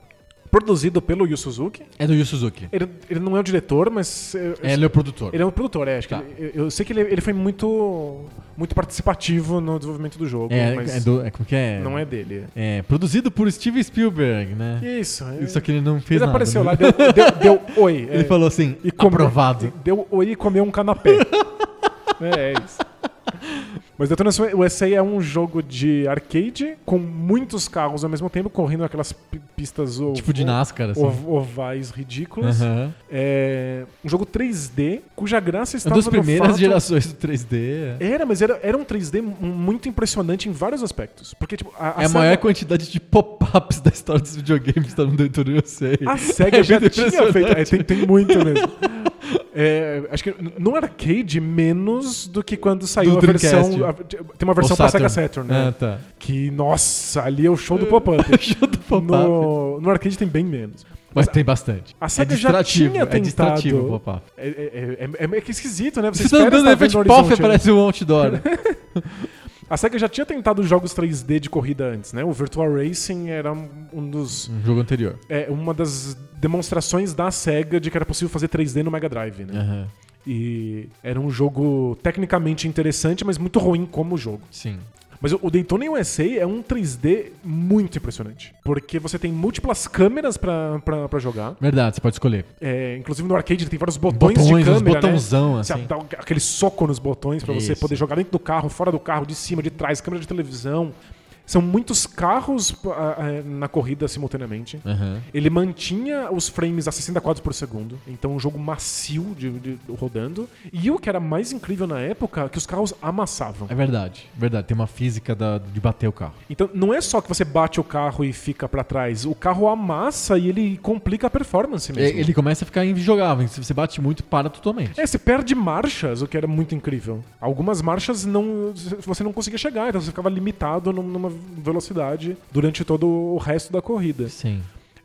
B: produzido pelo Yu Suzuki.
A: É do Yu Suzuki.
B: Ele, ele não é o diretor, mas... é,
A: Ele é o produtor.
B: Ele é um produtor, é, acho
A: Tá.
B: que ele- eu, eu sei que ele, ele foi muito, muito participativo no desenvolvimento do jogo,
A: É,
B: mas
A: é do, é como que é?
B: não é dele.
A: É, produzido por Steven Spielberg, né?
B: Isso. é-
A: Só que ele não fez
B: ele
A: nada.
B: apareceu
A: né?
B: lá, deu, deu- deu oi. é,
A: Ele falou assim,
B: e comeu-
A: comprovado.
B: Deu oi e comeu um canapé. é, é isso. Mas Detona USA é um jogo de arcade com muitos carros ao mesmo tempo, correndo aquelas pi- pistas ovo-
A: Tipo de NASCAR, assim.
B: ov- ovais ridículas.
A: Aham.
B: É um jogo 3D, cuja graça
A: É
B: estava
A: das
B: no
A: primeiras
B: fato-
A: gerações do É 3D.
B: Era, mas era, era um 3D mu- muito impressionante em vários aspectos. Porque, tipo, a,
A: É a
B: SEGA,
A: maior quantidade de pop-ups da história dos videogames tá no Daytona USA.
B: a SEGA já
A: muito
B: tinha feito. É,
A: impressionante.
B: tem, tem muito mesmo. É, acho que no arcade, menos do que quando saiu
A: Do
B: a versão. a-
A: Dreamcast.
B: tem uma versão pra Sega Saturn, né?
A: Ah, tá.
B: Que, nossa, ali é o show do pop-up.
A: Show do pop-up.
B: no, no arcade tem bem menos.
A: Mas tem bastante.
B: A SEGA
A: é
B: já
A: distrativo,
B: tinha
A: É distrativo,
B: tentado.
A: papá.
B: É, é, é, é, é que esquisito, né? Você,
A: Você tá
B: espera
A: andando
B: estar
A: na
B: vendo
A: frente
B: o
A: pop,
B: horizonte, né?
A: aparece um outdoor.
B: A SEGA já tinha tentado jogos 3D de corrida antes, né? O Virtual Racing era um um dos.
A: um jogo anterior.
B: É uma das demonstrações da SEGA de que era possível fazer 3D no Mega Drive, né?
A: Aham,
B: E era um jogo tecnicamente interessante, mas muito ruim como jogo.
A: Sim.
B: Mas o Daytona USA é um 3D muito impressionante. Porque você tem múltiplas câmeras pra, pra, pra jogar.
A: Verdade, você pode escolher.
B: É, inclusive no arcade ele tem vários botões,
A: Botões,
B: de
A: uns
B: câmera.
A: botãozão,
B: né? Você
A: assim.
B: dá um- aquele soco nos botões pra você
A: Isso.
B: poder jogar dentro do carro, fora do carro, de cima, de trás, câmera de televisão. São muitos carros ah, ah, na corrida simultaneamente.
A: Aham.
B: Ele mantinha os frames a 60 quadros por segundo, então um jogo macio de, de- rodando. E o que era mais incrível na época, que os carros amassavam.
A: É verdade, verdade. Tem uma física da- de bater o carro.
B: Então não é só que você bate o carro e fica pra trás, o carro amassa e ele complica a performance
A: É,
B: mesmo.
A: Ele começa a ficar injogável. Se você bate muito, para totalmente.
B: É, você perde marchas, o que era muito incrível. Algumas marchas não você não conseguia chegar, então você ficava limitado num- numa velocidade durante todo o resto da corrida.
A: Sim.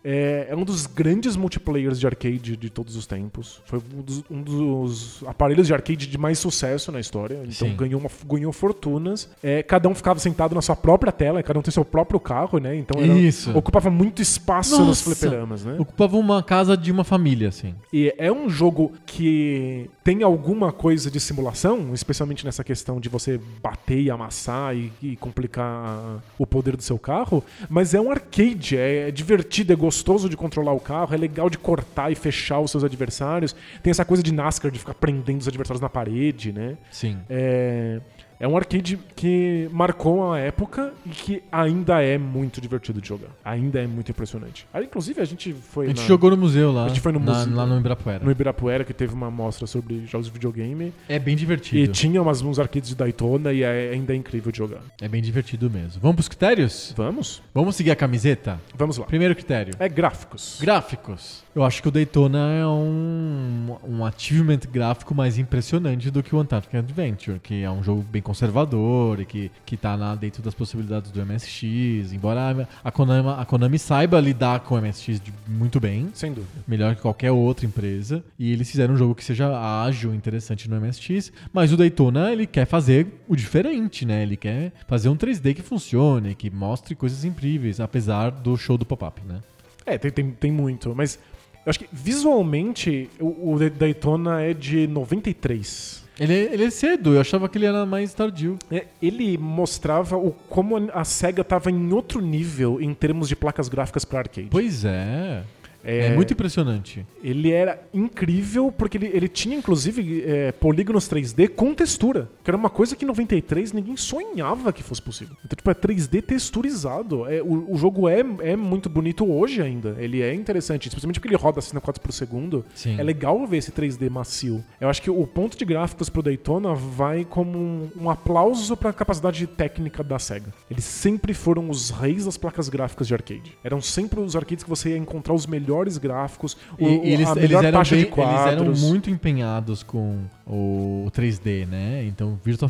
B: É, é um dos grandes multiplayers de arcade de todos os tempos. Foi um dos, um dos aparelhos de arcade de mais sucesso na história. Então
A: Sim.
B: ganhou, uma- ganhou fortunas. É, cada um ficava sentado na sua própria tela, cada um tem seu próprio carro, né? Então era-
A: Isso.
B: ocupava muito espaço nos
A: Nossa!
B: fliperamas, né?
A: Ocupava uma casa de uma família, assim.
B: E é um jogo que tem alguma coisa de simulação, especialmente nessa questão de você bater e amassar e, e complicar o poder do seu carro, mas é um arcade, é, divertido, é gostoso de controlar o carro, é legal de cortar e fechar os seus adversários. Tem essa coisa de NASCAR de ficar prendendo os adversários na parede, né?
A: Sim.
B: É, é um arcade que marcou a época e que ainda é muito divertido de jogar. Ainda é muito impressionante. Aí, inclusive, a gente foi
A: A gente
B: É, na-
A: jogou no museu lá.
B: A gente foi no
A: na-
B: museu.
A: Lá no Ibirapuera.
B: no Ibirapuera, que teve uma amostra sobre jogos de videogame.
A: É bem
B: E
A: divertido.
B: tinha umas, uns arcades de Daytona e é- ainda é incrível de jogar.
A: É bem divertido mesmo. Vamos pros critérios?
B: Vamos?
A: Vamos seguir a camiseta?
B: Vamos lá.
A: Primeiro critério.
B: É gráficos.
A: Gráficos. Eu acho que o Daytona é um, um achievement gráfico mais impressionante do que o Antarctic Adventure, que é um jogo bem conservador e que, que tá na, dentro das possibilidades do MSX, embora a, a Konami, a Konami saiba lidar com o MSX de- muito bem,
B: Sem dúvida.
A: melhor que qualquer outra empresa, e eles fizeram um jogo que seja ágil, interessante no MSX, mas o Daytona, ele quer fazer o diferente, né? Ele quer fazer um 3D que funcione, que mostre coisas incríveis, apesar do show do pop-up, né?
B: É, tem, tem, tem muito, mas eu acho que visualmente o, o Daytona é de 93.
A: Ele, ele é cedo, eu achava que ele era mais tardio.
B: É, Ele mostrava o, como a SEGA estava em outro nível em termos de placas gráficas para arcade.
A: Pois é.
B: É.
A: É, muito impressionante.
B: Ele era incrível porque ele, ele tinha, inclusive, é, polígonos 3D com textura. Que era uma coisa que em 93 ninguém sonhava que fosse possível. Então, tipo, é 3D texturizado. É, o, o jogo é, é muito bonito hoje ainda. Ele é interessante, especialmente porque ele roda assim na 4 por segundo.
A: Sim.
B: É legal ver esse 3D macio. Eu acho que o ponto de gráficos pro Daytona vai como um, um aplauso pra capacidade técnica da SEGA. Eles sempre foram os reis das placas gráficas de arcade. Eram sempre os arcades que você ia encontrar os melhores gráficos,
A: E,
B: o-
A: e eles,
B: a
A: eles
B: melhor
A: eram
B: taxa
A: bem-
B: de quadros.
A: eles eram muito empenhados com o 3D, né? Então, Virtua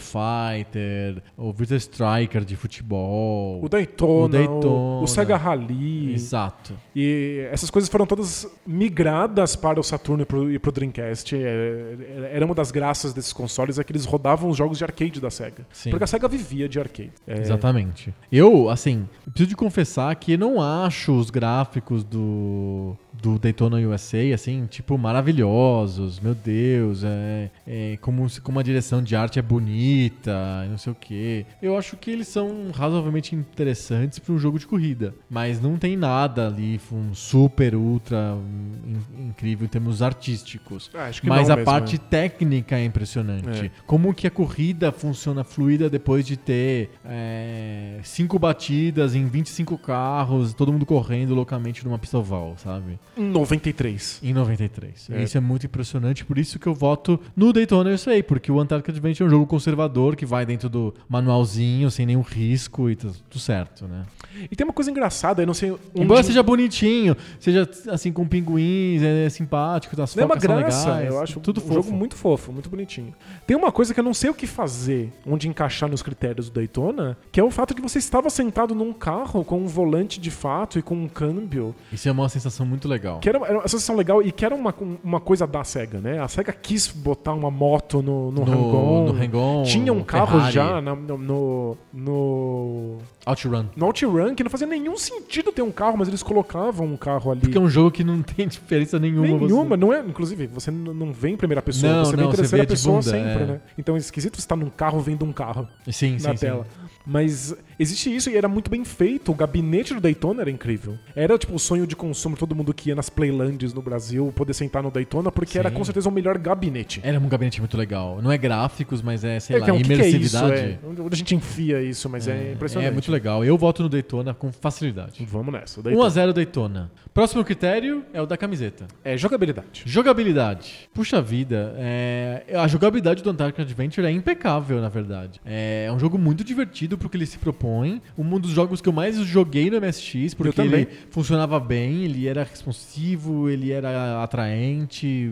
A: Fighter, o Virtua Striker de futebol.
B: O Daytona, o,
A: O Daytona.
B: o Sega Rally.
A: Exato.
B: E essas coisas foram todas migradas para o Saturno e pro, e pro Dreamcast. É, é, Era uma das graças desses consoles, é que eles rodavam os jogos de arcade da SEGA.
A: Sim.
B: Porque a SEGA vivia de arcade. É,
A: Exatamente. Eu, assim, preciso de confessar que não acho os gráficos do, do Daytona USA, assim, tipo, maravilhosos. Meu Deus, é, é como, se- como a direção de arte é bonita, não sei o quê. Eu acho que eles são razoavelmente interessantes para um jogo de corrida, mas não tem nada ali um super, ultra um, in- incrível em termos artísticos.
B: Ah, acho que
A: Mas
B: não
A: a
B: mesmo,
A: parte
B: é.
A: técnica é impressionante.
B: É.
A: Como que a corrida funciona fluida depois de ter é, cinco batidas em 25 carros, todo mundo correndo loucamente numa pista oval, sabe?
B: Em 93.
A: Em 93.
B: É.
A: Isso é muito impressionante, por isso que eu voto no Daytona USA, porque o Antarctic Adventure é um jogo conservador que vai dentro do manualzinho, sem nenhum risco e tá tudo certo, né?
B: E tem uma coisa engraçada, eu não sei. onde-
A: Embora seja bonitinho, seja assim com pinguins, é simpático, as
B: Lembra
A: focas são
B: graça,
A: legais,
B: eu acho
A: tudo
B: um
A: fofo.
B: jogo muito fofo, muito bonitinho. Tem uma coisa que eu não sei o que fazer, onde encaixar nos critérios do Daytona, que é o fato que você estava sentado num carro com um volante de fato e com um câmbio,
A: Isso é uma sensação muito legal.
B: que era, era uma sensação legal e que era uma, uma coisa da SEGA, né? A SEGA quis botar uma moto no,
A: No-
B: no, Rangon.
A: no Rangon,
B: Tinha um carro
A: Ferrari.
B: já na- no- no, no,
A: Outrun.
B: no OutRun, que não fazia nenhum sentido ter um carro, mas eles colocavam um carro ali.
A: Porque é um jogo que não tem diferença nenhuma. você-
B: Nenhuma, não é. Inclusive, você n- não vê em primeira pessoa,
A: Não,
B: você vê em
A: não, você
B: terceira
A: vê de
B: pessoa
A: bunda,
B: sempre,
A: é.
B: né? Então é esquisito você estar num carro vendo um carro
A: Sim, sim,
B: na
A: sim.
B: tela. Mas existe isso e era muito bem feito. O gabinete do Daytona era incrível. Era tipo o sonho de consumo de todo mundo que ia nas Playlands no Brasil poder sentar no Daytona, porque era
A: Sim.
B: com certeza o melhor gabinete.
A: Era um gabinete muito legal. Não é gráficos, mas é, sei lá,
B: então, o que que é isso?
A: imersividade.
B: É, onde onde a gente enfia isso, mas é, impressionante.
A: É muito Um legal. Eu voto no Daytona com facilidade.
B: Vamos nessa. o
A: 1 a
B: Daytona.
A: 0 Daytona. Próximo critério é o da camiseta.
B: É jogabilidade.
A: Jogabilidade. Puxa vida, é, a jogabilidade do Antarctic Adventure é impecável, na verdade. É, é um jogo muito divertido pro que ele se propõe. Um dos jogos que eu mais joguei no MSX, porque
B: também.
A: ele funcionava bem, ele era responsivo, ele era atraente,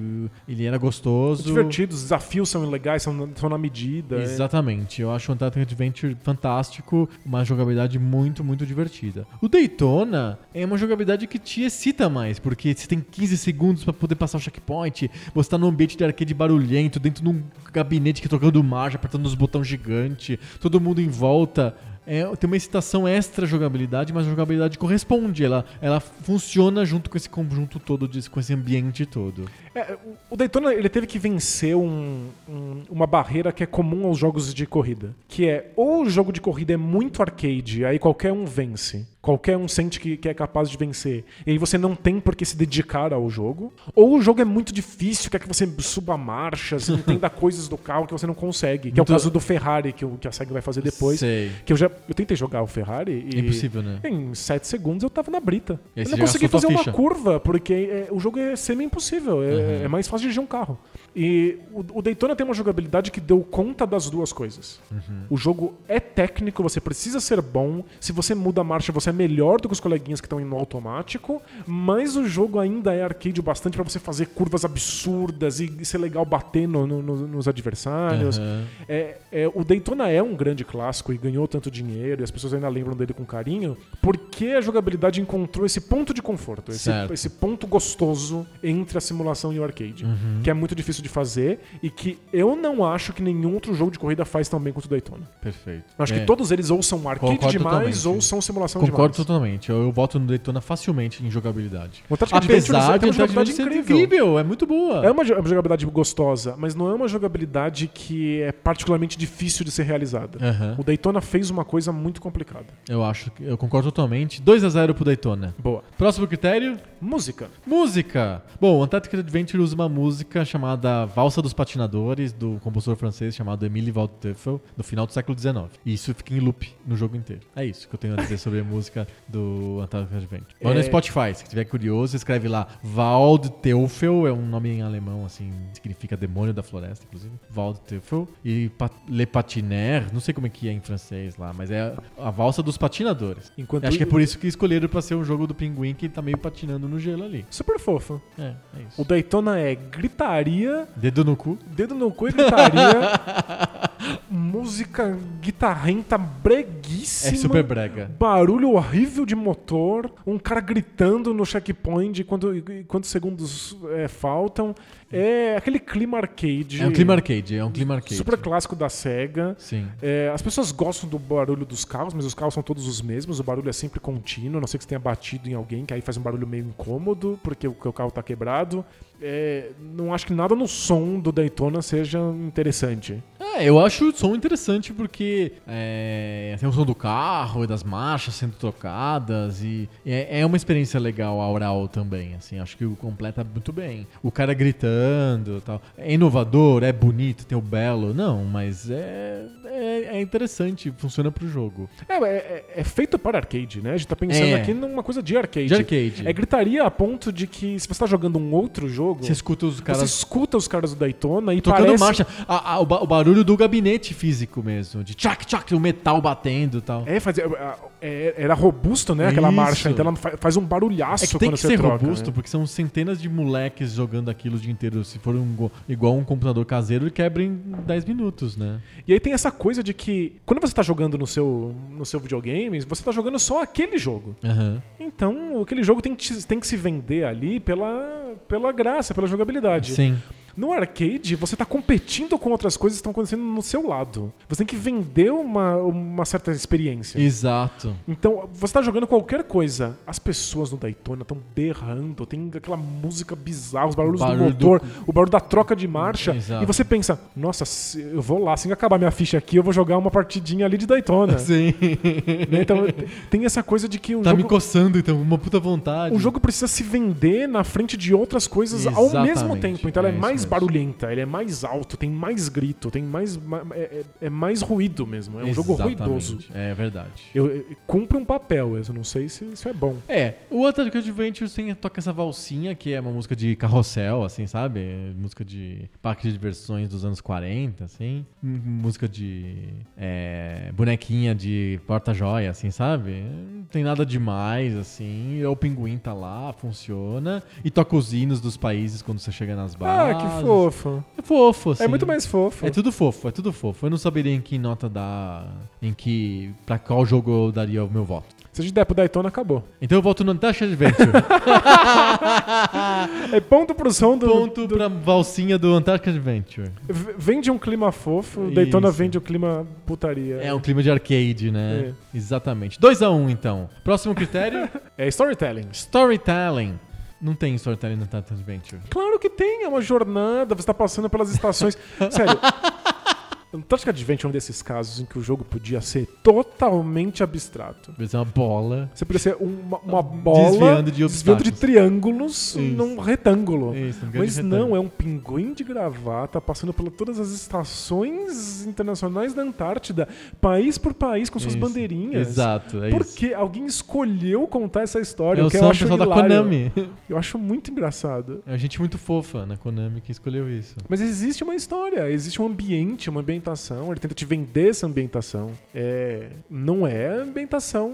A: ele era gostoso.
B: Divertido, os desafios são legais, são, na- são na medida. é.
A: Exatamente. Eu acho o Antarctic Adventure fantástico, uma jogabilidade muito, muito divertida. O Daytona é uma jogabilidade que te excita mais, porque você tem 15 segundos pra poder passar o checkpoint, você tá num ambiente de arcade barulhento, dentro de um gabinete que tocando marcha, apertando os botões gigante, todo mundo em volta. É, tem uma excitação extra à jogabilidade, mas a jogabilidade corresponde, ela, ela funciona junto com esse conjunto todo, de- com esse ambiente todo.
B: É, o- o Daytona ele teve que vencer um- um- uma barreira que é comum aos jogos de corrida, que é ou o jogo de corrida é muito arcade, aí qualquer um vence, qualquer um sente que, que é capaz de vencer, e aí você não tem por que se dedicar ao jogo, ou o jogo é muito difícil, quer que você suba marchas, entenda coisas do carro que você não consegue, que é o
A: Muito-
B: caso do Ferrari que, o- que a SEGA vai fazer depois.
A: Então Sei.
B: Que eu já eu tentei jogar o Ferrari e
A: É impossível, né?
B: em 7 segundos eu tava na brita.
A: E aí
B: Eu
A: você
B: não
A: já
B: consegui
A: soltou
B: fazer
A: a
B: uma
A: ficha.
B: curva, porque é, o jogo é semi-impossível. É, é mais fácil dirigir um carro. E o, o Daytona tem uma jogabilidade que deu conta das duas coisas. O jogo é técnico, você precisa ser bom. Se você muda a marcha, você é melhor do que os coleguinhas que estão indo no automático. Mas o jogo ainda é arcade o bastante pra você fazer curvas absurdas e, e ser legal bater no- no- no- nos adversários.
A: Aham.
B: É, é, o Daytona é um grande clássico e ganhou tanto dinheiro e as pessoas ainda lembram dele com carinho porque a jogabilidade encontrou esse ponto de conforto, esse,
A: Certo.
B: esse ponto gostoso entre a simulação e o arcade,
A: Uhum.
B: que é muito difícil de fazer e que eu não acho que nenhum outro jogo de corrida faz tão bem quanto o Daytona.
A: Perfeito.
B: Acho
A: É,
B: que todos eles ou são arcade
A: Concordo
B: demais
A: totalmente.
B: ou são simulação
A: Concordo
B: demais.
A: totalmente. Eu, eu boto no Daytona facilmente em jogabilidade.
B: O Antarctic
A: Apesar de
B: Adventure é uma
A: Antarctic
B: jogabilidade
A: Adventure ser
B: incrível.
A: incrível. é muito boa.
B: É uma jo- é uma jogabilidade gostosa, mas não é uma jogabilidade que é particularmente difícil de ser realizada.
A: Aham.
B: O Daytona fez uma coisa muito complicada.
A: Eu acho que eu concordo totalmente. 2 a 0 pro Daytona.
B: Boa.
A: Próximo critério,
B: Música.
A: música. Bom, o Antarctic Adventure usa uma música chamada Valsa dos Patinadores, do compositor francês chamado Émile Waldteufel, do final do século XIX. E isso fica em loop no jogo inteiro. É isso que eu tenho a dizer sobre a música do Antarctic Adventure. Vai
B: É.
A: no Spotify, se estiver curioso, escreve lá Waldteufel, é um nome em alemão, assim, significa demônio da floresta, inclusive. Waldteufel. E Pat- Le Patiner, não sei como é que é em francês lá, mas é a Valsa dos Patinadores.
B: Enquanto
A: Acho que é por isso que escolheram pra ser um jogo do pinguim que tá meio patinando no gelo ali.
B: Super fofa.
A: É, é
B: O
A: isso.
B: Daytona é gritaria,
A: Dedo no cu.
B: dedo no cu e gritaria, música guitarrenta breguíssima.
A: É super brega.
B: Barulho horrível de motor, um cara gritando no checkpoint de quanto- e quantos segundos é, faltam. É aquele clima arcade.
A: É um clima arcade, é um clima arcade.
B: Super clássico da SEGA.
A: Sim.
B: É, as pessoas gostam do barulho dos carros, mas os carros são todos os mesmos. O barulho é sempre contínuo, a não ser que você tenha batido em alguém, que aí faz um barulho meio incômodo, porque o, que o carro tá quebrado. É, não acho que nada no som do Daytona seja interessante.
A: É, eu acho o som interessante porque é, tem o som do carro e das marchas sendo trocadas e é, é uma experiência legal a oral também, assim, acho que o completa muito bem. O cara gritando e tal. É inovador, é bonito, tem o belo. Não, mas é, é, é interessante, funciona pro jogo.
B: É, é- é- é feito para arcade, né? A gente tá pensando
A: É.
B: aqui numa coisa de arcade.
A: De arcade.
B: É gritaria a ponto de que se você tá jogando um outro jogo,
A: Você escuta os
B: você
A: caras
B: escuta os caras do Daytona e
A: Trocando
B: parece...
A: marcha. A- a- o, ba- o barulho do gabinete físico mesmo. De tchac, tchac, o metal batendo e tal.
B: É, fazia, é, era robusto, né? Aquela
A: Isso.
B: marcha. Então ela fa- faz um barulhaço
A: É que tem
B: quando
A: que
B: você
A: ser
B: troca,
A: robusto,
B: né?
A: porque são centenas de moleques jogando aquilo o dia inteiro. Se for um go- igual um computador caseiro, ele quebra em 10 minutos, né?
B: E aí tem essa coisa de que quando você tá jogando no seu, no seu videogame, você tá jogando só aquele jogo.
A: Aham.
B: Então, aquele jogo tem que, te- tem que se vender ali pela, pela graça, pela jogabilidade.
A: Sim.
B: No arcade, você tá competindo com outras coisas que estão acontecendo no seu lado. Você tem que vender uma, uma certa experiência.
A: Exato.
B: Então, você tá jogando qualquer coisa. As pessoas no Daytona estão berrando, tem aquela música bizarra, os barulhos
A: Barulho
B: do motor,
A: do-
B: o barulho da troca de marcha.
A: Exato.
B: E você pensa, nossa, se- eu vou lá, assim que acabar minha ficha aqui, eu vou jogar uma partidinha ali de Daytona.
A: Sim.
B: Né? Então, te- tem essa coisa de que o,
A: tá me
B: Um jogo,
A: coçando, então, uma puta vontade.
B: o jogo precisa se vender na frente de outras coisas ao mesmo
A: Exatamente,
B: tempo. Então, ela
A: é
B: é,
A: isso
B: mais
A: mesmo.
B: barulhenta, ele é mais alto, tem mais grito, tem mais. ma- É, é- é mais ruído mesmo. É um jogo
A: Exatamente.
B: ruidoso.
A: É verdade.
B: Eu, eu- cumpre um papel, eu não sei se isso é bom.
A: É, o Atlético Adventures tem, toca essa valsinha, que é uma música de carrossel, assim, sabe? Música de parque de diversões dos anos 40, assim. M- Música de é, bonequinha de porta-joia, assim, sabe? Não tem nada demais, assim. O pinguim tá lá, funciona. E toca os hinos dos países quando você chega nas
B: Ah,
A: bases.
B: que fofo.
A: É fofo, assim.
B: É muito mais fofo.
A: É tudo fofo, é tudo fofo. Eu não saberia em que nota dar, em que, pra qual jogo eu daria o meu voto.
B: Se a gente der pro Daytona, acabou.
A: Então eu volto no Antasha Adventure.
B: É ponto pro som do.
A: ponto pra valsinha do Antarctic Adventure.
B: V- Vende um clima fofo, Daytona
A: Isso.
B: vende o clima putaria.
A: É um clima de arcade, né? Exatamente. 2x1, então. Próximo critério:
B: É storytelling.
A: storytelling. Não tem storytelling no Antarctic Adventure.
B: Claro que tem, é uma jornada, você tá passando pelas estações. Sério. Antarctic Adventure é um desses casos em que o jogo podia ser totalmente abstrato.
A: Mas é uma bola.
B: Você podia ser um, uma, uma bola
A: Desviando de
B: desviando de
A: obstáculos.
B: triângulos num retângulo.
A: Isso, um grande
B: Mas não,
A: retângulo.
B: é um pinguim de gravata passando por todas as estações internacionais da Antártida, país por país, com suas
A: Isso.
B: bandeirinhas.
A: Exato, é isso.
B: Porque alguém escolheu contar essa história,
A: É
B: o
A: o
B: que
A: Sam,
B: eu
A: o
B: acho
A: pessoal da
B: hilário.
A: Konami.
B: Eu acho muito engraçado.
A: É gente muito fofa na Konami que escolheu isso.
B: Mas existe uma história, existe um ambiente, uma ambientação. Ele tenta te vender essa ambientação. É, não é ambientação.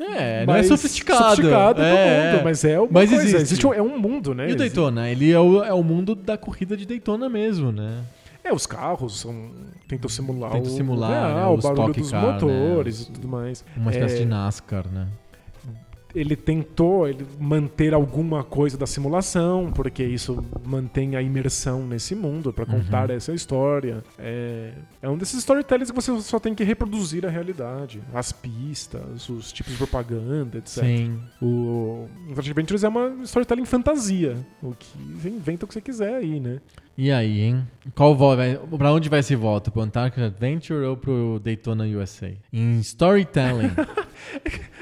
A: É, não é
B: mais
A: sofisticado.
B: Sofisticado
A: É,
B: do mundo,
A: é.
B: mas é uma
A: Mas
B: coisa.
A: existe.
B: um- é um mundo, né?
A: E o
B: Existe-
A: Daytona? Ele é o, é o mundo da corrida de Daytona mesmo, né?
B: É, os carros são, tentam simular
A: Tentam
B: o,
A: simular,
B: real,
A: né,
B: o
A: os
B: barulho
A: Stock
B: dos
A: Car, né,
B: motores
A: os-
B: e tudo mais.
A: Uma espécie
B: É,
A: de NASCAR, né?
B: ele tentou ele manter alguma coisa da simulação, porque isso mantém a imersão nesse mundo pra contar
A: Uhum.
B: essa história. É, é um desses storytellings que você só tem que reproduzir a realidade, as pistas, os tipos de propaganda, etc.
A: Sim.
B: O Infinite Adventures é uma storytelling fantasia, o que você inventa o que você quiser aí, né?
A: E aí, hein? Qual vo- vai, pra onde vai esse voto? Pro Antarctic Adventure ou pro Daytona USA? Em storytelling.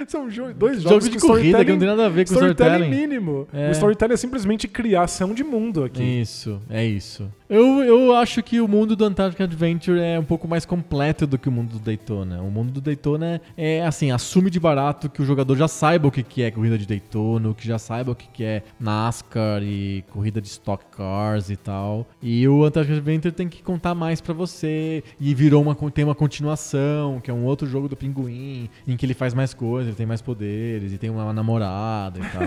B: São jo- dois
A: Jogo
B: jogos
A: de
B: com
A: corrida que não
B: storytelling-
A: tem nada a ver com
B: Storytelling
A: storytelling.
B: mínimo.
A: É.
B: O storytelling é simplesmente criação de mundo aqui.
A: Isso, é isso. Eu, eu acho que o mundo do Antarctic Adventure é um pouco mais completo do que o mundo do Daytona. O mundo do Daytona é, é, assim, assume de barato que o jogador já saiba o que que é corrida de Daytona, o que já saiba o que que é NASCAR e corrida de Stock Cars e tal. E o Antarctic Adventure tem que contar mais pra você. E virou uma, con- tem uma continuação, que é um outro jogo do Pinguim, em que ele faz mais coisas, ele tem mais poderes, e tem uma namorada e tal.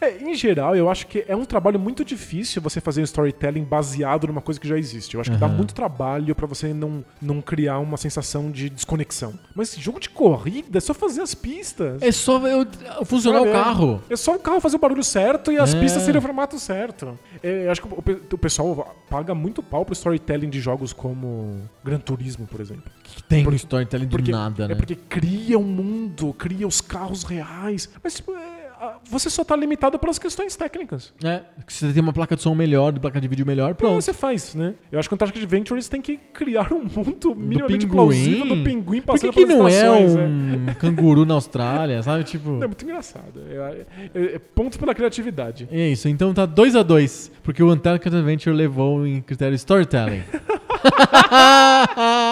B: É, em geral, eu acho que é um trabalho muito difícil você fazer um storytelling baseado numa coisa que já existe. Eu acho que dá
A: Aham.
B: muito trabalho pra você não, não criar uma sensação de desconexão. Mas esse jogo de corrida é só fazer as pistas.
A: É só eu, funcionar o
B: Sabe, é-
A: carro.
B: É só o carro fazer o barulho certo e as
A: É.
B: pistas serem o formato certo. É, eu acho que o, pe- o pessoal paga muito pau pro storytelling de jogos como Gran Turismo, por exemplo.
A: que tem
B: Porque-
A: um storytelling do
B: Porque-
A: nada, né?
B: É porque cria o mundo, cria os carros reais. Mas tipo, é, a- você só tá limitado pelas questões técnicas.
A: É, que você tem uma placa de som melhor, de placa de vídeo melhor,
B: Pronto.
A: pronto.
B: Você faz, né? Eu acho que o Antarctic Adventures tem que criar um mundo minimamente
A: pinguim.
B: plausível do pinguim
A: Por
B: passando
A: que, que
B: pelas
A: não é
B: estações, né?
A: um canguru na Austrália, sabe? Tipo.
B: É muito engraçado. É, é- é ponto pela criatividade.
A: É isso, então tá 2 a 2 porque o Antarctic Adventure levou em critério storytelling.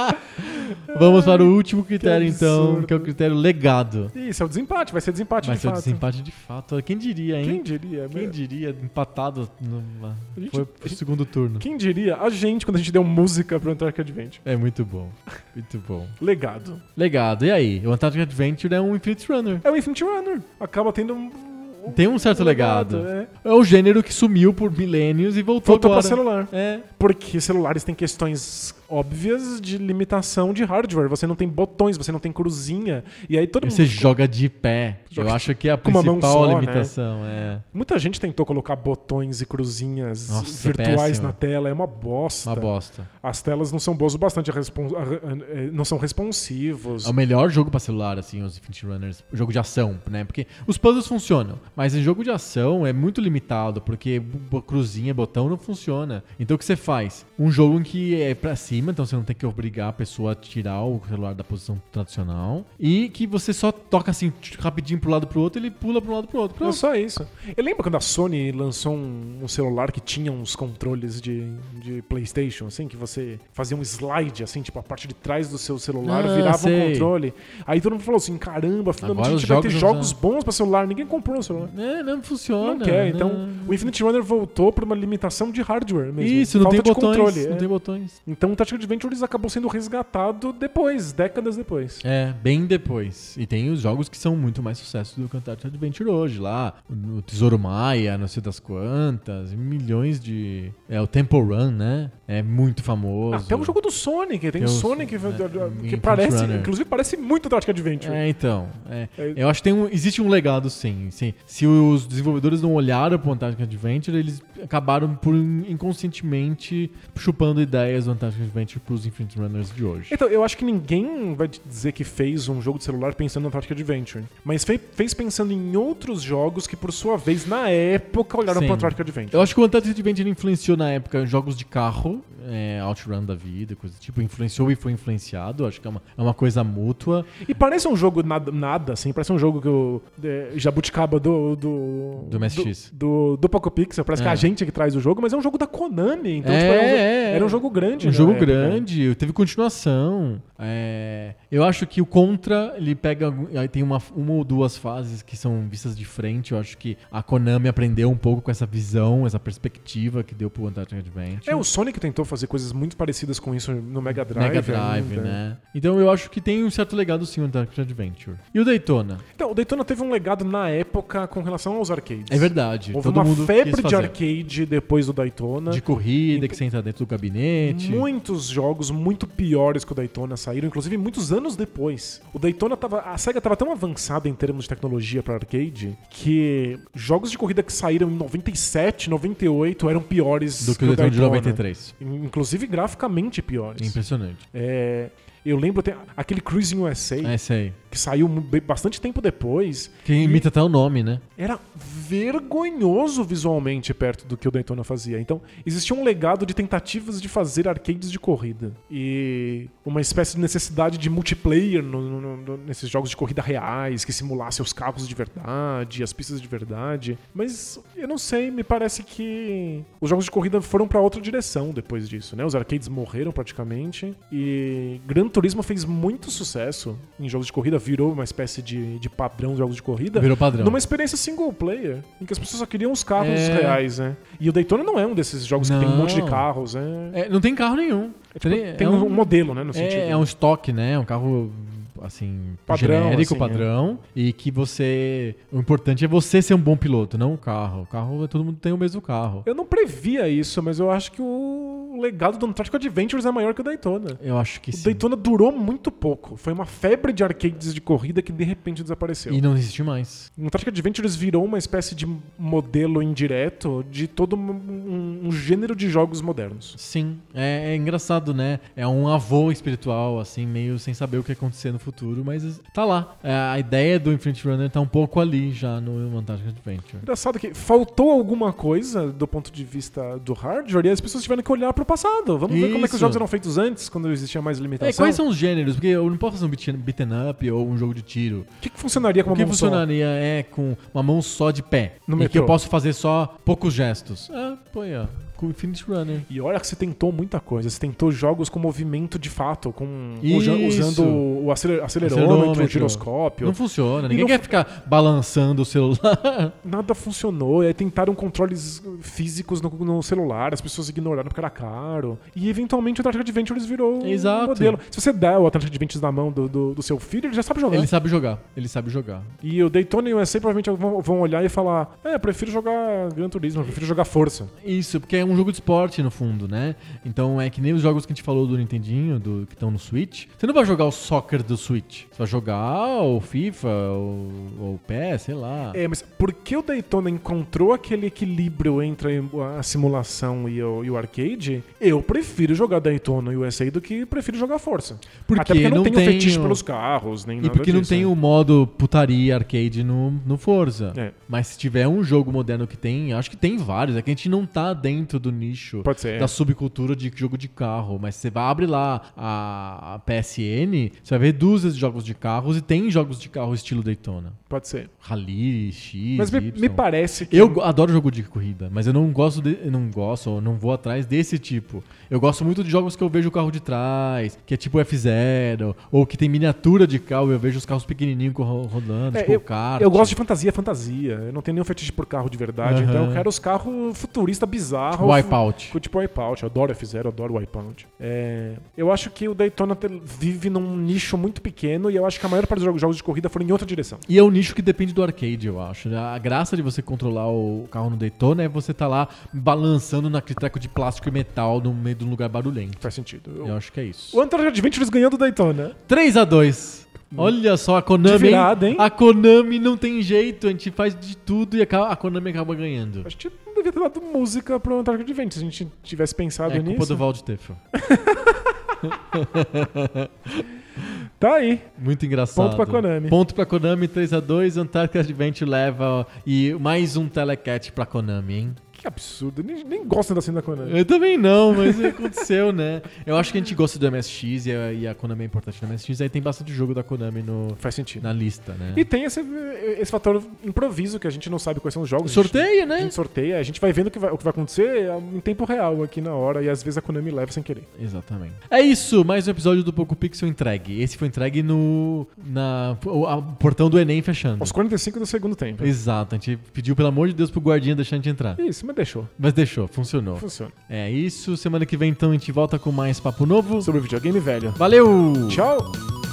A: Vamos para o último critério, então,
B: absurdo.
A: que é o critério legado.
B: Isso, é o desempate. Vai ser desempate,
A: Mas
B: de
A: é o
B: fato.
A: desempate de fato. Quem diria,
B: Quem
A: hein?
B: diria?
A: Quem,
B: né?
A: diria, empatado no
B: A gente-
A: foi pro segundo turno.
B: Quem diria? A gente, quando a gente deu música pro Antarctic Adventure.
A: É muito bom, muito bom.
B: Legado.
A: Legado, e aí? O Antarctic Adventure é um Infinite Runner.
B: É o Infinite Runner. Acaba tendo um...
A: Tem um certo legado.
B: é.
A: É o gênero que sumiu por milênios e voltou
B: Voltou pra
A: agora.
B: celular.
A: É.
B: Porque celulares têm questões óbvias de limitação de hardware. Você não tem botões, você não tem cruzinha. E aí todo mundo.
A: Você joga de pé.
B: Joga
A: Eu acho que é a
B: com uma mão
A: principal
B: só, né?
A: limitação. É
B: Muita gente tentou colocar botões e cruzinhas
A: Nossa,
B: virtuais
A: péssimo.
B: na tela, é uma bosta.
A: uma bosta.
B: As telas não são boas o bastante, a respon- a- a- eh, não são responsivos.
A: É o melhor jogo pra celular, assim, os Infinity Runners. O jogo de ação, né? Porque os puzzles funcionam, mas em jogo de ação é muito limitado, porque bu- bu- cruzinha, botão não funciona. Então o que você faz? Um jogo em que é pra cima, então você não tem que obrigar a pessoa a tirar o celular da posição tradicional. E que você só toca assim, tch, rapidinho pro lado pro outro, ele pula pro lado pro outro.
B: É
A: Pronto.
B: só isso. Eu lembro quando a Sony lançou um, um celular que tinha uns controles de, de PlayStation, assim, que você fazia um slide, assim, tipo, a parte de trás do seu celular
A: Ah,
B: virava um
A: sei.
B: controle. Aí todo mundo falou assim: caramba, finalmente
A: Agora
B: a
A: os
B: gente vai ter
A: jogos vão
B: jogos bons pra celular. Ninguém comprou um celular.
A: É, não funciona.
B: Não quer.
A: né?
B: Então, o Infinite Runner voltou pra uma limitação de hardware mesmo.
A: Isso, não tem
B: Falta de
A: botões.
B: controle.
A: não
B: é.
A: tem botões.
B: Então o Tactical Adventures acabou sendo resgatado depois, décadas depois.
A: É, bem depois. E tem os jogos que são muito mais sucesso do que o Antarctic Adventure hoje, lá. O Tesouro Maia, não sei das quantas, milhões de. É, o Temple Run, né? É muito famoso.
B: Até o Ah, um jogo do Sonic, tem
A: Tem
B: o
A: o-
B: Sonic
A: é,
B: que, que
A: Infinite
B: parece,
A: Runner.
B: inclusive parece muito Tactical Adventure.
A: É, então. é.
B: É.
A: Eu acho que tem um, existe um legado, sim. Se, se os desenvolvedores não olharam pro Antarctic Adventure, eles acabaram por inconscientemente chupando ideias do Antarctic Adventure pros Infinite Runners de hoje.
B: Então, eu acho que ninguém vai te dizer que fez um jogo de celular pensando na Tactic Adventure. Mas fe- fez pensando em outros jogos que, por sua vez, na época, olharam
A: Sim.
B: pra Tactic Adventure.
A: Eu acho que o Untitled Adventure influenciou na época jogos de carro, é, Outrun da vida, coisa do tipo, influenciou e foi influenciado, acho que é uma, é uma coisa mútua.
B: E parece um jogo nada, nada, assim, parece um jogo que o é, Jabuticaba do. Do,
A: Do MSX.
B: Do, do, do Poco Pixel. Parece que
A: É.
B: é a gente que traz o jogo, mas é um jogo da Konami. Então,
A: É,
B: tipo, era, um, jo-
A: é, é.
B: era um jogo grande.
A: Um
B: na
A: jogo
B: época. né?
A: grande, teve continuação. É, eu acho que o Contra, ele pega. algum- Aí tem uma, uma ou duas fases que são vistas de frente. Eu acho que a Konami aprendeu um pouco com essa visão, essa perspectiva que deu pro Untitled Adventure.
B: É, o Sonic tentou fazer coisas muito parecidas com isso no Mega Drive.
A: Mega Drive,
B: ainda.
A: né? Então eu acho que tem um certo legado sim o Untitled Adventure. E o Daytona?
B: Então, o Daytona teve um legado na época com relação aos arcades.
A: É verdade.
B: Houve
A: todo
B: uma
A: mundo quis
B: febre de
A: fazer.
B: arcade depois do Daytona.
A: De corrida, que você entra dentro do gabinete.
B: Muitos jogos muito piores que o Daytona saíram, inclusive muitos anos depois. O Daytona tava. A SEGA tava tão avançada em termos de tecnologia para arcade que jogos de corrida que saíram em 97, 98 eram piores
A: do que o Daytona de
B: né?
A: 93.
B: Inclusive graficamente piores.
A: Impressionante.
B: É, eu lembro tem aquele Cruising USA,
A: É isso aí.
B: que saiu be- bastante tempo depois.
A: Que imita até o nome, né?
B: era vergonhoso visualmente perto do que o Daytona fazia. Então, existia um legado de tentativas de fazer arcades de corrida e uma espécie de necessidade de multiplayer no- no- no- nesses jogos de corrida reais que simulasse os carros de verdade, as pistas de verdade. Mas eu não sei, me parece que os jogos de corrida foram para outra direção depois disso, né? Os arcades morreram praticamente e Gran Turismo fez muito sucesso em jogos de corrida, virou uma espécie de, de padrão de jogos de corrida.
A: Virou padrão.
B: Numa experiência single player, em que as pessoas só queriam os carros
A: É.
B: reais, né? E o Daytona não é um desses jogos que tem um
A: Não.
B: monte de carros, né?
A: É, não tem carro nenhum.
B: Tipo,
A: Tem-
B: tem
A: é
B: um, modelo, né? No sentido.
A: É, é um estoque, né? É um carro assim
B: Padrão,
A: genérico
B: assim,
A: padrão e que você o importante é você ser um bom piloto não o carro o carro todo mundo tem o mesmo carro
B: Eu não previa isso, mas eu acho que o legado do Antarctic Adventures é maior que o Daytona.
A: eu acho que
B: O
A: sim
B: Daytona durou muito pouco. Foi uma febre de arcades de corrida que de repente desapareceu.
A: e não existe mais
B: O Antarctic Adventures virou uma espécie de modelo indireto de todo um- um- um gênero de jogos modernos.
A: Sim, é, é engraçado, né? É um avô espiritual, assim, meio sem saber o que ia acontecer no futuro, mas tá lá. É, a ideia do Infinite Runner tá um pouco ali já no Antarctic Adventure.
B: Engraçado que faltou alguma coisa do ponto de vista do hardware e as pessoas tiveram que olhar pro passado. Vamos ver como é que
A: Isso.
B: os jogos eram feitos antes, quando existia mais
A: É,
B: limitação.
A: quais são os gêneros? Porque eu não posso fazer um beaten- beaten up ou um jogo de tiro.
B: O que, que funcionaria como
A: o que
B: mão só?
A: funcionaria é com uma mão só de pé.
B: No
A: e
B: metrô.
A: que eu posso fazer só poucos gestos. Ah, põe, ó. Com Infinite Runner.
B: E olha que você tentou muita coisa. Você tentou jogos com movimento de fato, com usa-
A: Isso.
B: usando o aceler- acelerômetro, o giroscópio.
A: Não funciona. Ninguém
B: não
A: quer ficar balançando o celular.
B: Nada funcionou. E aí tentaram controles físicos no, no celular, as pessoas ignoraram porque era caro. E eventualmente o Atlantic Adventures virou um
A: Exato.
B: modelo. Se você der o Atlantic Adventures na mão do, do- do seu filho, ele já sabe jogar.
A: ele sabe jogar. Ele sabe jogar.
B: E o Daytona e o USA provavelmente vão vão olhar e falar: É, eu prefiro jogar Gran Turismo, eu prefiro jogar Força.
A: Isso, porque é um jogo de esporte no fundo, né? Então é que nem os jogos que a gente falou do Nintendinho, do, que estão no Switch. Você não vai jogar o soccer do Switch. Você vai jogar o FIFA, ou ou o PES, sei lá.
B: É, mas por que o Daytona encontrou aquele equilíbrio entre a simulação e o, e o arcade? Eu prefiro jogar Daytona e USA do que prefiro jogar Força.
A: Porque
B: Até porque eu não,
A: não
B: tenho
A: tem
B: fetiche
A: o-
B: pelos carros, nem
A: E
B: nada
A: porque não
B: disso,
A: tem
B: né?
A: o modo putaria arcade no, no Forza.
B: É.
A: Mas se tiver um jogo moderno que tem, acho que tem vários. É que a gente não tá dentro do nicho
B: Pode ser,
A: da
B: é.
A: subcultura de jogo de carro. Mas você vai abrir lá a, a PSN, você vai ver dúzias de jogos de carros e tem jogos de carro estilo Daytona.
B: Pode ser.
A: Rally, X,
B: Mas me,
A: Y.
B: me parece que. é,
A: Eu go- adoro jogo de corrida, mas eu não gosto, de, eu não gosto, ou não vou atrás desse tipo. Eu gosto muito de jogos que eu vejo o carro de trás, que é tipo F0, ou que tem miniatura de carro, e eu vejo os carros pequenininhos co- rodando,
B: É,
A: tipo
B: eu,
A: o kart.
B: eu gosto de fantasia, fantasia. Eu não tenho nenhum fetiche por carro de verdade,
A: Aham.
B: então eu quero os carros futuristas bizarros.
A: Wipeout.
B: Tipo, Tipo Wipeout, eu adoro F0, eu adoro Wipeout. É, eu acho que o Daytona te- vive num nicho muito pequeno e eu acho que a maior parte dos jogos- jogos de corrida foram em outra direção.
A: E é um nicho que depende do arcade, eu acho. né? A graça de você controlar o carro no Daytona é você tá lá balançando naquele treco de plástico e metal no meio de um lugar barulhento.
B: Faz sentido. Eu-
A: Eu acho que é
B: O
A: isso.
B: Antarctic Adventures ganhando o Daytona.
A: 3 a 2 Olha só, a Konami.
B: Hum. De virada, hein?
A: A Konami não tem jeito, a gente faz de tudo e acaba- a Konami acaba ganhando.
B: Acho que não devia ter dado música pro Antarctic Adventures se a gente tivesse pensado
A: É culpa
B: nisso.
A: do Valde Tefel.
B: Tá aí.
A: Muito engraçado.
B: Ponto pra Konami.
A: Ponto pra Konami, 3x2, Antarctic Adventure leva ó, e mais um telecat pra Konami, hein?
B: Que absurdo. Nem, nem gostam da cena da Konami.
A: Eu também não, mas aconteceu, né? Eu acho que a gente gosta do MSX e a, e a Konami é importante no MSX, aí tem bastante jogo da Konami no,
B: Faz sentido.
A: na lista, né?
B: E tem esse, esse fator improviso que a gente não sabe quais são os jogos. a gente,
A: Sorteia,
B: A
A: né?
B: gente sorteia, a gente vai vendo o que vai, o que vai acontecer em tempo real aqui na hora e às vezes a Konami leva sem querer.
A: Exatamente. É isso, mais um episódio do Poco Pixel entregue. Esse foi entregue no na o a- o portão do Enem fechando.
B: Aos 45 do segundo tempo.
A: Exato, a gente pediu pelo amor de Deus pro guardinha deixar a gente entrar.
B: Isso, mas deixou.
A: Mas deixou, funcionou.
B: Funciona.
A: É isso, semana que vem então a gente volta com mais papo novo.
B: Sobre o videogame velho.
A: Valeu!
B: Tchau!